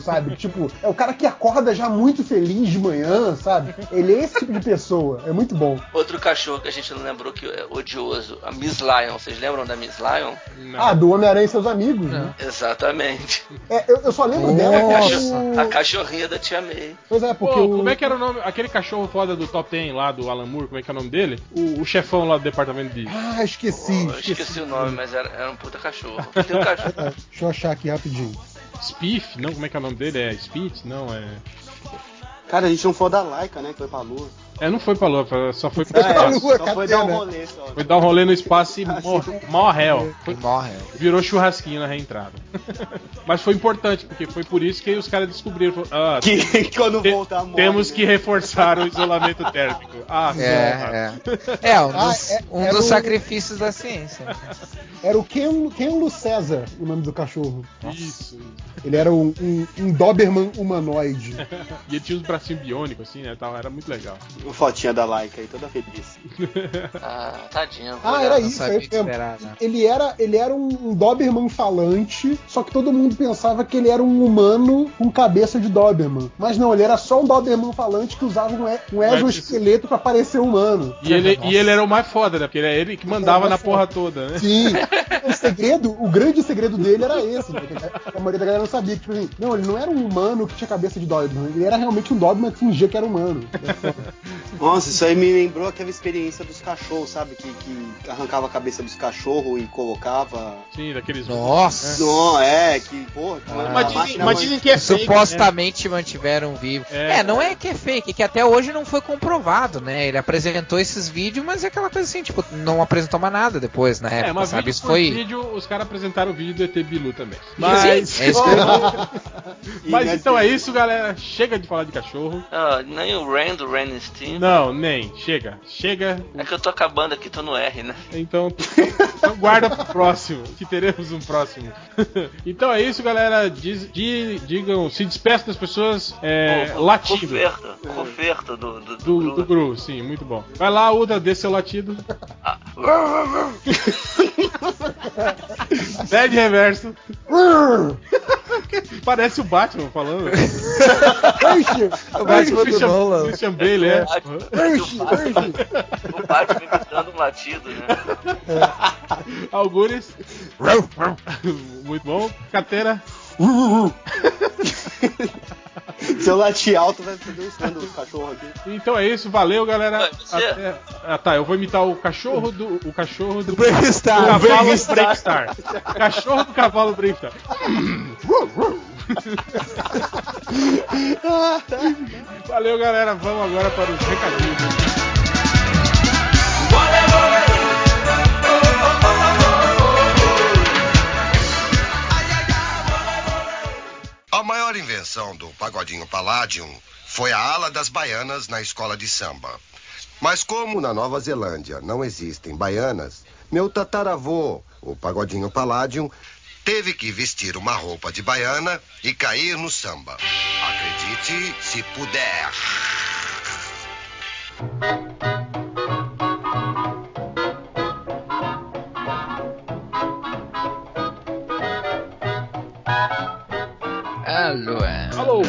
S1: [LAUGHS]
S4: sabe? Tipo, é o cara que acorda já muito feliz de manhã, sabe? Ele é esse tipo de pessoa. É muito bom.
S3: Outro cachorro que a gente não lembrou que é odioso. A Miss Lion. Vocês lembram da Miss Lion?
S1: Não.
S4: Ah, do Homem-Aranha e seus amigos, né?
S3: Exatamente.
S4: É, eu, eu só lembro
S3: A,
S4: dela.
S3: cacho-
S4: porque
S3: a
S4: o-
S3: cachorrinha da Tia May.
S4: Pois é, porque
S1: Pô,
S4: o...
S1: como é que era o nome? Aquele cachorro foda do Top 10 lá, do Alan Moore, como é que é o nome dele? O, o chefão lá do departamento de.
S4: Ah, esqueci.
S3: Pô, eu esqueci o nome, mas era, era um puta cachorro. Tem um
S4: [LAUGHS]
S3: cachorro.
S4: Tá, Deixa eu achar aqui rapidinho.
S1: Spiff? Não, como é que é o nome dele? É Spitz? Não, é.
S2: é Cara, a gente não falou da um Laika, né? Que foi pra lua.
S1: É, não foi pra lua, foi- só foi pro
S4: Foi pra
S1: espaço.
S4: É, lua,
S2: Só foi dar um
S4: catena.
S2: rolê só.
S1: Foi dar um rolê no espaço e mor- morreu.
S6: Ele
S1: Foi-
S6: morre.
S1: Virou churrasquinho na reentrada. Mas foi importante, porque foi por isso que os caras descobriram. falaram, Ah,
S2: Que [LAUGHS] que quando
S1: te-
S2: voltar morre.
S1: temos
S2: né?
S1: que reforçar o isolamento [LAUGHS] térmico. Ah, porra.
S6: É, é. É, um dos,
S4: Ah, é-
S6: um
S4: é
S6: dos
S4: do-
S6: sacrifícios da ciência. né.
S4: Era o Ken, Ken Lu César, o nome do cachorro.
S1: Isso.
S4: Ele era um, um- um Doberman humanoide.
S1: E ele tinha os bracinhos biônicos, assim, né? Tal. Era muito legal.
S2: Uma fotinha da Laika aí, toda feliz.
S3: Ah, tadinho.
S4: Ah, era
S6: não
S4: isso,
S6: sabia
S4: é
S6: o que
S4: mesmo.
S6: esperar, né?
S4: Ele era, ele era um, um Doberman falante, só que todo mundo pensava que ele era um humano com cabeça de Doberman. Mas não, ele era só um Doberman falante que usava um, e- um exoesqueleto pra parecer humano.
S1: E ele, e ele era o mais foda, né? Porque era ele que mandava
S4: Era
S1: na
S4: mais
S1: porra toda, [LAUGHS] né?
S4: Sim, o segredo, o grande segredo dele era esse. né? Que A maioria da galera não sabia. que, Tipo assim, não, ele não era um humano que tinha cabeça de Doberman. Ele era realmente um Doberman que fingia que era humano.
S2: Nossa, isso aí me lembrou aquela experiência dos cachorros, sabe? Que, que arrancava a cabeça dos cachorros e colocava.
S1: Sim, daqueles.
S6: Nossa!
S2: Não, é, que, porra, que uma
S1: Ah, Mas dizem,
S2: máquina
S1: mas dizem
S6: [LAUGHS]
S1: que é fake. né?
S6: supostamente mantiveram vivo.
S1: É.
S6: É, não é que é fake, é que até hoje não foi comprovado, né? Ele apresentou esses vídeos, mas é aquela coisa assim, tipo, não apresentou mais nada depois, na
S1: É,
S6: época,
S1: mas
S6: sabe?
S1: vídeo
S6: Isso
S1: por
S6: foi.
S1: vídeo, os caras apresentaram o vídeo do ET Bilu também. [LAUGHS]
S6: Sim, é isso que eu ia
S2: E né,
S1: Mas
S2: nessa-
S1: então é isso, galera. Chega de falar de cachorro.
S3: Ah, nem o Ren do Ren and Stimpy.
S1: Não, nem. Chega. Chega.
S3: É que eu tô acabando aqui, tô no R, né?
S1: Então, então guarda pro próximo, que teremos um próximo. [LAUGHS] então é isso, galera. Diz- di- digam, se despeçam das pessoas é,
S3: Ô,
S1: latindo.
S3: Coferto, coferto do, do, do,
S1: Do, do
S3: Gru.
S1: Gru, sim, muito bom. Vai lá, Uda, dê seu latido. Pede reverso. Parece o Batman falando.
S4: Peixe!
S6: O Batman do
S1: Christian,
S6: Nolan.
S1: Christian Bale, é.
S4: Peixe! Peixe!
S3: O Batman imitando um latido, né?
S1: Algures. Muito bom. Catera.
S2: Se eu latir alto, vai fazer um escândalo do cachorro aqui.
S1: Então é isso, valeu, galera.
S3: Ué, você-
S1: Até- Ah, tá, eu vou imitar o cachorro do. O cachorro do. O
S6: Breakstar!
S1: cavalo Bravestar. Cachorro do cavalo Bravestar. Valeu, galera. Vamos agora para os recadinhos.
S7: A maior invenção do Pagodinho Palladium foi a ala das baianas na escola de samba. Mas como na Nova Zelândia não existem baianas, meu tataravô, o Pagodinho Palladium, teve que vestir uma roupa de baiana e cair no samba. Acredite se puder.
S6: Alô, é.
S1: Alô.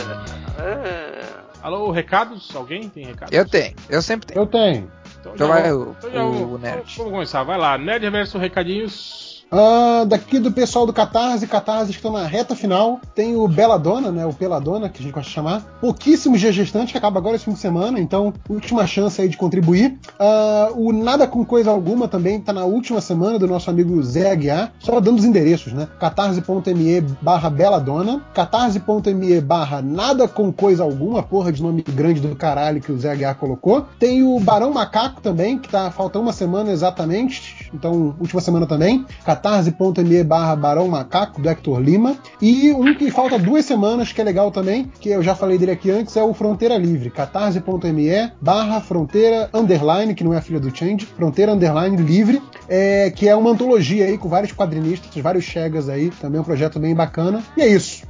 S3: É.
S1: Alô, recados? Alguém tem recado?
S6: Eu tenho, eu sempre tenho.
S4: Eu tenho.
S6: Então
S1: já
S6: vai
S1: vamos-
S6: o-
S1: então já
S6: o
S1: vamos-
S6: nerd.
S1: Vamos começar. Vai lá, Nerd Reverso Recadinhos.
S4: Ah, daqui do pessoal do Catarse, Catarse que estão na reta final. Tem o Beladona, né? O Peladona, que a gente gosta de chamar. Pouquíssimos dias gestantes, que acaba agora esse fim de semana, então última chance aí de contribuir. Ah, o Nada com Coisa Alguma também tá na última semana do nosso amigo Zé Aguiar. Só dando os endereços, né? catarse.me barra Beladona, catarse.me barra Nada com Coisa Alguma, porra de nome grande do caralho que o Zé Aguiar colocou. Tem o Barão Macaco também, que tá faltando uma semana exatamente, então última semana também, catarse.me barra Barão Macaco, do Hector Lima. E um que falta duas semanas, que é legal também, que eu já falei dele aqui antes, é o Fronteira Livre, catarse.me barra Fronteira Underline, que não é a filha do Change, Fronteira Underline Livre, é, que é uma antologia aí com vários quadrinistas, vários chegas aí, também é um projeto bem bacana. E é isso.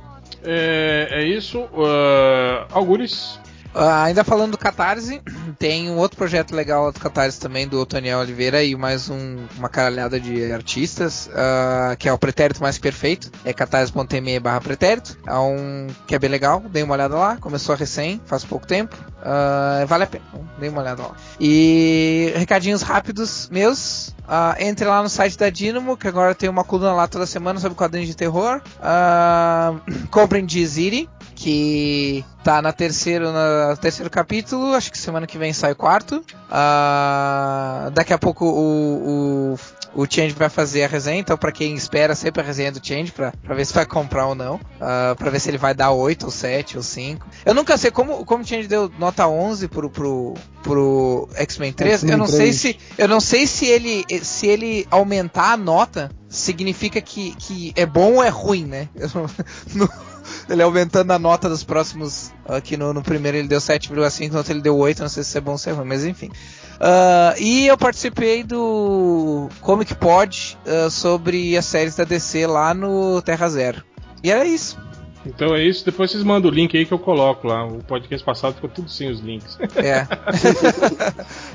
S1: É, é isso. ah, Algures.
S6: Ah, ainda falando do Catarse, [CLEARS THROAT] tem um outro projeto legal lá do Catarse também, do Otoniel Oliveira e mais um- uma caralhada de artistas, ah, que é o Pretérito Mais que Perfeito, é catarse.me barra pretérito, é um que é bem legal, dei uma olhada lá, começou recém, faz pouco tempo, ah, vale a pena, então, dei uma olhada lá. E recadinhos rápidos meus, ah, entre lá no site da Dynamo, que agora tem uma coluna lá toda semana sobre quadrinhos de terror, Ah, [CLEARS THROAT] comprem Diziri, que tá na terceiro, na terceiro capítulo, acho que semana que vem sai o quarto. Ah, daqui a pouco o, o, O Change vai fazer a resenha, então pra quem espera sempre a resenha do Change pra, pra ver se vai comprar ou não, ah, pra ver se ele vai dar 8 ou 7 ou 5. Eu nunca sei como, como o Change deu nota 11 pro, pro, pro X-Men 3, eu não sei
S4: X-Men
S6: se eu não sei se ele se ele aumentar a nota significa que, que é bom ou é ruim, né? [LAUGHS] Eu não- não- ele aumentando a nota dos próximos. Aqui no, no primeiro ele deu 7,5, no outro ele deu 8, não sei se isso é bom ou se é ruim, mas enfim. Ah, e eu participei do Comic Pod ah, sobre as séries da DC lá no Terra Zero. E era isso.
S1: Então é isso, depois vocês mandam o link aí que eu coloco lá. O podcast passado ficou tudo sem os links. [LAUGHS]
S6: [LAUGHS] É.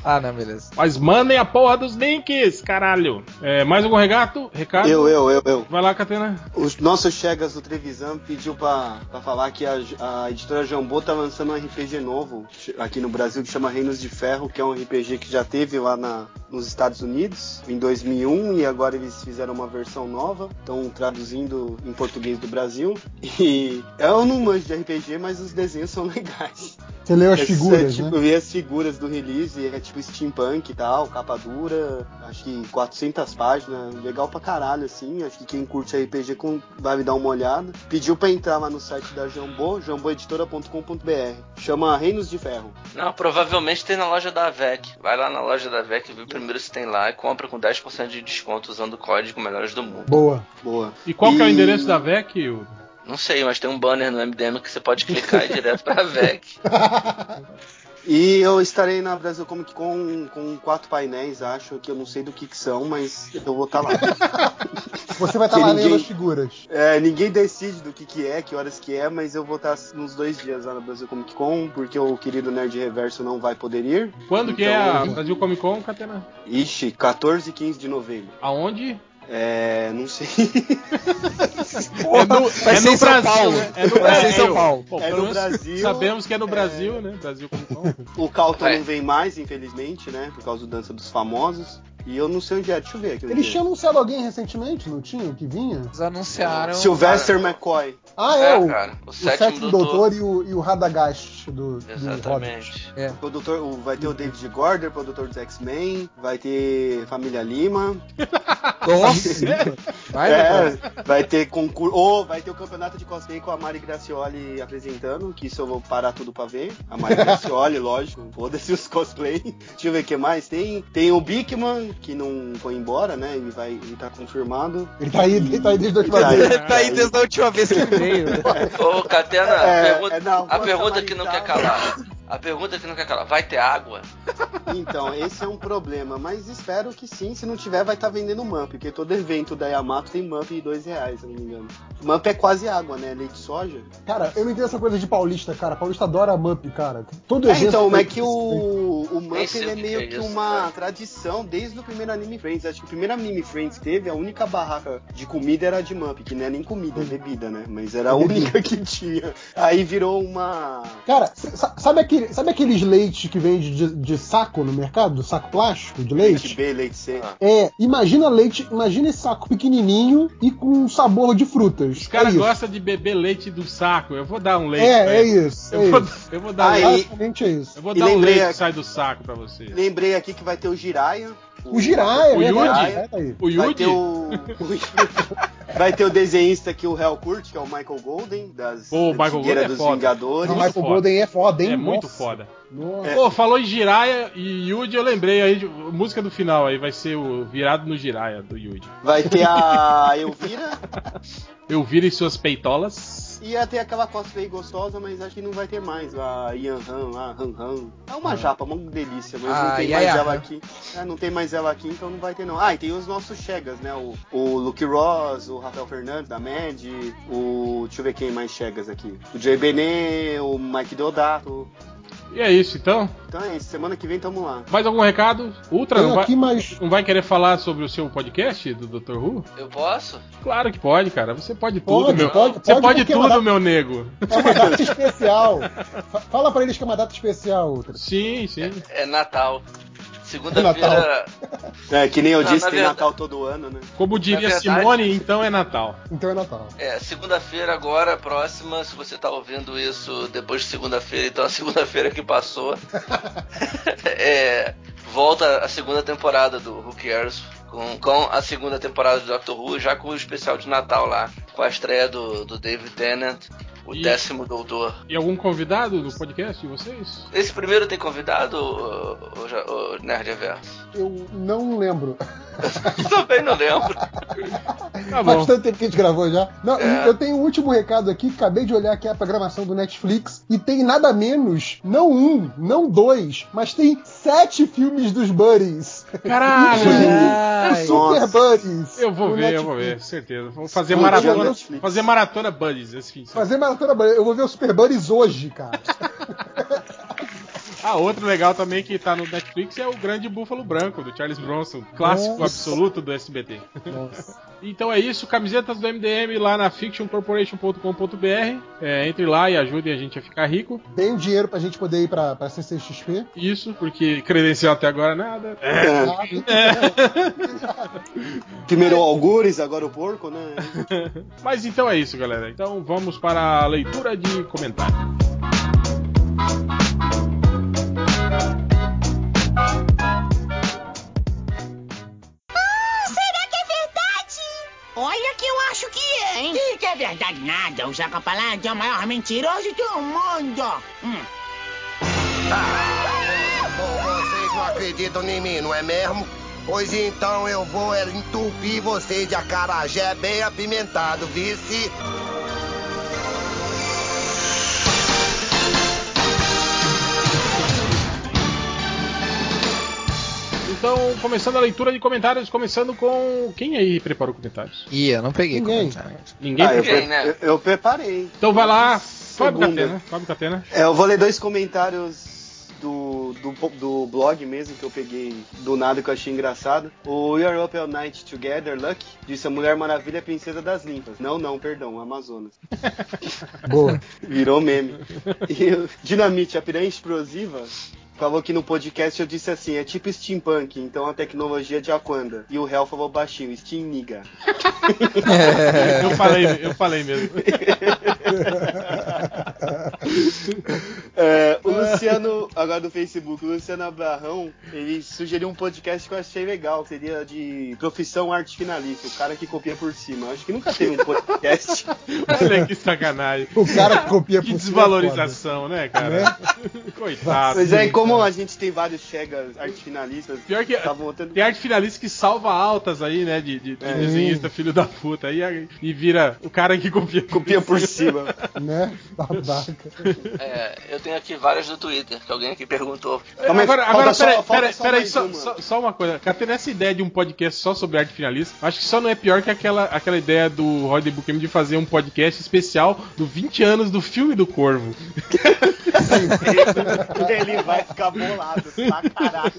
S6: ah, não, beleza.
S1: Mas mandem a porra dos links, caralho. É, mais algum regato? Recado?
S2: Eu, eu, eu, eu.
S1: Vai lá, Catena.
S2: O nosso Chegas do Trevisan pediu pra, pra falar que a, a editora Jambô tá lançando um RPG novo che- aqui no Brasil que chama Reinos de Ferro, que é um RPG que já teve lá na, nos Estados Unidos em 2001 e agora eles fizeram uma versão nova, estão traduzindo em português do Brasil. E eu não manjo de RPG, mas os desenhos são [LAUGHS] legais.
S4: Você leu as
S2: É, é,
S4: figuras,
S2: tipo,
S4: né?
S2: Eu vi as figuras do release, é tipo steampunk e tal, capa dura, acho que 400 páginas, legal pra caralho, assim. Acho que quem curte RPG com- vai me dar uma olhada. Pediu pra entrar lá no site da Jambô, jamboeditora.com.br. Chama Reinos de Ferro.
S3: Não, provavelmente tem na loja da AVEC. Vai lá na loja da AVEC, vê primeiro se tem lá e compra com 10% de desconto usando o código Melhores do Mundo.
S4: Boa.
S2: Boa.
S1: E qual que é o endereço da VEC? Hugo?
S3: Não sei, mas tem um banner no MDM que você pode clicar e ir direto pra AVEC.
S2: E eu estarei na Brasil Comic Con com quatro painéis, acho, que eu não sei do que que são, mas eu vou estar lá.
S4: Você vai estar
S2: Que
S4: lá
S2: ninguém-
S4: lendo as figuras.
S2: É, ninguém decide do que que é, que horas que é, mas eu vou estar nos dois dias lá na Brasil Comic Con, porque o querido Nerd Reverso não vai poder ir.
S1: Quando que é
S2: Então,
S1: a Brasil Comic Con, Catena?
S2: Ixi, 14 e 15 de novembro.
S1: Aonde?
S2: É, não sei. [LAUGHS]
S1: é no,
S6: [LAUGHS] vai
S1: é
S6: ser
S1: no
S6: em São
S1: Brasil,
S6: Paulo.
S1: né? É no
S6: Vai ser em
S1: Brasil.
S6: São Paulo.
S1: Pô,
S2: É
S1: pelo
S2: no
S1: menos
S2: Brasil.
S1: Sabemos que é no Brasil, né? Brasil Comic Con.
S2: O Calton
S3: É.
S2: não vem mais, infelizmente, né? Por causa do Dança dos Famosos. E eu não sei onde é, deixa eu ver aqui. onde
S4: Eles
S2: é.
S4: tinham anunciado alguém recentemente, não tinha? Que vinha?
S6: Eles anunciaram.
S2: Sylvester McCoy.
S4: Ah, é, o,
S3: cara. O,
S4: o
S3: sétimo, doutor.
S4: Doutor, e, o, e o Radagast do, do Hobbit.
S3: Exatamente.
S2: Produtor, o- vai ter o David Gorder, produtor dos X-Men. Vai ter Família Lima.
S6: Nossa! Vai,
S2: é,
S6: Doutor.
S2: vai ter concurso. Ou vai ter o campeonato de cosplay com a Mari Gracioli apresentando, que isso eu vou parar tudo pra ver. A
S6: [LAUGHS]
S2: Mari Gracioli, lógico, foda-se os cosplay. Deixa eu ver o que mais. Tem, tem o Bigman, que não foi embora, né? Ele, vai, ele tá confirmado.
S4: [LAUGHS] Ele tá aí, ele tá aí desde a última
S2: Tá aí.
S4: vez.
S6: Ele tá aí desde a última vez que veio.
S3: Ô, Catena,
S2: É,
S3: pergunta-
S2: é na
S3: a
S2: rua
S3: pergunta que não quer
S2: Samaritana.
S3: calar. A pergunta que não quer calar. Vai ter água?
S2: Então, esse é um problema, mas espero que sim. Se não tiver, vai estar vendendo MAMP, porque todo evento da Yamato tem MAMP de dois reais, se eu não me engano. MAMP é quase água, né? Leite de soja.
S4: Cara, eu não entendo essa coisa de paulista, cara. Paulista adora a Mup, cara. Todo
S2: É,
S4: evento
S2: então,
S4: tem-
S2: mas é que o, o
S3: Nem
S2: MAMP
S3: sei
S2: ele é
S3: o que
S2: meio
S3: que é
S2: que
S3: isso,
S2: uma
S3: cara.
S2: tradição desde o primeiro Anime Friends. Acho que o primeiro Anime Friends teve, a única barraca de comida era de MAMP, que não é nem comida, é bebida, né? Mas era a única que tinha. Aí virou uma.
S4: Cara, sa- sa- sabe, aquele, sabe aqueles leites que vende de, de saco no mercado? Saco plástico de
S2: Leite
S4: leite?
S2: B, leite C.
S3: Ah.
S4: É, imagina leite, imagina esse saco pequenininho e com um sabor de frutas.
S1: Os caras
S4: é isso.
S1: gostam de beber leite do saco. Eu vou dar um leite. pra
S4: É, é
S1: eles.
S4: isso. É
S1: Eu vou,
S4: isso.
S1: eu vou dar, um
S2: Aí-
S4: Basicamente é isso.
S1: eu vou
S2: E
S1: dar um
S2: lembrei
S1: leite
S2: a-
S1: que sai do saco pra vocês.
S2: Lembrei aqui que vai ter o Jiraiya.
S4: O Jiraiya,
S1: O
S4: é verdade.
S1: Yuji?
S4: é, tá aí.
S1: O
S2: Vai
S1: Yudi?
S2: ter
S4: [LAUGHS]
S2: o... o- Vai ter o desenhista que o Hell curte, que é o Michael Golden, das
S1: Pô, o Michael
S2: Antigueira
S1: Golden é
S2: dos
S1: foda.
S4: O
S2: Vingadores.
S1: Muito
S4: Michael
S1: foda.
S4: Golden é foda, hein?
S1: É muito
S4: Nossa.
S1: foda. É.
S4: Nossa.
S2: É.
S1: Pô, falou em Jiraya e Yudi, eu lembrei aí, de- música do final aí vai ser o Virado no Jiraya do Yudi.
S2: Vai ter a Elvira
S1: Eu viro em suas peitolas.
S2: e ia ter aquela cosplay gostosa, mas acho que não vai ter mais. A Yan Han, a Han Han. É
S1: Ah.
S2: uma japa, uma delícia, mas
S6: Ah,
S2: não tem
S6: e
S2: mais
S6: aí,
S2: ela
S6: ah.
S2: aqui. É, não tem mais ela aqui, então não vai ter não. Ah, e tem os nossos chegas, né? O, o Luke Ross, o Rafael Fernandes da Mad, o... Deixa eu ver quem mais chegas aqui. O Jay Benet, o Mike Deodato.
S1: E é isso então.
S2: Então é isso, semana que vem tamo lá.
S1: Mais algum recado? Ultra, não
S4: Tem
S1: vai,
S4: aqui, mas
S1: não vai querer falar sobre o seu podcast do Dr. Who?
S3: Eu posso?
S1: Claro que pode, cara. Você pode tudo,
S4: pode,
S1: meu.
S4: pode,
S1: Você pode
S4: porque
S1: tudo,
S4: é uma,
S1: meu nego.
S4: data, é uma data especial. Fa- Fala pra eles que é uma data especial, outra.
S1: Sim, sim.
S3: É Natal. Segunda-feira.
S2: É, que nem eu
S3: Não,
S2: disse,
S3: na
S2: tem
S3: verdade-
S2: Natal todo ano, né?
S1: Como diria
S3: verdade-
S1: Simone, então é Natal.
S4: Então é Natal.
S3: É, segunda-feira agora, próxima, se você tá ouvindo isso depois de segunda-feira, então a segunda-feira que passou. é, volta a segunda temporada do Who Cares com, com a segunda temporada do Doctor Who, já com o especial de Natal lá, com a estreia do, do David Tennant, o
S1: E-
S3: décimo doutor.
S1: E algum convidado do podcast de vocês?
S3: Esse primeiro tem convidado, o, o, o Nerd Reverso?
S4: Eu não lembro.
S3: [LAUGHS] Também não lembro.
S1: Tá bom.
S4: Faz tanto tempo que a gente gravou já. Não, e
S3: É.
S4: eu tenho um último recado aqui, que acabei de olhar aqui a programação do Netflix e tem nada menos, não um, não dois, mas tem sete filmes dos Buddies.
S1: Caralho!
S6: Ai,
S4: Super Buddies.
S1: Eu vou
S4: no
S1: ver, eu vou
S4: Netflix.
S1: ver, certeza. Vamos fazer
S4: Sim,
S1: maratona.
S2: Netflix.
S1: Fazer maratona Buddies esse fim de semana.
S4: Fazer maratona Buddies. Eu vou ver o Super Buddies
S1: [LAUGHS]
S4: hoje, cara.
S1: Ah, outro legal também que tá no Netflix é o Grande Búfalo Branco, do Charles Bronson, clássico
S4: Nossa.
S1: absoluto do SBT. Então é isso, camisetas do MDM lá na fictioncorporation.com.br. É, entre lá e ajudem a gente a ficar rico.
S4: Tem o dinheiro pra gente poder ir pra, pra CCXP.
S1: Isso, porque credencial até agora nada.
S4: É.
S2: É.
S1: É.
S2: Primeiro o Algures, agora o porco, né?
S1: Mas então é isso, galera. Então vamos para a leitura de comentários.
S5: Será que é verdade? Olha que eu acho que é, hein?
S8: Ih, que é verdade nada. O Zaca Palanque é o maior mentiroso do mundo. Hum.
S7: Vocês não acreditam em mim, não é mesmo? Pois então eu vou é, entupir vocês de
S6: é
S7: acarajé bem apimentado, vice.
S1: Então, começando a leitura de comentários, começando com. Quem aí preparou comentários?
S6: Ih, eu não peguei
S4: Ninguém.
S6: comentário.
S1: Ninguém
S2: Ah, eu,
S1: preparou.
S3: Ninguém,
S2: pre-
S3: né?
S2: eu- eu preparei.
S1: Então vai lá, Fábio
S2: Segunda.
S1: Catena. Fábio Catena.
S2: É, eu vou ler dois comentários do, do, do blog mesmo que eu peguei do nada que eu achei engraçado. O You're Up All Night Together, Luck, disse a Mulher Maravilha é a princesa das limpas. Não, não, perdão, Amazonas.
S4: Boa.
S2: Virou meme. E o Dinamite, a piranha explosiva, falou que no podcast eu disse assim, é tipo steampunk, então a tecnologia de Aquanda. E o réu falou baixinho, Steam Niga.
S1: Eu falei, eu falei mesmo.
S2: [LAUGHS] É,
S1: [LAUGHS]
S2: o Luciano, agora do Facebook, o Luciano Abrahão, ele sugeriu um podcast que eu achei legal, que seria de profissão arte finalista, o cara que copia por cima. Acho que nunca teve
S1: [LAUGHS]
S2: um podcast.
S1: Tá Olha que sacanagem.
S4: O cara que
S1: [LAUGHS]
S4: copia
S1: Que
S4: por cima é
S1: desvalorização, né, cara? Coitado.
S2: Mas aí, como a gente tem vários chegas arte finalistas,
S1: né?
S2: tá
S1: Pior que- é
S2: estavam tendo...
S1: Tem arte finalista que salva altas aí, né? De, de- de
S2: É.
S1: desenhista, filho da puta. Aí, aí- e vira o cara que copia.
S2: Copia
S1: [LAUGHS]
S2: por cima. [LAUGHS]
S4: foda, né? Babaca.
S3: É, eu tenho aqui várias do Twitter, que alguém aqui perguntou.
S2: Calma aí,
S1: agora,
S2: falta
S1: agora
S2: só-
S1: peraí,
S2: falta
S1: peraí,
S2: só
S1: peraí,
S2: mais
S1: só,
S2: uma.
S1: só- só uma coisa. Cara, tendo essa ideia de um podcast só sobre arte finalista, acho que só não é pior que aquela, aquela ideia do Roy Buchem de fazer um podcast especial do 20 anos do filme do Corvo.
S2: Ele vai ficar bolado pra caralho.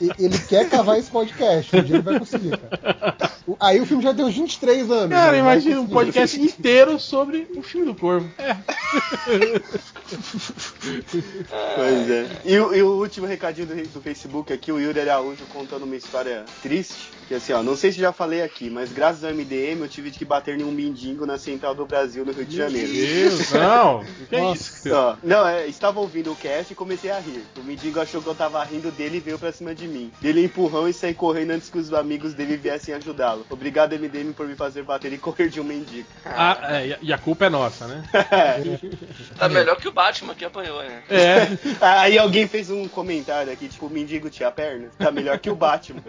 S4: E- Ele quer cavar esse podcast. Um dia ele vai conseguir, cara. O- Aí o filme já tem uns 23 anos.
S1: Cara,
S4: né?
S1: imagina um
S4: Vai
S1: podcast inteiro sobre o filme do Corvo. É.
S2: Pois é. E, o- e o último recadinho do, do Facebook aqui, o Yuri Araújo contando uma história triste. Que assim, ó, não sei se já falei aqui, mas graças ao MDM eu tive que bater em um mendigo na Central do Brasil, no Rio de Janeiro.
S1: Deus, não. O que é isso?
S2: Ó, não, é, estava ouvindo o cast e comecei a rir. O mendigo achou que eu tava rindo dele e veio pra cima de mim. Dele empurrão e saí correndo antes que os amigos dele viessem ajudá-lo. Obrigado, MDM, por me fazer bater e correr de um mendigo. É.
S1: Ah, é, e a- e a culpa é nossa, né?
S3: Tá melhor que o Batman que apanhou, né?
S1: É.
S2: Aí alguém fez um comentário aqui, tipo, o mendigo tinha perna. Tá melhor que o Batman.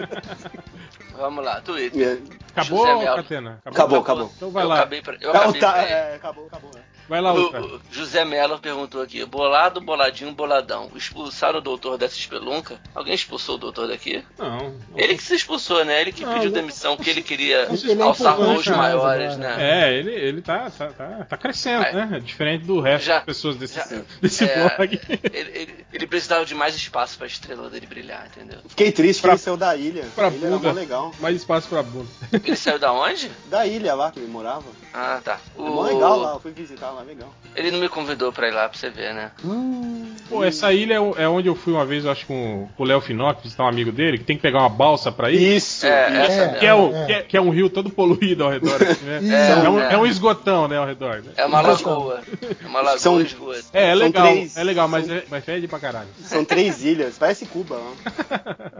S3: Vamos lá, Twitter.
S2: É.
S1: Acabou,
S3: José Melo.
S1: Catena?
S2: Acabou, acabou.
S1: Então vai
S3: eu
S1: lá.
S3: Acabei pra, eu
S2: Não,
S3: acabei
S2: tá,
S3: pra ele.
S2: é, acabou, acabou. né?
S1: Vai lá, Ultra.
S3: O- o José Mello perguntou aqui: bolado, boladinho, boladão. Expulsaram o doutor dessa espelunca? Alguém expulsou o doutor daqui?
S1: Não.
S3: Ele que se expulsou, né? Ele que
S1: Não,
S3: pediu
S1: não-
S3: demissão, que ele queria
S4: Ele é
S3: alçar
S4: empurrão,
S3: voos
S4: cara,
S3: maiores,
S4: agora.
S3: né?
S1: É, ele, ele tá, tá, tá, tá crescendo,
S3: É.
S1: né? Diferente do resto
S3: Já-
S1: das pessoas desse,
S3: já-
S1: desse
S3: É,
S1: blog.
S3: ele, ele- ele precisava de mais espaço pra estrela dele brilhar, entendeu?
S2: Fiquei triste que
S1: Pra-
S2: ele saiu da ilha.
S1: Pra
S2: ele era
S1: bunda.
S2: mó legal.
S1: Mais espaço pra bunda.
S3: Ele saiu da onde?
S2: Da ilha lá que ele morava.
S3: Ah, tá.
S2: É mó legal lá, eu fui visitar lá, legal.
S3: Ele não me convidou pra ir lá pra você ver, né?
S4: conseguir. Hum,
S1: Pô, essa ilha é o- é onde eu fui uma vez, eu acho, com com o Léo Finocchi, visitar um amigo dele, que tem que pegar uma balsa pra ir.
S2: Isso.
S3: É, essa
S1: Que é, o- que é- que é um rio todo poluído ao redor, assim, né?
S4: É,
S1: É um,
S3: é.
S1: é um esgotão, né, ao redor. né?
S3: É uma lagoa. É uma lagoa
S2: São-
S3: esgoto.
S1: É, é
S2: São
S1: legal,
S2: três-
S1: é legal, mas,
S2: são-
S1: é, mas fede pra caralho.
S2: São três ilhas, parece Cuba. ó.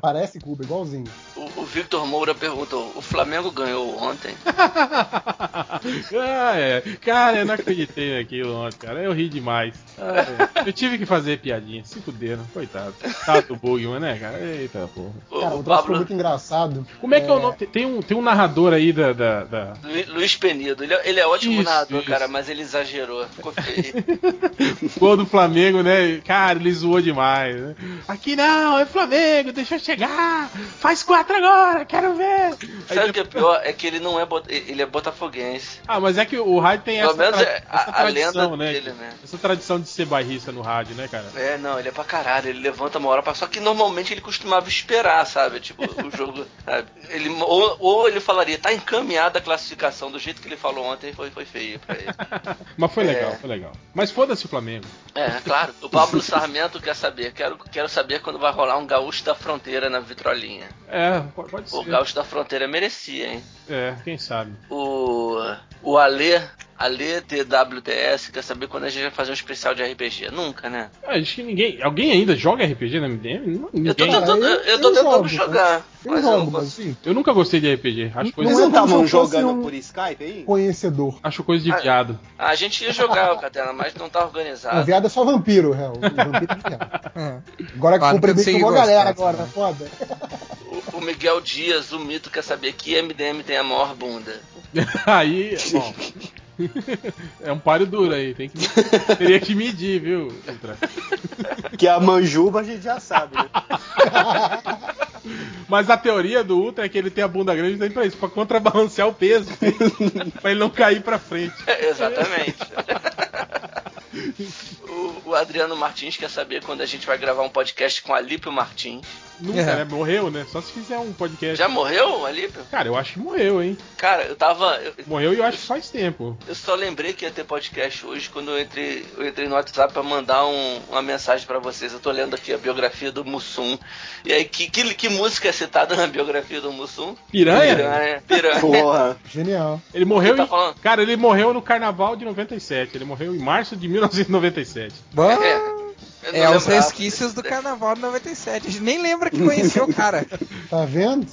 S4: Parece Cuba, igualzinho.
S3: O, o Victor Moura perguntou: o Flamengo ganhou
S1: [LAUGHS]
S3: ontem?
S1: ah, é. Cara, eu não acreditei naquilo ontem, cara. Eu ri demais. Ah, é. Eu tive que fazer piadinha, se fuderam, coitado. Tá do Bugman, né, cara? Eita porra.
S3: O,
S4: Cara,
S3: o
S4: o troço foi
S3: Pablo
S4: muito engraçado.
S1: Como é que é, o nome? Tem um, tem um narrador aí da. da, da-
S3: Lu- Luiz Penido, ele, é- ele é ótimo
S1: Isso,
S3: narrador,
S1: isso.
S3: cara, mas ele exagerou.
S1: [LAUGHS]
S3: Ficou feio.
S1: Gol do Flamengo, né? Cara, ele zoou demais. Né? Aqui não, é Flamengo, deixa eu chegar. Faz quatro agora, quero ver. Aí
S3: Sabe
S1: depois-
S3: o que é pior? É que ele não é bota- ele é botafoguense.
S1: Ah, mas é que o rádio tem
S3: Pelo
S1: essa,
S3: menos
S1: tra-
S3: é a-
S1: essa
S3: a
S1: tradição,
S3: lenda
S1: né?
S3: dele, né?
S1: Essa tradição de ser bairrista no rádio, né,
S3: [LAUGHS]
S1: cara?
S3: É, não, ele é pra caralho, ele levanta uma hora pra. Só que normalmente ele costumava esperar, sabe? Tipo,
S1: [LAUGHS]
S3: o jogo. sabe? Ele, ou, ou ele falaria, tá encaminhada a classificação, do jeito que ele falou ontem, foi, foi feio pra ele.
S1: Mas foi
S3: É.
S1: legal, foi legal. Mas foda-se o Flamengo.
S3: É, claro.
S1: [LAUGHS]
S3: O Pablo Sarmento quer saber. Quero, quero saber quando vai rolar um gaúcho da fronteira na vitrolinha.
S1: É, po- pode
S3: O
S1: ser.
S3: gaúcho da fronteira merecia, hein?
S1: É, quem sabe.
S3: O. O Ale. Ale TWTS quer saber quando a gente vai fazer um especial de RPG. Nunca, né?
S1: Ah, acho que ninguém. Alguém ainda joga RPG na MDM? Não,
S3: Eu tô
S1: Ninguém.
S4: tentando-
S3: tentando,
S4: eu-
S3: eu, tô
S4: eu
S3: tentando
S4: jogo,
S3: jogar.
S4: Eu
S3: mas eu não consigo.
S4: jogo, mas assim,
S1: Eu nunca gostei de RPG. Acho
S2: Eles
S1: coisa,
S4: é
S2: não
S4: como
S2: estavam
S4: se fosse
S2: jogando
S4: um-
S2: tá por Skype aí?
S4: conhecedor.
S1: acho coisa de
S3: Ah.
S1: viado.
S3: A gente ia jogar o Catena, mas não tá
S4: O
S3: organizado.
S4: viado é só vampiro, réu. O Vampiro
S1: [LAUGHS]
S4: é real.
S6: Hum.
S4: Agora que
S6: Ah, não
S4: compreendeu
S6: consegui
S4: uma galera
S6: gostar,
S4: agora,
S6: né?
S4: tá foda?
S3: O, o Miguel Dias, o mito, quer saber que MDM tem a maior bunda.
S1: [LAUGHS] aí, bom. é um páreo duro aí, tem que. Teria que medir, viu? Ultra?
S2: Que a Manjuba a gente já
S1: [LAUGHS]
S2: sabe, né?
S1: Mas a teoria do Ultra é que ele tem a bunda grande daí pra isso, pra contrabalancear o peso. [LAUGHS] pra ele não cair pra frente.
S3: É, Exatamente. o, o Adriano Martins quer saber quando a gente vai gravar um podcast com a Alípio Martins.
S1: Nunca,
S6: É.
S1: né? Morreu, né? Só se fizer um podcast.
S3: Já morreu o Alípio?
S1: Cara, eu acho que morreu, hein?
S3: Cara, eu tava. Eu,
S1: Morreu e eu acho que faz tempo.
S3: eu só lembrei que ia ter podcast hoje quando eu entrei, eu entrei no WhatsApp pra mandar um- uma mensagem pra vocês. Eu tô lendo aqui a biografia do Mussum. E aí, que, que, que música é citada na biografia do Mussum?
S1: Piranha?
S3: Piranha.
S2: [LAUGHS]
S3: Piranha.
S2: Porra.
S4: Genial.
S1: Ele morreu.
S3: Você tá
S1: em-
S3: falando?
S1: Cara, ele morreu no carnaval de 97. Ele morreu em março de 1997.
S6: Bom,
S3: É, eu não
S6: é os
S3: lembrava.
S6: resquícios do carnaval de 97. A gente nem lembra que conheceu o cara.
S4: Tá vendo?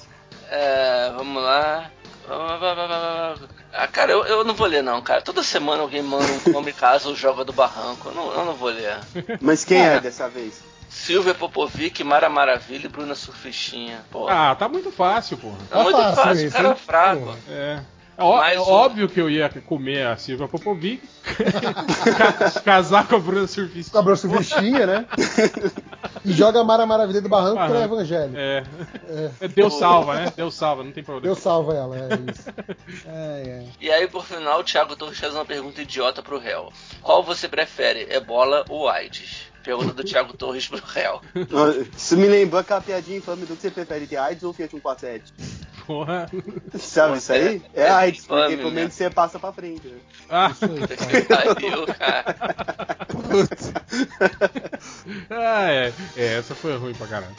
S3: É, vamos lá. Vamos lá, vamos lá, vamos lá. Ah, cara, eu, eu não vou ler não, cara. Toda semana alguém manda um come caso ou joga do barranco. Eu não, eu não vou ler.
S2: Mas quem é dessa vez?
S3: Silvia Popovic, Mara Maravilha e Bruna Surfichinha. Pô,
S1: Ah, tá muito fácil, porra.
S3: é muito
S4: fácil
S3: fácil,
S4: isso,
S3: cara
S4: hein?
S3: fraco.
S4: Porra.
S1: É. É ó-
S3: Mais
S1: é
S3: um.
S1: óbvio que eu ia comer a Silvia Popovic, [LAUGHS] ca- casar com a Bruna Surfista.
S4: Com a broça vestinha, né? E joga a Mara Maravilha do Barranco que ela é evangélica.
S1: É. Deus salva, né? Deus salva, não tem problema.
S4: Deus salva ela, é isso. É, é.
S3: E aí, por final, o Thiago Torres faz uma pergunta idiota pro réu. Qual você prefere, ebola ou AIDS? Pergunta do Thiago Torres pro réu.
S2: Isso me lembrou aquela piadinha infame do que você prefere ter AIDS ou Fiat 147?
S1: Porra.
S2: [LAUGHS] Sabe isso aí? É
S3: É
S2: AIDS, porque
S3: infame,
S2: pelo
S3: né?
S2: menos você passa pra frente. né?
S1: Ah,
S3: Puta que pariu, cara.
S1: ah, é. é, essa foi ruim pra caralho.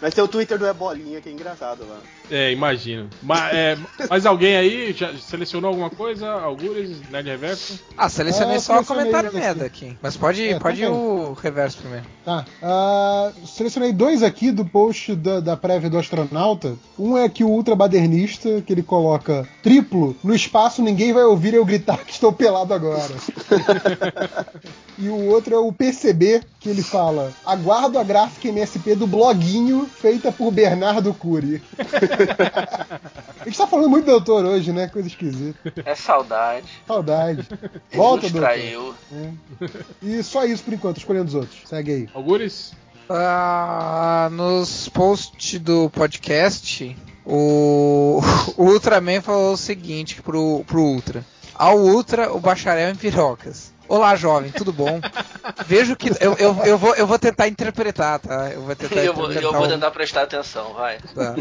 S2: Mas tem o Twitter do Ebolinha, que é engraçado lá.
S1: É, imagino. Mas, é, mas alguém aí já selecionou alguma coisa? Algures, Nerd Reverso?
S6: Ah, selecionei
S4: Ah,
S6: só um
S4: selecionei
S6: comentário
S4: esse
S6: merda aqui. Mas pode,
S4: É,
S6: pode ir
S4: também.
S6: o reverso primeiro.
S4: Tá. Ah, selecionei dois aqui do post da, da prévia do astronauta. Um é que o ultrabadernista, que ele coloca triplo, no espaço ninguém vai ouvir eu gritar que estou pelado agora. [LAUGHS] e o outro é o PCB, que ele fala: aguardo a gráfica MSP do bloguinho feita por Bernardo Cury. [LAUGHS] a gente tá falando muito do doutor hoje, né? Coisa esquisita.
S3: É saudade.
S4: Saudade.
S3: Ele
S4: Volta,
S3: nos
S4: doutor.
S3: traiu.
S4: E só isso por enquanto, escolhendo os outros. Segue aí.
S1: Algures?
S6: Ah, nos posts do podcast, o, [LAUGHS] o Ultraman falou o seguinte pro, pro Ultra. Ao Ultra, o bacharel em pirocas. Olá, jovem, tudo [LAUGHS] bom? Vejo que. Eu, eu, eu, vou, eu vou tentar interpretar, tá? Eu vou tentar
S3: Eu vou,
S6: interpretar.
S3: eu vou
S6: o-
S3: tentar prestar atenção, vai.
S6: tá.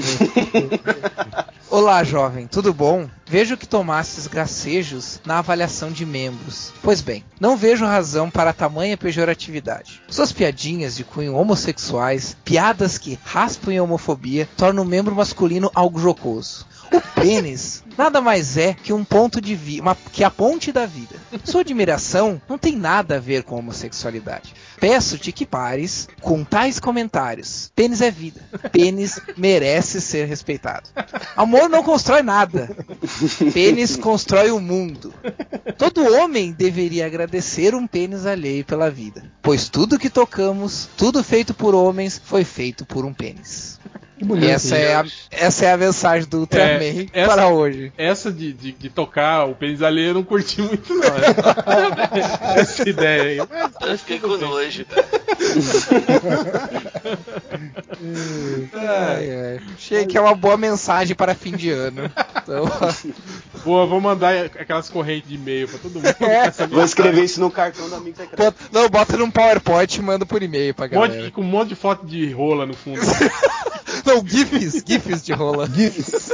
S6: Olá, jovem, tudo bom? Vejo que tomastes gracejos na avaliação de membros. Pois bem, não vejo razão para tamanha pejoratividade. Suas piadinhas de cunho homossexuais, piadas que raspam em homofobia, tornam o membro masculino algo jocoso. O pênis nada mais é que um ponto de vi uma, que a ponte da vida. Sua admiração não tem nada a ver com homossexualidade. Peço-te que pares com tais comentários. Pênis é vida. Pênis merece ser respeitado. Amor não constrói nada. Pênis constrói o mundo. Todo homem deveria agradecer um pênis alheio pela vida, pois tudo que tocamos, tudo feito por homens, foi feito por um pênis.
S4: Que bonito.
S6: essa, é a, essa é a mensagem do Ultraman
S1: É, essa-
S6: para hoje.
S1: Essa de, de, de tocar o pênis alheio eu não curti muito, não. Essa, [LAUGHS] essa ideia aí. Mas
S3: Eu fiquei com nojo.
S1: É.
S6: Ai, ai. Achei que é uma boa mensagem para fim de ano.
S1: [LAUGHS]
S6: Então,
S1: Boa, vou mandar aquelas correntes de e-mail pra todo mundo.
S6: É.
S2: Vou escrever isso no cartão da amiga secreta.
S6: bota- não, bota num PowerPoint e manda por e-mail pra
S1: Um monte de-
S6: galera.
S1: com um monte de foto de rola no
S4: [LAUGHS]
S1: fundo.
S6: Não, GIFs, GIFs de rola.
S4: GIFs.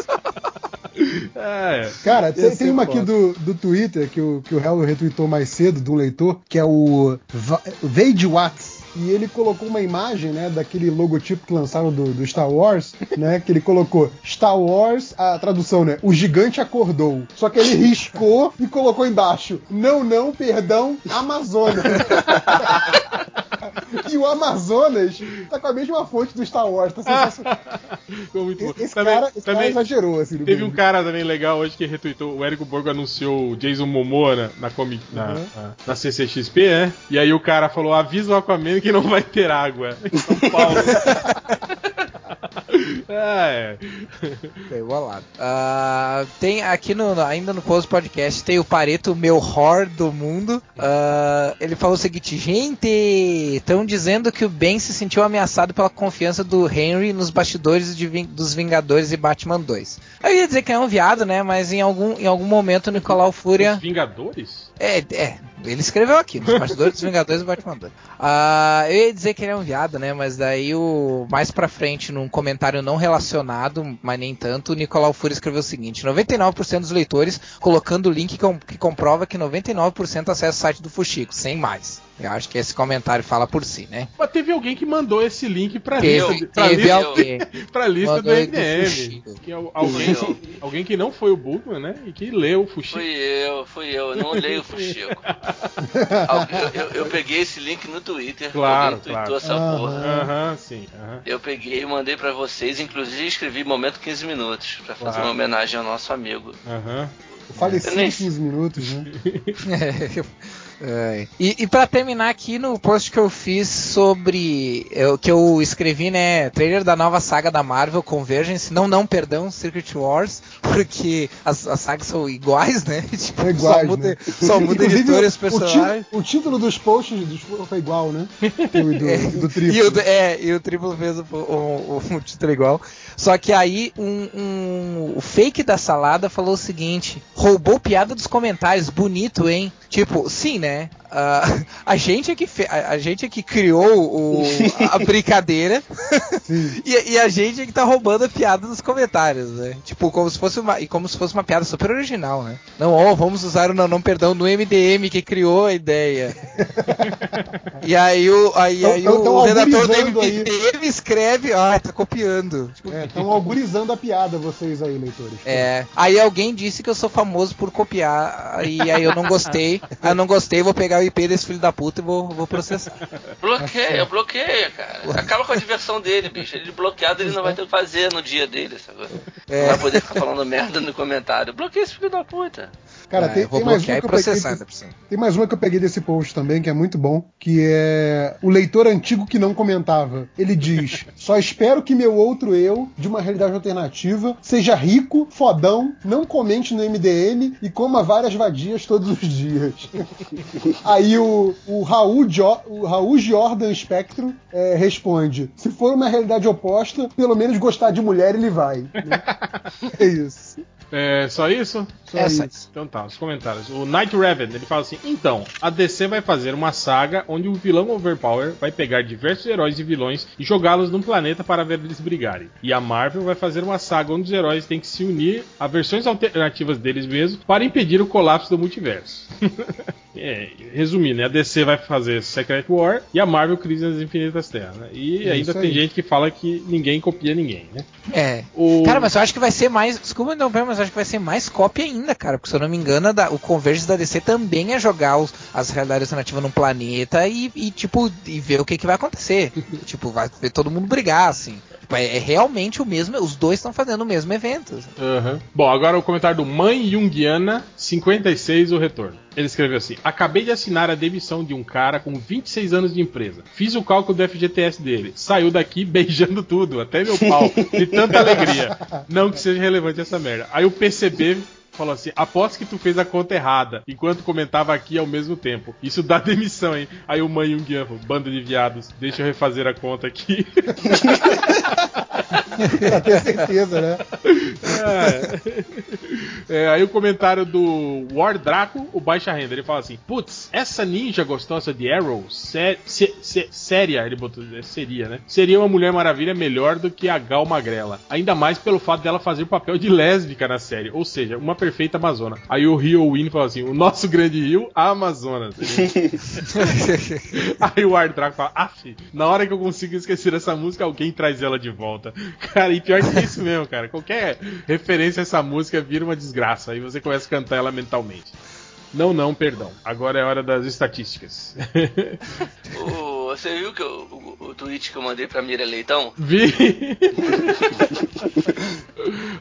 S1: É.
S4: Cara, tem,
S6: Esse
S4: tem
S6: é
S4: uma aqui
S6: foda.
S4: do, do Twitter que o, que o Hell retweetou mais cedo, de um leitor, que é o Va- Vade Watts. E ele colocou uma imagem, né, daquele logotipo que lançaram do, do Star Wars, [LAUGHS] né, que ele colocou Star Wars, a tradução, né, o gigante acordou. Só que ele riscou e colocou embaixo, não, não, perdão, Amazonas. [LAUGHS] e o Amazonas tá com a mesma fonte do Star Wars, tá sensacional.
S1: Ficou muito bom.
S4: Esse,
S1: Também-
S4: cara, esse cara
S1: também-
S4: exagerou, assim. no
S1: Teve um
S4: vídeo.
S1: cara também legal hoje que retweetou. O Érico Borgo anunciou o Jason Momoa na, na, comi- na,
S4: Uhum.
S1: na- na CCXP, né? E aí o cara falou: avisa o Aquaman que não vai ter água [LAUGHS] em São Paulo. ah, é.
S6: Bem, vamos lá. Ah, tem aqui no, no- ainda no Pose Podcast tem o Pareto, meu horror do mundo. Ah, ele falou o seguinte: gente, estão dizendo que o Ben se sentiu ameaçado pela confiança do Henry nos bastidores de Vin- dos Vingadores e Batman 2. Eu ia dizer que é um viado, né? Mas em algum, em algum momento o Nicolau Fúria.
S1: Os Vingadores?
S6: É, é, ele escreveu aqui, nos bastidores dos Vingadores e Batman 2. Ah, eu ia dizer que ele é um viado, né? Mas daí o mais pra frente, num comentário não relacionado, mas nem tanto, o Nicolau Fúria escreveu o seguinte: 99% dos leitores colocando o link com- que comprova que 99% acessa o site do Fuxico, sem mais. Eu acho que esse comentário fala por si, né?
S1: Mas teve alguém que mandou esse link pra lista,
S6: Teve,
S1: É, pra
S6: teve
S1: lista,
S6: alguém.
S1: pra lista do
S6: Mandou aí do
S1: MDM.
S6: Fuxico.
S1: Que é o- alguém, alguém que não foi o Bugman, né? E que leu o
S3: Fui
S1: Fuxi.
S3: eu, fui eu. Eu não olhei o Fuxico. Alguém- eu, eu- eu peguei esse link no Twitter.
S1: Claro,
S3: alguém tweetou
S1: claro.
S3: essa
S4: Aham.
S3: porra.
S1: Aham, sim. aham.
S3: Eu peguei e mandei pra vocês, inclusive escrevi momento 15 minutos pra fazer
S1: Claro.
S3: uma homenagem ao nosso amigo.
S1: Aham.
S4: Falecido
S3: Eu
S4: em
S3: nem-
S4: 15 minutos, né?
S6: [LAUGHS] É. E, e para terminar aqui no post que eu fiz sobre o que eu escrevi, né, trailer da nova saga da Marvel Convergence, não, não, perdão, Secret Wars, [LAUGHS] porque as, as sagas são iguais, né? [LAUGHS] Tipo,
S4: É iguais,
S6: só muda,
S4: né?
S6: só muda
S4: Inclusive,
S6: editor e os
S4: o
S6: personagens.
S4: ti- O, título dos posts dos fo- foi igual,
S6: [LAUGHS]
S4: né? Do, do, do triplo.
S6: E o, é, e o triplo fez o, o- o- um título igual. Só que aí um, um- o fake da salada falou o seguinte: roubou piada dos comentários, bonito, hein? Tipo, sim, né? Ah, [LAUGHS] a, gente é que fe- a, a gente é que
S4: [LAUGHS]
S6: criou o- a brincadeira e, e a gente é que tá roubando a piada dos comentários, né? Tipo, como se fosse uma, e como se fosse uma piada super original, né? Não, ó, vamos usar o não, não perdão do MDM que criou a ideia. e aí o, aí,
S4: Tão-
S6: aí
S4: tão-
S6: o
S4: tão
S6: redator do
S4: algorizando aí. Tipo,
S6: MDM escreve, ah, tá copiando.
S4: Estão alburizando É, a piada vocês aí, leitores.
S6: É, aí alguém disse que eu sou famoso por copiar, e aí eu não gostei, aí eu não gostei, vou pegar o IP desse filho da puta e vou, vou processar.
S3: Bloqueia, bloqueia, cara. Acaba com a diversão dele, bicho. Ele bloqueado, ele não vai ter o que fazer no dia dele, sabe?
S6: É.
S3: Não vai poder ficar falando merda no comentário. Bloqueia esse filho da puta.
S4: Cara,
S6: Ah,
S4: tem,
S6: eu vou
S4: tem mais uma
S6: bloquear e
S4: que eu peguei,
S6: processar ainda por cima.
S4: tem mais uma que eu peguei desse post também, que é muito bom, que é o leitor antigo que não comentava. Ele diz: [LAUGHS] só espero que meu outro eu, de uma realidade alternativa, seja rico, fodão, não comente no MDM e coma várias vadias todos os dias. [LAUGHS] Aí o, o, Raul, Jo- o Raul Jordan Spectro é, responde: se [LAUGHS] for uma realidade oposta, pelo menos gostar de mulher ele vai. né? [LAUGHS] É isso.
S1: É só isso?
S4: Só
S6: Essa-
S4: isso.
S1: Então tá, os comentários. O Night Raven, ele fala assim: então, a DC vai fazer uma saga onde o vilão Overpower vai pegar diversos heróis e vilões e jogá-los num planeta para ver eles brigarem. E a Marvel vai fazer uma saga onde os heróis têm que se unir a versões alternativas deles mesmos para impedir o colapso do multiverso. [LAUGHS] É, resumindo, né, a DC vai fazer Secret War e a Marvel Crise nas Infinitas Terras. né? E
S4: É
S1: ainda
S4: isso
S1: tem
S4: aí.
S1: gente que fala que ninguém copia ninguém, né?
S6: É.
S1: O-
S6: Cara, mas eu acho que vai ser mais. Desculpa não ver, mas eu acho que vai ser mais cópia ainda, cara. Porque se eu não me engano, a da- o Convergence da DC também é jogar os- as realidades alternativas num planeta e, e, tipo, e ver o que, que vai acontecer. [LAUGHS] tipo, vai ver todo mundo brigar, assim. Tipo, é, é realmente o mesmo. Os dois estão fazendo o mesmo evento. assim.
S1: Aham. Bom, agora o comentário do Mãe Jungiana, 56, o retorno. Ele escreveu assim: Acabei de assinar a demissão de um cara com 26 anos de empresa. Fiz o cálculo do FGTS dele. Saiu daqui [LAUGHS] beijando tudo, até meu pau, de tanta alegria. Não que seja relevante essa merda. Aí o PCB. Falou assim, aposto que tu fez a conta errada, enquanto comentava aqui ao mesmo tempo. Isso dá demissão, hein? Aí o mãe Jungiana falou, bando de viados, deixa eu refazer a conta aqui. [LAUGHS]
S4: Pra ter certeza, né?
S1: É, aí o comentário do War Draco, o baixa renda, ele fala assim: Putz, essa ninja gostosa de Arrow, sé- sé- sé- séria, ele botou, é, seria, né? Seria uma Mulher Maravilha melhor do que a Gal Magrela. Ainda mais pelo fato dela fazer o papel de lésbica na série, ou seja, uma perfeita Amazona. Aí o Rio Win fala assim: O nosso grande rio, a Amazonas. [LAUGHS] Aí o Ardraco fala, af, na hora que eu consigo esquecer essa música, alguém traz ela de volta. [LAUGHS] Cara, e pior que isso mesmo, cara. Qualquer referência a essa música vira uma desgraça. Aí você começa a cantar ela mentalmente. Não, não, perdão. Agora é hora das estatísticas. [LAUGHS]
S3: O- você viu que eu- o, o tweet que eu mandei pra Mira Leitão?
S1: Vi. [LAUGHS]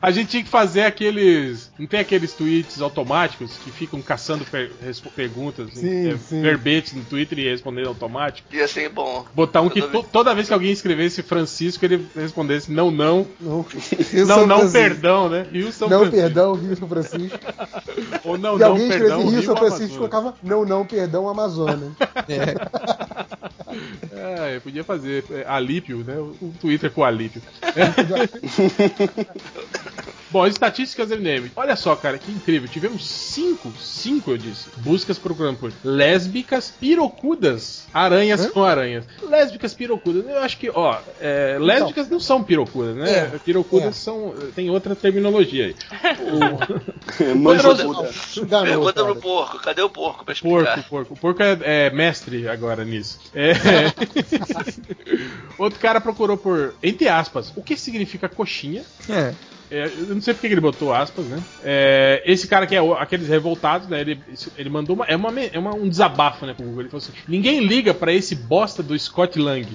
S1: A gente tinha que fazer aqueles. Não tem aqueles tweets automáticos que ficam caçando per- respo- perguntas,
S4: Sim,
S1: é,
S4: sim.
S1: verbetes no Twitter e respondendo automático?
S3: Ia ser bom.
S1: Botar um que
S3: Toda
S1: to- toda vez que alguém escrevesse Francisco, ele respondesse não, não,
S4: Não, é um
S1: Não, não,
S4: perdão.
S1: perdão, né? Rio São
S4: Não,
S1: Francisco.
S4: perdão, Rio São Francisco.
S1: Ou não,
S4: Se
S1: não,
S4: alguém escrevia
S1: perdão. né?
S4: Rio, São Francisco,
S1: Amazonas.
S4: colocava não, não, perdão, [LAUGHS] Amazonas.
S6: É.
S1: É, podia fazer. É, Alípio, né? Um Twitter com Alípio. Bom, estatísticas MDM. Olha só, cara, que incrível. Tivemos cinco, cinco eu disse, buscas procurando por lésbicas pirocudas. Aranhas com aranhas. Lésbicas pirocudas. Eu acho que, ó, é, lésbicas não são pirocudas, né?
S6: É,
S1: pirocudas
S4: é.
S1: são. tem outra terminologia aí.
S2: Manjo
S1: Poderoso-
S2: puta.
S4: Enganou,
S3: Pergunta
S4: cara.
S3: pro porco, cadê o porco pra explicar?
S1: Porco, porco. O porco é, é mestre agora nisso. É. Outro cara procurou por, entre aspas, o que significa coxinha.
S6: É.
S1: É, eu não sei porque que ele botou aspas, né? É, esse cara que é o- aqueles revoltados, né? Ele, ele mandou uma, é uma, me- é uma- um desabafo, né, pro Google. Ele falou assim: ninguém liga pra esse bosta do Scott Lang.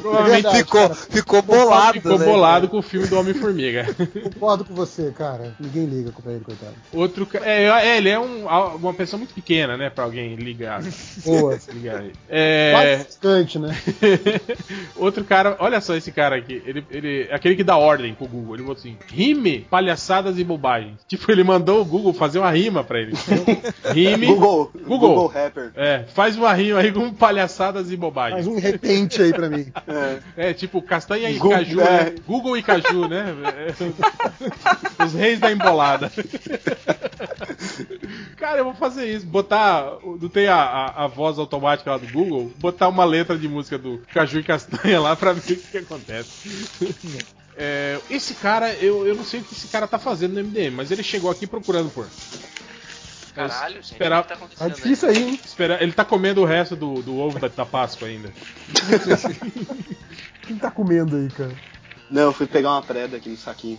S1: Provavelmente
S4: É Verdade,
S6: Ficou,
S4: cara.
S6: ficou bolado.
S1: ficou
S6: né,
S1: bolado com o filme do Homem-Formiga. [LAUGHS]
S4: Concordo com você, cara. Ninguém liga pra ele, [LAUGHS] coitado.
S1: Outro ca- é, é, ele é um- uma pessoa muito pequena, né? Pra alguém ligar.
S4: Boa.
S1: ligar ele. É,
S4: Bastante, né?
S1: [LAUGHS] Outro cara, olha só esse cara aqui. Ele, ele, aquele que dá ordem pro Google. Ele botou assim: rime, palhaçadas e bobagens. Tipo, ele mandou o Google fazer uma rima pra ele.
S2: [LAUGHS]
S1: entendeu? Rime.
S2: Google,
S1: Google.
S2: Google. Google Rapper.
S1: É, faz uma rima aí com palhaçadas e
S4: Faz
S1: bobagens.
S4: um repente aí pra mim.
S2: É.
S1: É, tipo, castanha e
S2: Google,
S1: caju,
S2: é.
S1: né? Google e caju, né? É. Os reis da embolada. Cara, eu vou fazer isso. Botar. Não tem a, a, a voz automática lá do Google? Botar uma letra de música do Caju e Castanha lá pra ver o que acontece. É, esse cara, eu, eu não sei o que esse cara tá fazendo no MDM, mas ele chegou aqui procurando por.
S3: Caralho, gente,
S1: esperar-
S3: o que tá acontecendo?
S4: Tá difícil aí, hein?
S1: Espera, ele tá comendo o resto do, do ovo da, da Páscoa ainda.
S4: Quem tá comendo aí, cara?
S2: Não, eu fui pegar uma preda aqui no saquinho.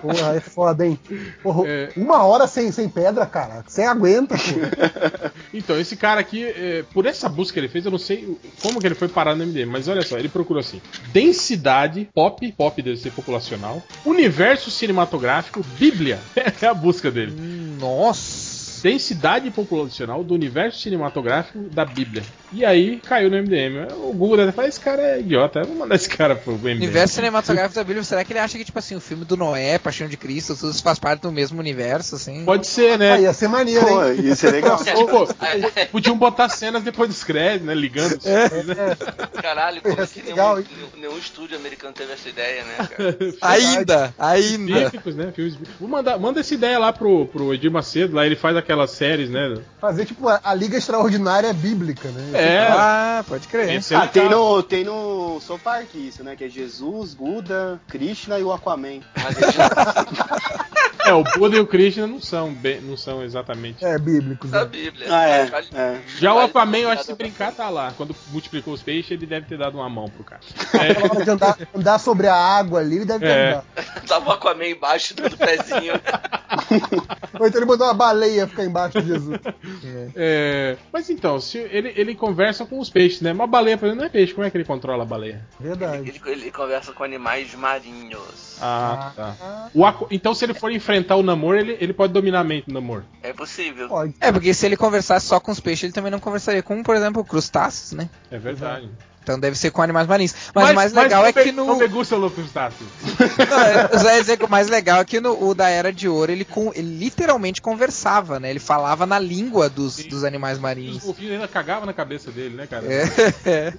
S4: Porra, é foda, hein? Porra,
S1: É.
S4: Uma hora sem, sem pedra, cara. Você aguenta, pô.
S1: Então, esse cara aqui, é, por essa busca que ele fez, eu não sei o- como que ele foi parar no MDM, mas olha só, ele procurou assim: densidade, pop, pop deve ser populacional, universo cinematográfico, Bíblia. [LAUGHS] É a busca dele.
S6: velho? Nossa.
S1: Densidade populacional do universo cinematográfico da Bíblia. E aí caiu no MDM. O Google deve falar, esse cara é idiota, vamos mandar esse cara pro MDM.
S6: Universo cinematográfico da Bíblia, será que ele acha que, tipo assim, o filme do Noé, Paixão de Cristo, tudo isso faz parte do mesmo universo, assim?
S1: Pode ser, né?
S4: Ah, ia ser maneiro,
S2: [LAUGHS] Pô,
S4: hein?
S2: isso é legal.
S1: Ô, ô, podiam botar cenas depois dos créditos, né? Ligando. os filmes, né?
S3: Caralho, como é que
S4: Legal,
S3: nenhum, nenhum estúdio americano teve essa ideia, né, cara?
S6: Ainda, ainda.
S1: Bíblicos, né? Filmes bíblicos. Vou mandar, manda essa ideia lá pro, pro Edir Macedo, lá ele faz aquelas séries, né?
S4: Fazer tipo a, a Liga Extraordinária Bíblica, né?
S1: É,
S6: Ah, pode crer.
S1: esse é o
S2: [LAUGHS] Ah, tem
S1: cara.
S2: no, tem no South Park isso, né? Que é Jesus, Buda, Krishna e o Aquaman.
S3: Mas eles não
S1: É, o Buda e o Krishna não são, bem- não são exatamente.
S4: É, bíblicos.
S3: da
S4: né?
S3: Bíblia.
S2: Ah, é.
S3: Charlie-
S2: é.
S1: Já o
S3: Charlie-
S1: Aquaman, eu acho que se brincar, tá lá. Quando multiplicou os peixes, ele deve ter dado uma mão pro cara.
S4: Aquela hora de andar, andar sobre a água ali, ele deve ter
S1: É.
S4: andado.
S3: [LAUGHS] Tava com a meia embaixo, dando pezinho.
S4: Ou então ele mandou uma baleia ficar embaixo de Jesus.
S1: É, mas então, se ele, ele conversa com os peixes, né? Uma baleia, por exemplo, não é peixe. Como é que ele controla a baleia?
S4: Verdade.
S3: Ele, ele conversa com animais marinhos.
S1: Ah, tá. O Aqua- Então, se ele for enfrentar o Namor, ele, ele pode dominar a mente do Namor.
S3: É possível.
S4: Pode.
S6: É, porque se ele conversasse só com os peixes, ele também não conversaria com, por exemplo, crustáceos, né?
S1: É verdade.
S6: Então deve ser com animais marinhos. Mas, o mais legal
S1: não
S6: é que
S1: pe-
S6: no.
S1: Não degusta o crustáceo.
S6: [LAUGHS] Não, eu só ia dizer que o mais legal é que no, o da Era de Ouro ele, com, ele literalmente conversava, né? Ele falava na língua dos, dos animais
S1: Os
S6: marinhos.
S1: golfinhos ainda cagavam na cabeça dele, né, cara?
S6: É, [LAUGHS] é.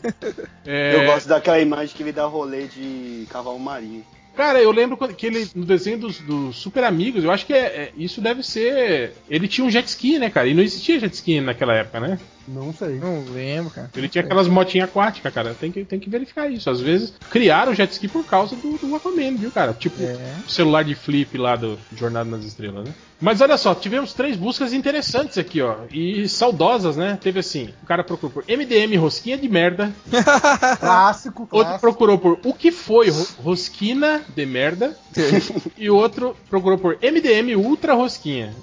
S1: É,
S2: Eu gosto daquela imagem que ele dá rolê de cavalo marinho. [LAUGHS]
S1: Cara, eu lembro quando- que ele, no desenho dos, dos Super Amigos, eu acho que é, é- isso deve ser. Ele tinha um jet ski, né, cara? E não existia jet ski naquela época, né?
S4: Não sei.
S6: Não lembro, cara.
S1: Ele tinha aquelas motinhas aquáticas, cara. Tem que, tem que verificar isso. Às vezes criaram o jet ski por causa do, do Aquaman, viu, cara? Tipo,
S6: É.
S1: o celular de flip lá do Jornada nas Estrelas, né? Mas olha só, tivemos três buscas interessantes aqui, ó. E saudosas, né? Teve assim: o cara procurou por MDM Rosquinha de Merda.
S4: Clássico,
S1: Outro
S4: clássico.
S1: procurou por O que foi Ro- Rosquina de Merda. E o outro procurou por MDM Ultra Rosquinha.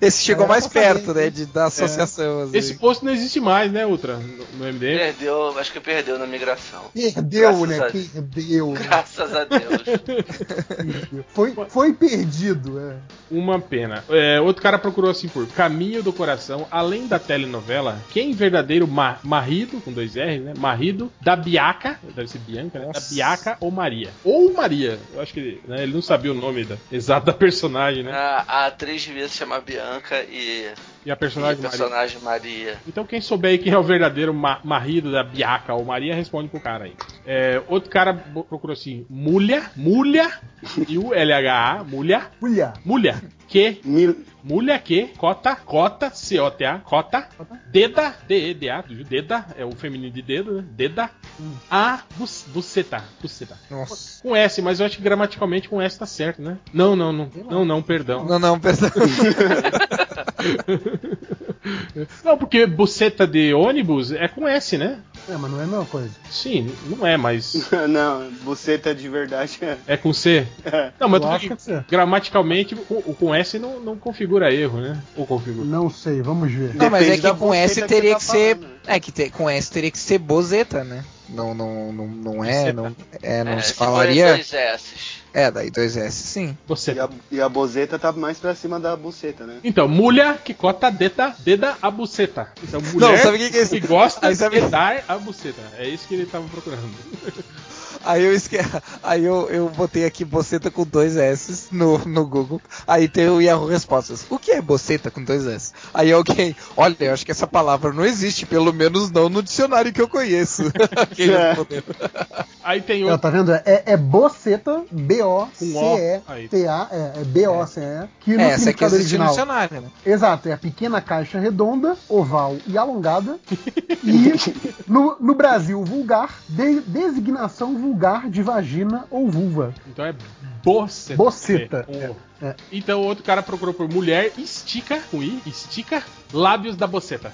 S6: Esse chegou
S4: Era
S6: mais
S4: pra saber,
S6: perto, né? De, da associação. assim.
S1: Esse posto não existe mais, né, Ultra? No no MDM.
S3: Perdeu, acho que perdeu na migração.
S4: Perdeu, né?
S3: Graças [LAUGHS]
S4: Perdeu.
S3: Graças a Deus. [LAUGHS]
S4: Foi, foi perdido, é.
S1: Uma pena. É, outro cara procurou assim por Caminho do Coração, além da telenovela, quem verdadeiro ma marido, com dois R's, né? Marido da Biaca, deve ser Bianca, né? Da
S6: Nossa.
S1: Biaca ou Maria. Ou Maria, eu acho que ele, né, ele não sabia o nome da, exato da personagem, né?
S3: A, a atriz devia se chamar Bianca e,
S1: E a
S3: e
S1: personagem
S3: o
S1: Maria.
S3: personagem Maria.
S1: Então quem souber aí quem é o verdadeiro ma- marido da Biaca ou Maria, responde pro cara aí. É, outro cara bo- procurou assim, Mulha, Mulha, e o LHA, Mulha,
S4: Mulher.
S1: Mulha, que
S2: Mil-
S1: Mulher que, cota, cota, C-O-T-A, cota, deda, D-E-D-A, deda, é o feminino de dedo, né? Deda, a, buc- buceta, buceta.
S6: Nossa.
S1: Com S, mas eu acho que gramaticalmente com S tá certo, né? Não, não, não, não, não, perdão.
S6: Não, não, perdão.
S1: Não, porque buceta de ônibus é com S, né?
S4: É, mas não é a mesma coisa.
S1: Sim, não é, mas
S2: Não, você tá de verdade. é.
S1: é com C. Não, mas eu
S4: Eu
S1: tô
S4: acho que é
S1: dizendo,
S4: C.
S1: gramaticalmente o com S não, não configura erro, né? Ou configura.
S4: Não sei, vamos ver.
S6: Não, mas é
S2: Depende da
S6: que com S
S2: buceta que
S6: teria
S2: tá
S6: que ser.
S2: falando.
S6: É que te- com S teria que ser bozeta, né? Não, não, não, não é, não, é, não
S3: É,
S6: se
S3: se forem
S6: falaria.
S3: dois S's.
S6: É, daí dois S, sim.
S1: Você.
S2: E a, e a bozeta tá mais pra cima da buceta, né?
S1: Então, mulher que cota deda, deda a buceta. Então, mulher
S6: Não, sabe o que que é isso?
S1: gosta
S6: Aí sabe-
S1: de dar a buceta. É isso que ele tava procurando.
S6: Aí eu esque... aí eu, eu botei aqui boceta com dois S no, no Google. Aí tem o Yahoo Respostas. O que é boceta com dois S? Aí alguém, olha, eu acho que essa palavra não existe, pelo menos não no dicionário que eu conheço. Quem
S2: É.
S6: respondeu?
S1: Aí tem
S4: Ó,
S1: outro.
S4: tá vendo? É, é boceta, B-O-C-E-T-A, é, é B-O-C-E, que no
S6: É, essa aqui
S4: significado
S6: existe no
S4: original.
S6: dicionário, né?
S4: Exato, é a pequena caixa redonda, oval e alongada. E no, no Brasil vulgar, de- designação vulgar de vagina ou vulva.
S1: Então é boceta.
S4: tá- Boceta.
S1: Com o.
S4: É.
S1: Então outro cara procurou por mulher estica, com I, estica, lábios da boceta.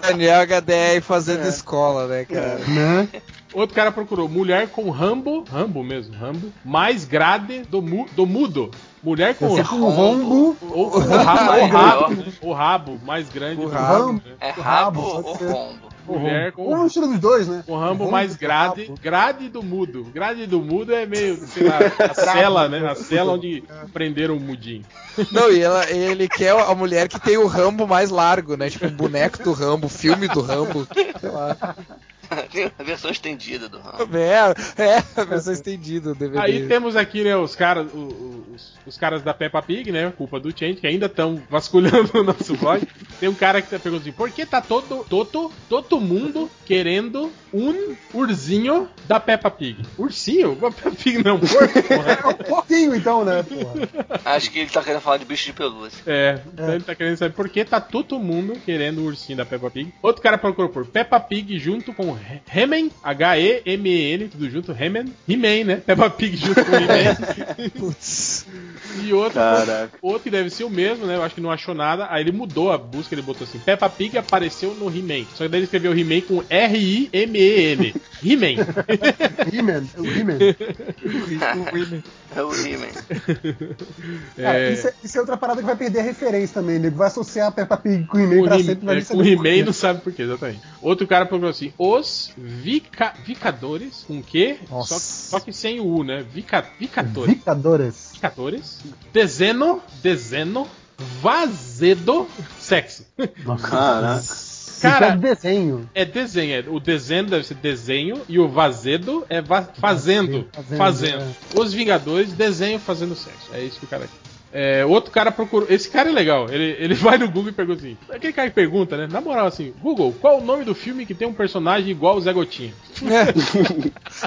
S6: Daniel HDR fazendo
S4: É.
S6: escola, né, cara?
S4: Né?
S1: Outro cara procurou mulher com rambo, rambo mesmo, rambo, mais grade do, mu- do mudo. Mulher com
S4: Você com tipo um rombo,
S1: ou- ou rabo, ou rabo, né? Ou rabo, mais grande
S6: O
S1: do
S6: rabo.
S1: mudo, né?
S3: É
S4: rabo,
S3: rabo ou
S4: pode ser.
S3: rombo?
S1: mulher com
S4: Um é um estilo dos dois, né?
S1: um Rambo
S4: Vamos
S1: mais
S4: pro
S1: grade,
S4: papo.
S1: grade do mudo. Grade do mudo é meio, sei lá, [LAUGHS] a cela, né? A cela onde prenderam o mudinho.
S6: Não, e ela, ele quer a mulher que tem o Rambo mais largo, né? Tipo, o boneco do Rambo, o filme do Rambo. Sei lá.
S3: Tem a [LAUGHS] versão estendida do Rambo.
S6: É, é a versão estendida, o DVD.
S1: Aí temos aqui, né, os caras, o- o- os, os caras da Peppa Pig, né? Culpa do Change, que ainda estão vasculhando o nosso blog. Tem um cara que tá perguntando assim, por que tá todo, todo, todo mundo querendo um ursinho da Peppa Pig? Ursinho? Peppa Pig não, porco, porra.
S4: É um pouquinho então, né, porra?
S3: Acho que ele tá querendo falar de bicho de pelúcia.
S1: É, então ele tá querendo saber por que tá todo mundo querendo o ursinho da Peppa Pig. Outro cara procurou por Peppa Pig junto com He- He-Man, H-E-M-E-N, tudo junto, He-Man, He-Man, né? Peppa Pig junto com He-Man. [LAUGHS]
S6: Putz.
S1: E outro,
S2: Caraca.
S1: outro que deve ser o mesmo, né? Eu acho que não achou nada. Aí ele mudou a busca, ele botou assim: Peppa Pig apareceu no He-Man. Só que daí ele escreveu He-Man com R-I-M-E-N. He-Man.
S4: He-Man, é o He-Man.
S3: É o He-Man.
S4: Cara,
S1: [LAUGHS] É.
S4: isso, é, isso é outra parada que vai perder a referência também, nego. Vai associar a Peppa Pig com o He-Man
S1: com
S4: pra
S1: He-
S4: sempre. Vai
S1: é,
S4: nem
S1: com
S4: saber por
S1: He-Man
S4: quê.
S1: não sabe por quê, exatamente. Outro cara procurou assim: os vica, vicadores com Q,
S4: Nossa.
S1: só, só que sem o U, né? Vica, vicadores.
S4: Vicadores.
S1: Vicadores. Dezeno, dezeno, vazedo, sexo.
S2: Caraca.
S1: Cara-
S4: Cara, de é desenho.
S1: É desenho, é, o desenho deve ser desenho e o vazedo é va- fazendo. Fazendo.
S4: Fazendo, é.
S1: Os Vingadores, desenho fazendo sexo. É isso que o cara quer. É, outro cara procurou. Esse cara é legal. Ele, ele [LAUGHS] vai no Google e pergunta assim. Aquele cara que pergunta, né? Na moral, assim, Google, qual o nome do filme que tem um personagem igual o Zé Gotinha?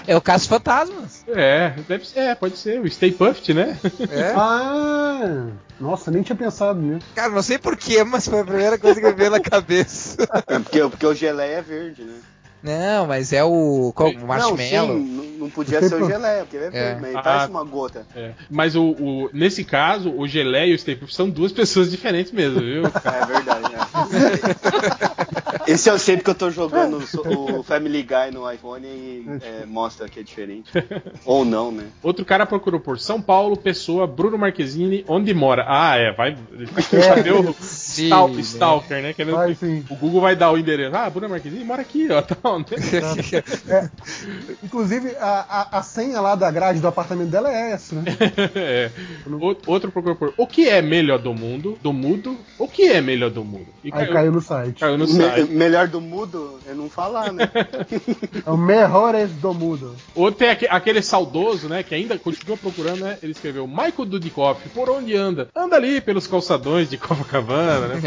S6: É o Caso Fantasmas.
S1: É, deve ser, é, pode ser, o Stay Puft, né? [LAUGHS]
S6: É.
S4: Ah! Nossa, nem tinha pensado nisso.
S6: Cara, não sei porquê, mas foi a primeira coisa que me veio na cabeça.
S2: É porque, porque o geleia é verde, né?
S6: Não, mas é o. Qual, o
S2: Não,
S6: marshmallow.
S2: sim, não, não podia ser o geleia, porque ele é verde, mas ele
S1: Ah.
S2: parece uma gota.
S1: É. Mas o, o- nesse caso, o Gelé e o Stay Puft são duas pessoas diferentes mesmo, viu?
S2: É verdade, né? [LAUGHS] Esse é eu sei porque eu tô jogando o so- o Family Guy no iPhone e é, mostra que é diferente. Ou não, né?
S1: Outro cara procurou por São Paulo, Pessoa, Bruno Marquezine, onde mora. Ah, é, vai. Ele tá querendo saber o stal-
S6: né?
S1: Stalker, né? Querendo-
S4: Vai sim.
S1: O Google vai dar o endereço. Ah, Bruno Marquezine mora aqui, ó. [LAUGHS] Tal, né?
S6: É.
S4: Inclusive, a, a, a senha lá da grade do apartamento dela é essa, né?
S1: É. Out- Outro procurou por O que é melhor do mundo? Do mudo? O que é melhor do mundo? E
S4: Aí
S1: caiu,
S4: caiu no site.
S1: caiu no
S2: Me-
S1: site.
S2: melhor do mudo é não falar, né?
S4: É o Melhores do Mundo.
S1: Outro tem aque- aquele saudoso, né? Que ainda continua procurando, né? Ele escreveu Michael Dudikoff, por onde anda? Anda ali pelos calçadões de Copacabana,
S6: [LAUGHS]
S1: né?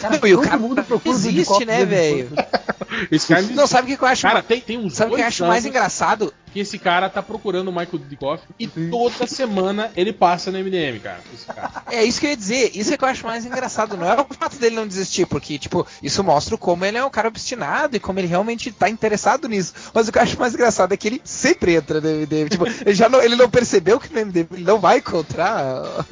S4: Cara,
S6: Não, e o
S4: todo
S6: cara
S4: mundo procura o
S6: existe,
S4: Dudikoff
S6: né,
S4: de
S6: velho?
S4: vez
S6: [LAUGHS]
S1: Esse cara,
S6: Não, sabe o que que eu acho?
S1: cara tem, tem uns
S6: sabe o que eu
S1: dois
S6: acho mais
S1: anos-
S6: engraçado?
S1: que esse cara tá procurando o Michael Dudikoff e
S4: Sim.
S1: toda semana ele passa no MDM, cara. Esse
S4: [LAUGHS]
S1: cara.
S6: É isso que eu ia dizer, isso é que eu acho mais engraçado, não é o fato dele não desistir, porque, tipo, isso mostra como ele é um cara obstinado e como ele realmente tá interessado nisso. Mas o que eu acho mais engraçado é que ele sempre entra no MDM. Tipo, ele, já não, ele não percebeu que no MDM ele não vai encontrar a,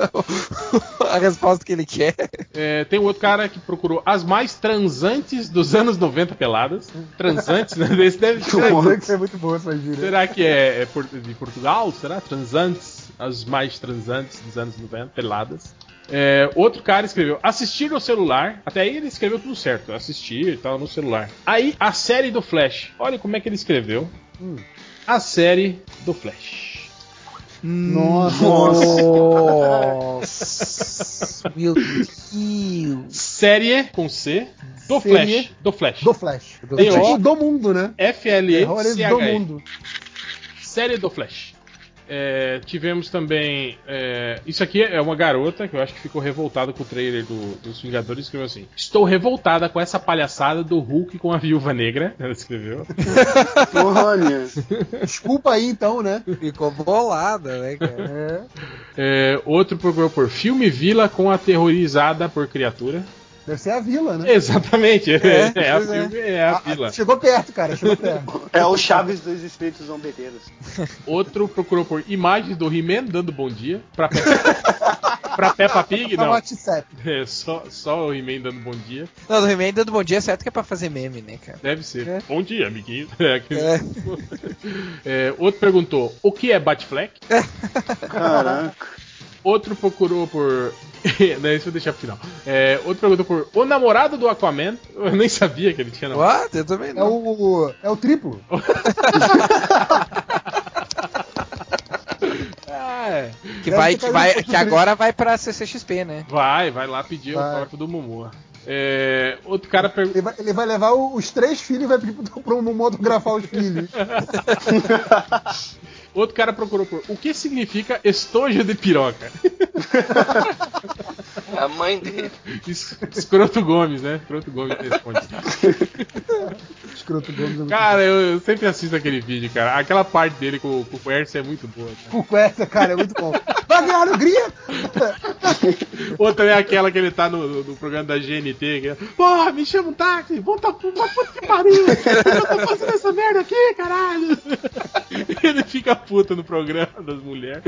S6: a resposta que ele quer.
S1: É, tem um outro cara que procurou as mais transantes dos anos 90 peladas. Transantes, né? Esse deve ser.
S4: Porra, que é [LAUGHS] muito boa essa gíria.
S1: Será que é, é por- de Portugal? Será? Transantes? As mais transantes dos anos 90, peladas. É, outro cara escreveu assistir no celular. Até aí ele escreveu tudo certo. Assistir e tal no celular. Aí a série do Flash. Olha como é que ele escreveu. Hum. A série do Flash.
S4: Nossa.
S6: Nossa! [LAUGHS] Meu Deus!
S1: Série com C do
S4: Série.
S1: Flash. Do Flash.
S4: Do Flash.
S6: Do
S4: É
S1: Flash.
S4: tipo do mundo, né? Melhores do
S1: F-L-E-C-H-E.
S4: mundo.
S1: Série do Flash. É, tivemos também. é, isso aqui é uma garota que eu acho que ficou revoltada com o trailer do, dos Vingadores. Escreveu assim: Estou revoltada com essa palhaçada do Hulk com a viúva negra. [LAUGHS] Ela escreveu.
S2: Olha.
S4: Desculpa aí então, né?
S6: Ficou bolada, né, cara?
S4: É.
S1: É, outro procurou por filme Vila com a terrorizada por criatura.
S4: Deve ser a vila, né?
S1: Exatamente. [LAUGHS] É,
S6: É,
S1: a,
S6: pois é.
S1: filme- é a
S4: Ah,
S1: vila.
S4: Chegou perto, cara, chegou perto.
S2: É o Chaves dos Espíritos Zombeteiros.
S1: Outro procurou por imagens do He-Man dando bom dia pra Peppa, pra Peppa Pig, [LAUGHS]
S4: Pra
S1: não.
S4: WhatsApp.
S1: É, só, só o He-Man dando bom dia.
S6: Não, do He-Man dando bom dia, certo que é pra fazer meme, né, cara?
S1: Deve ser.
S4: É.
S1: Bom dia, amiguinho. [LAUGHS] É, aquele-
S6: É.
S1: É, outro perguntou: o que é Batfleck?
S2: Caraca.
S1: Outro procurou por [LAUGHS] Não, isso eu vou deixar pro final. É, outro pergunta por o namorado do Aquaman. [LAUGHS] Eu nem sabia que ele tinha namorado.
S6: What? Eu também
S4: É
S6: não.
S4: o, é o triplo.
S1: Ah, é.
S6: Que, vai,
S4: Deve ter
S6: que, vai-
S4: caído no
S6: que agora vai pra CCXP, né?
S1: Vai, vai lá pedir o
S4: Vai.
S1: autógrafo do Momoa. É, outro cara pergunta.
S4: Ele vai, ele vai levar o- os três filhos e vai pedir pro- pro Momo autografar os
S1: [LAUGHS]
S4: filhos.
S1: Outro cara procurou por o que significa estojo de piroca?
S3: A mãe dele.
S1: Es- Escroto Gomes, né? Escroto Gomes responde.
S4: Escroto Gomes. é muito-
S1: Cara, eu, eu sempre assisto aquele vídeo, cara. Aquela parte dele com, com o Hertz é muito boa. Cara.
S4: Com essa, cara, é muito bom. Vai ganhar alegria!
S1: Outra é aquela que ele tá no, no- no programa da GNT. Que é, Porra, me chama um táxi, volta pro puta que pariu. Eu tô fazendo essa merda aqui, caralho. [LAUGHS] Ele fica puto no programa das mulheres.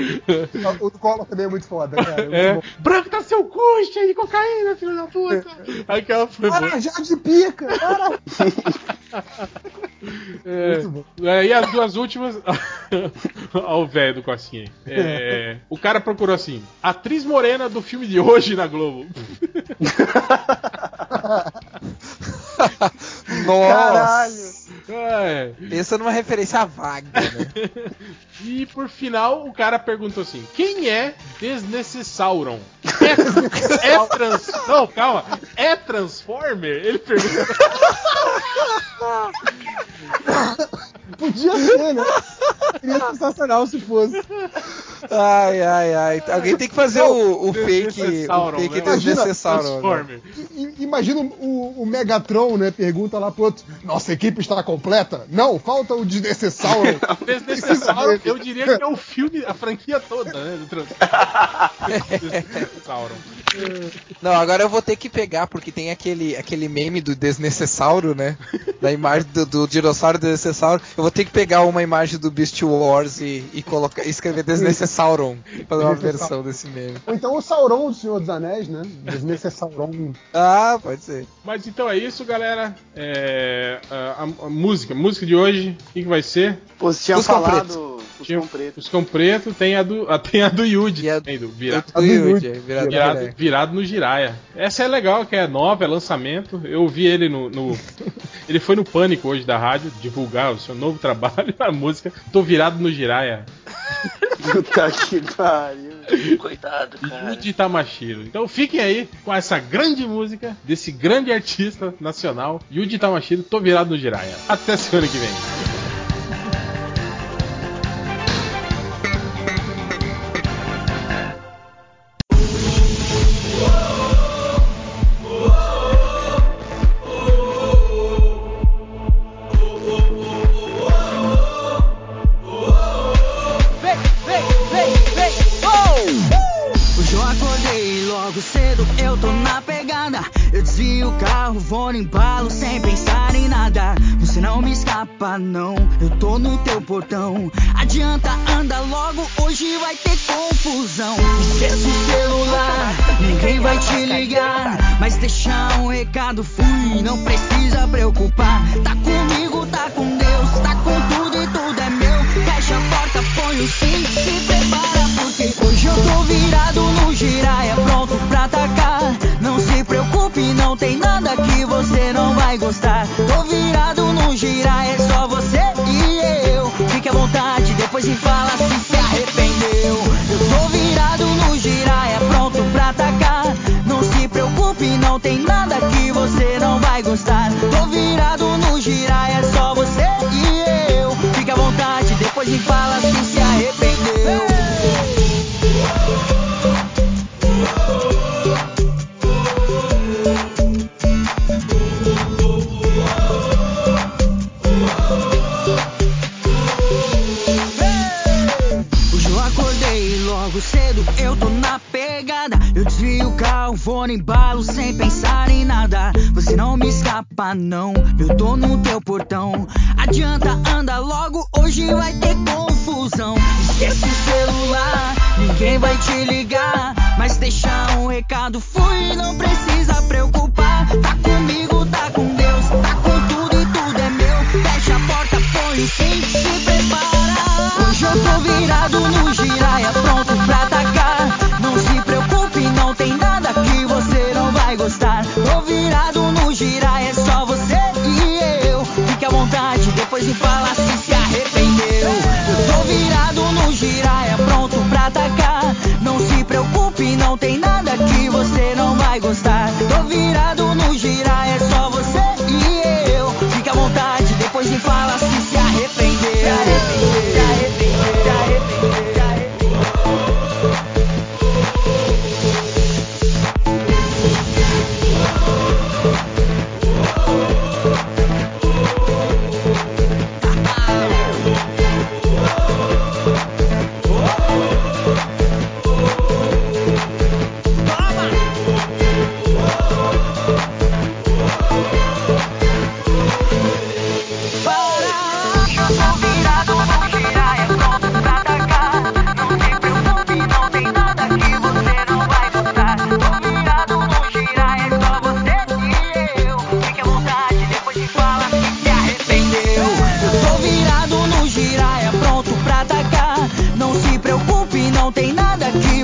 S4: O do Collor também é muito foda, cara. É muito
S1: É,
S4: bom.
S1: branco tá seu cu, cheio de cocaína, filho da puta.
S4: É.
S1: Aquela foi boa.
S4: Cara, Jade de pica! Cara.
S1: É,
S4: Muito
S1: é, e as duas últimas. [LAUGHS] Olha o velho do Cocinha aí. É, o cara procurou assim: atriz morena do filme de hoje na Globo.
S6: Nossa!
S1: É.
S6: Pensa numa referência à vaga, né?
S1: E por final, o cara perguntou assim: quem é Desnecessauron? É, é trans. Não, calma. É Transformer? Ele perguntou. É
S4: Podia ser, né? Seria sensacional se fosse.
S6: Ai, ai, ai. Alguém tem que fazer o, o fake, o
S1: Desnecessauron,
S6: fake
S1: né?
S6: desnecessário.
S1: Transformer.
S4: I- Imagina o, o Megatron, né? Pergunta lá pro outro: Nossa equipe está completa? Não, falta
S1: [LAUGHS]
S4: o desnecessário.
S1: Desnecessário, eu diria que é o filme, a franquia toda, né? Do [LAUGHS] Transformers. Desnecessauron.
S6: Não, agora eu vou ter que pegar, porque tem aquele, aquele meme do desnecessário, né? Da imagem do, do dinossauro desnecessário. Eu vou ter que pegar uma imagem do Beast Wars e, e colocar, e escrever desnecessário. Fazer uma versão desse meme.
S4: Ou então o Sauron do Senhor dos Anéis, né? Desnecessauron.
S6: Ah, pode ser.
S1: Mas então é isso, galera. É, a, a- a música, música de hoje, o que, que vai ser?
S2: Pô, você tinha
S6: Fuscão
S2: falado.
S1: Tinha-
S2: Fuscão preto.
S1: Fuscão Preto, tem a do, [LAUGHS] a, tem a do Yudi,
S6: E a-
S1: também, do Vira-
S6: Do Yuji, né?
S1: virado,
S6: virado, virado.
S1: virado no Jiraya. Essa é legal, que é nova, é lançamento. Eu vi ele no. no- ele foi no pânico hoje da rádio divulgar o seu novo [LAUGHS] trabalho, a música. Tô virado no Jiraya.
S2: [LAUGHS] Puta que pariu.
S3: Coitado, cara.
S1: Yuji Tamashiro. Então fiquem aí com essa grande música desse grande artista nacional, Yuji Tamashiro, tô virado no Jiraya. Até semana que vem.
S9: Hoje eu acordei logo cedo, eu tô na pegada. Eu desvio o carro, vou no embalo sem pensar em nada. Você não me escapa, não, eu tô no teu portão. Adianta, anda logo, hoje vai ter confusão. Esqueça o celular, ninguém vai te ligar. Mas deixa um recado, fui, não precisa preocupar. Tá comigo, tá com Deus, tá com tudo e tudo é meu. Fecha a porta, põe o cinto, se prepara porque hoje eu tô virado no giraia, pronto pra atacar. Não se preocupe, não tem nada que você não vai gostar. Tô virado no giraia, é só você e eu. Fique à vontade, depois me fala se se arrependeu. Eu tô virado no giraia, pronto pra atacar. Não se preocupe, não tem nada que você não vai gostar. Tô virado no giraia, é só você e eu. Fique à vontade, depois me fala se se arrependeu. Hoje eu acordei logo cedo, eu tô na pegada. Eu desvio o carro, vou no embalo sem pensar em nada. Você não me escapa, não, eu tô no teu portão. Adianta, anda logo, hoje vai ter confusão. Esquece o celular, ninguém vai te ligar. Mas deixa um recado, fui, não precisa preocupar. Tá comigo, tá com Deus, tá com tudo e tudo é meu. Fecha a porta, põe o cinto, se prepara. Hoje eu tô virado no giraia, pronto pra atacar. Não se preocupe, não tem nada é é que é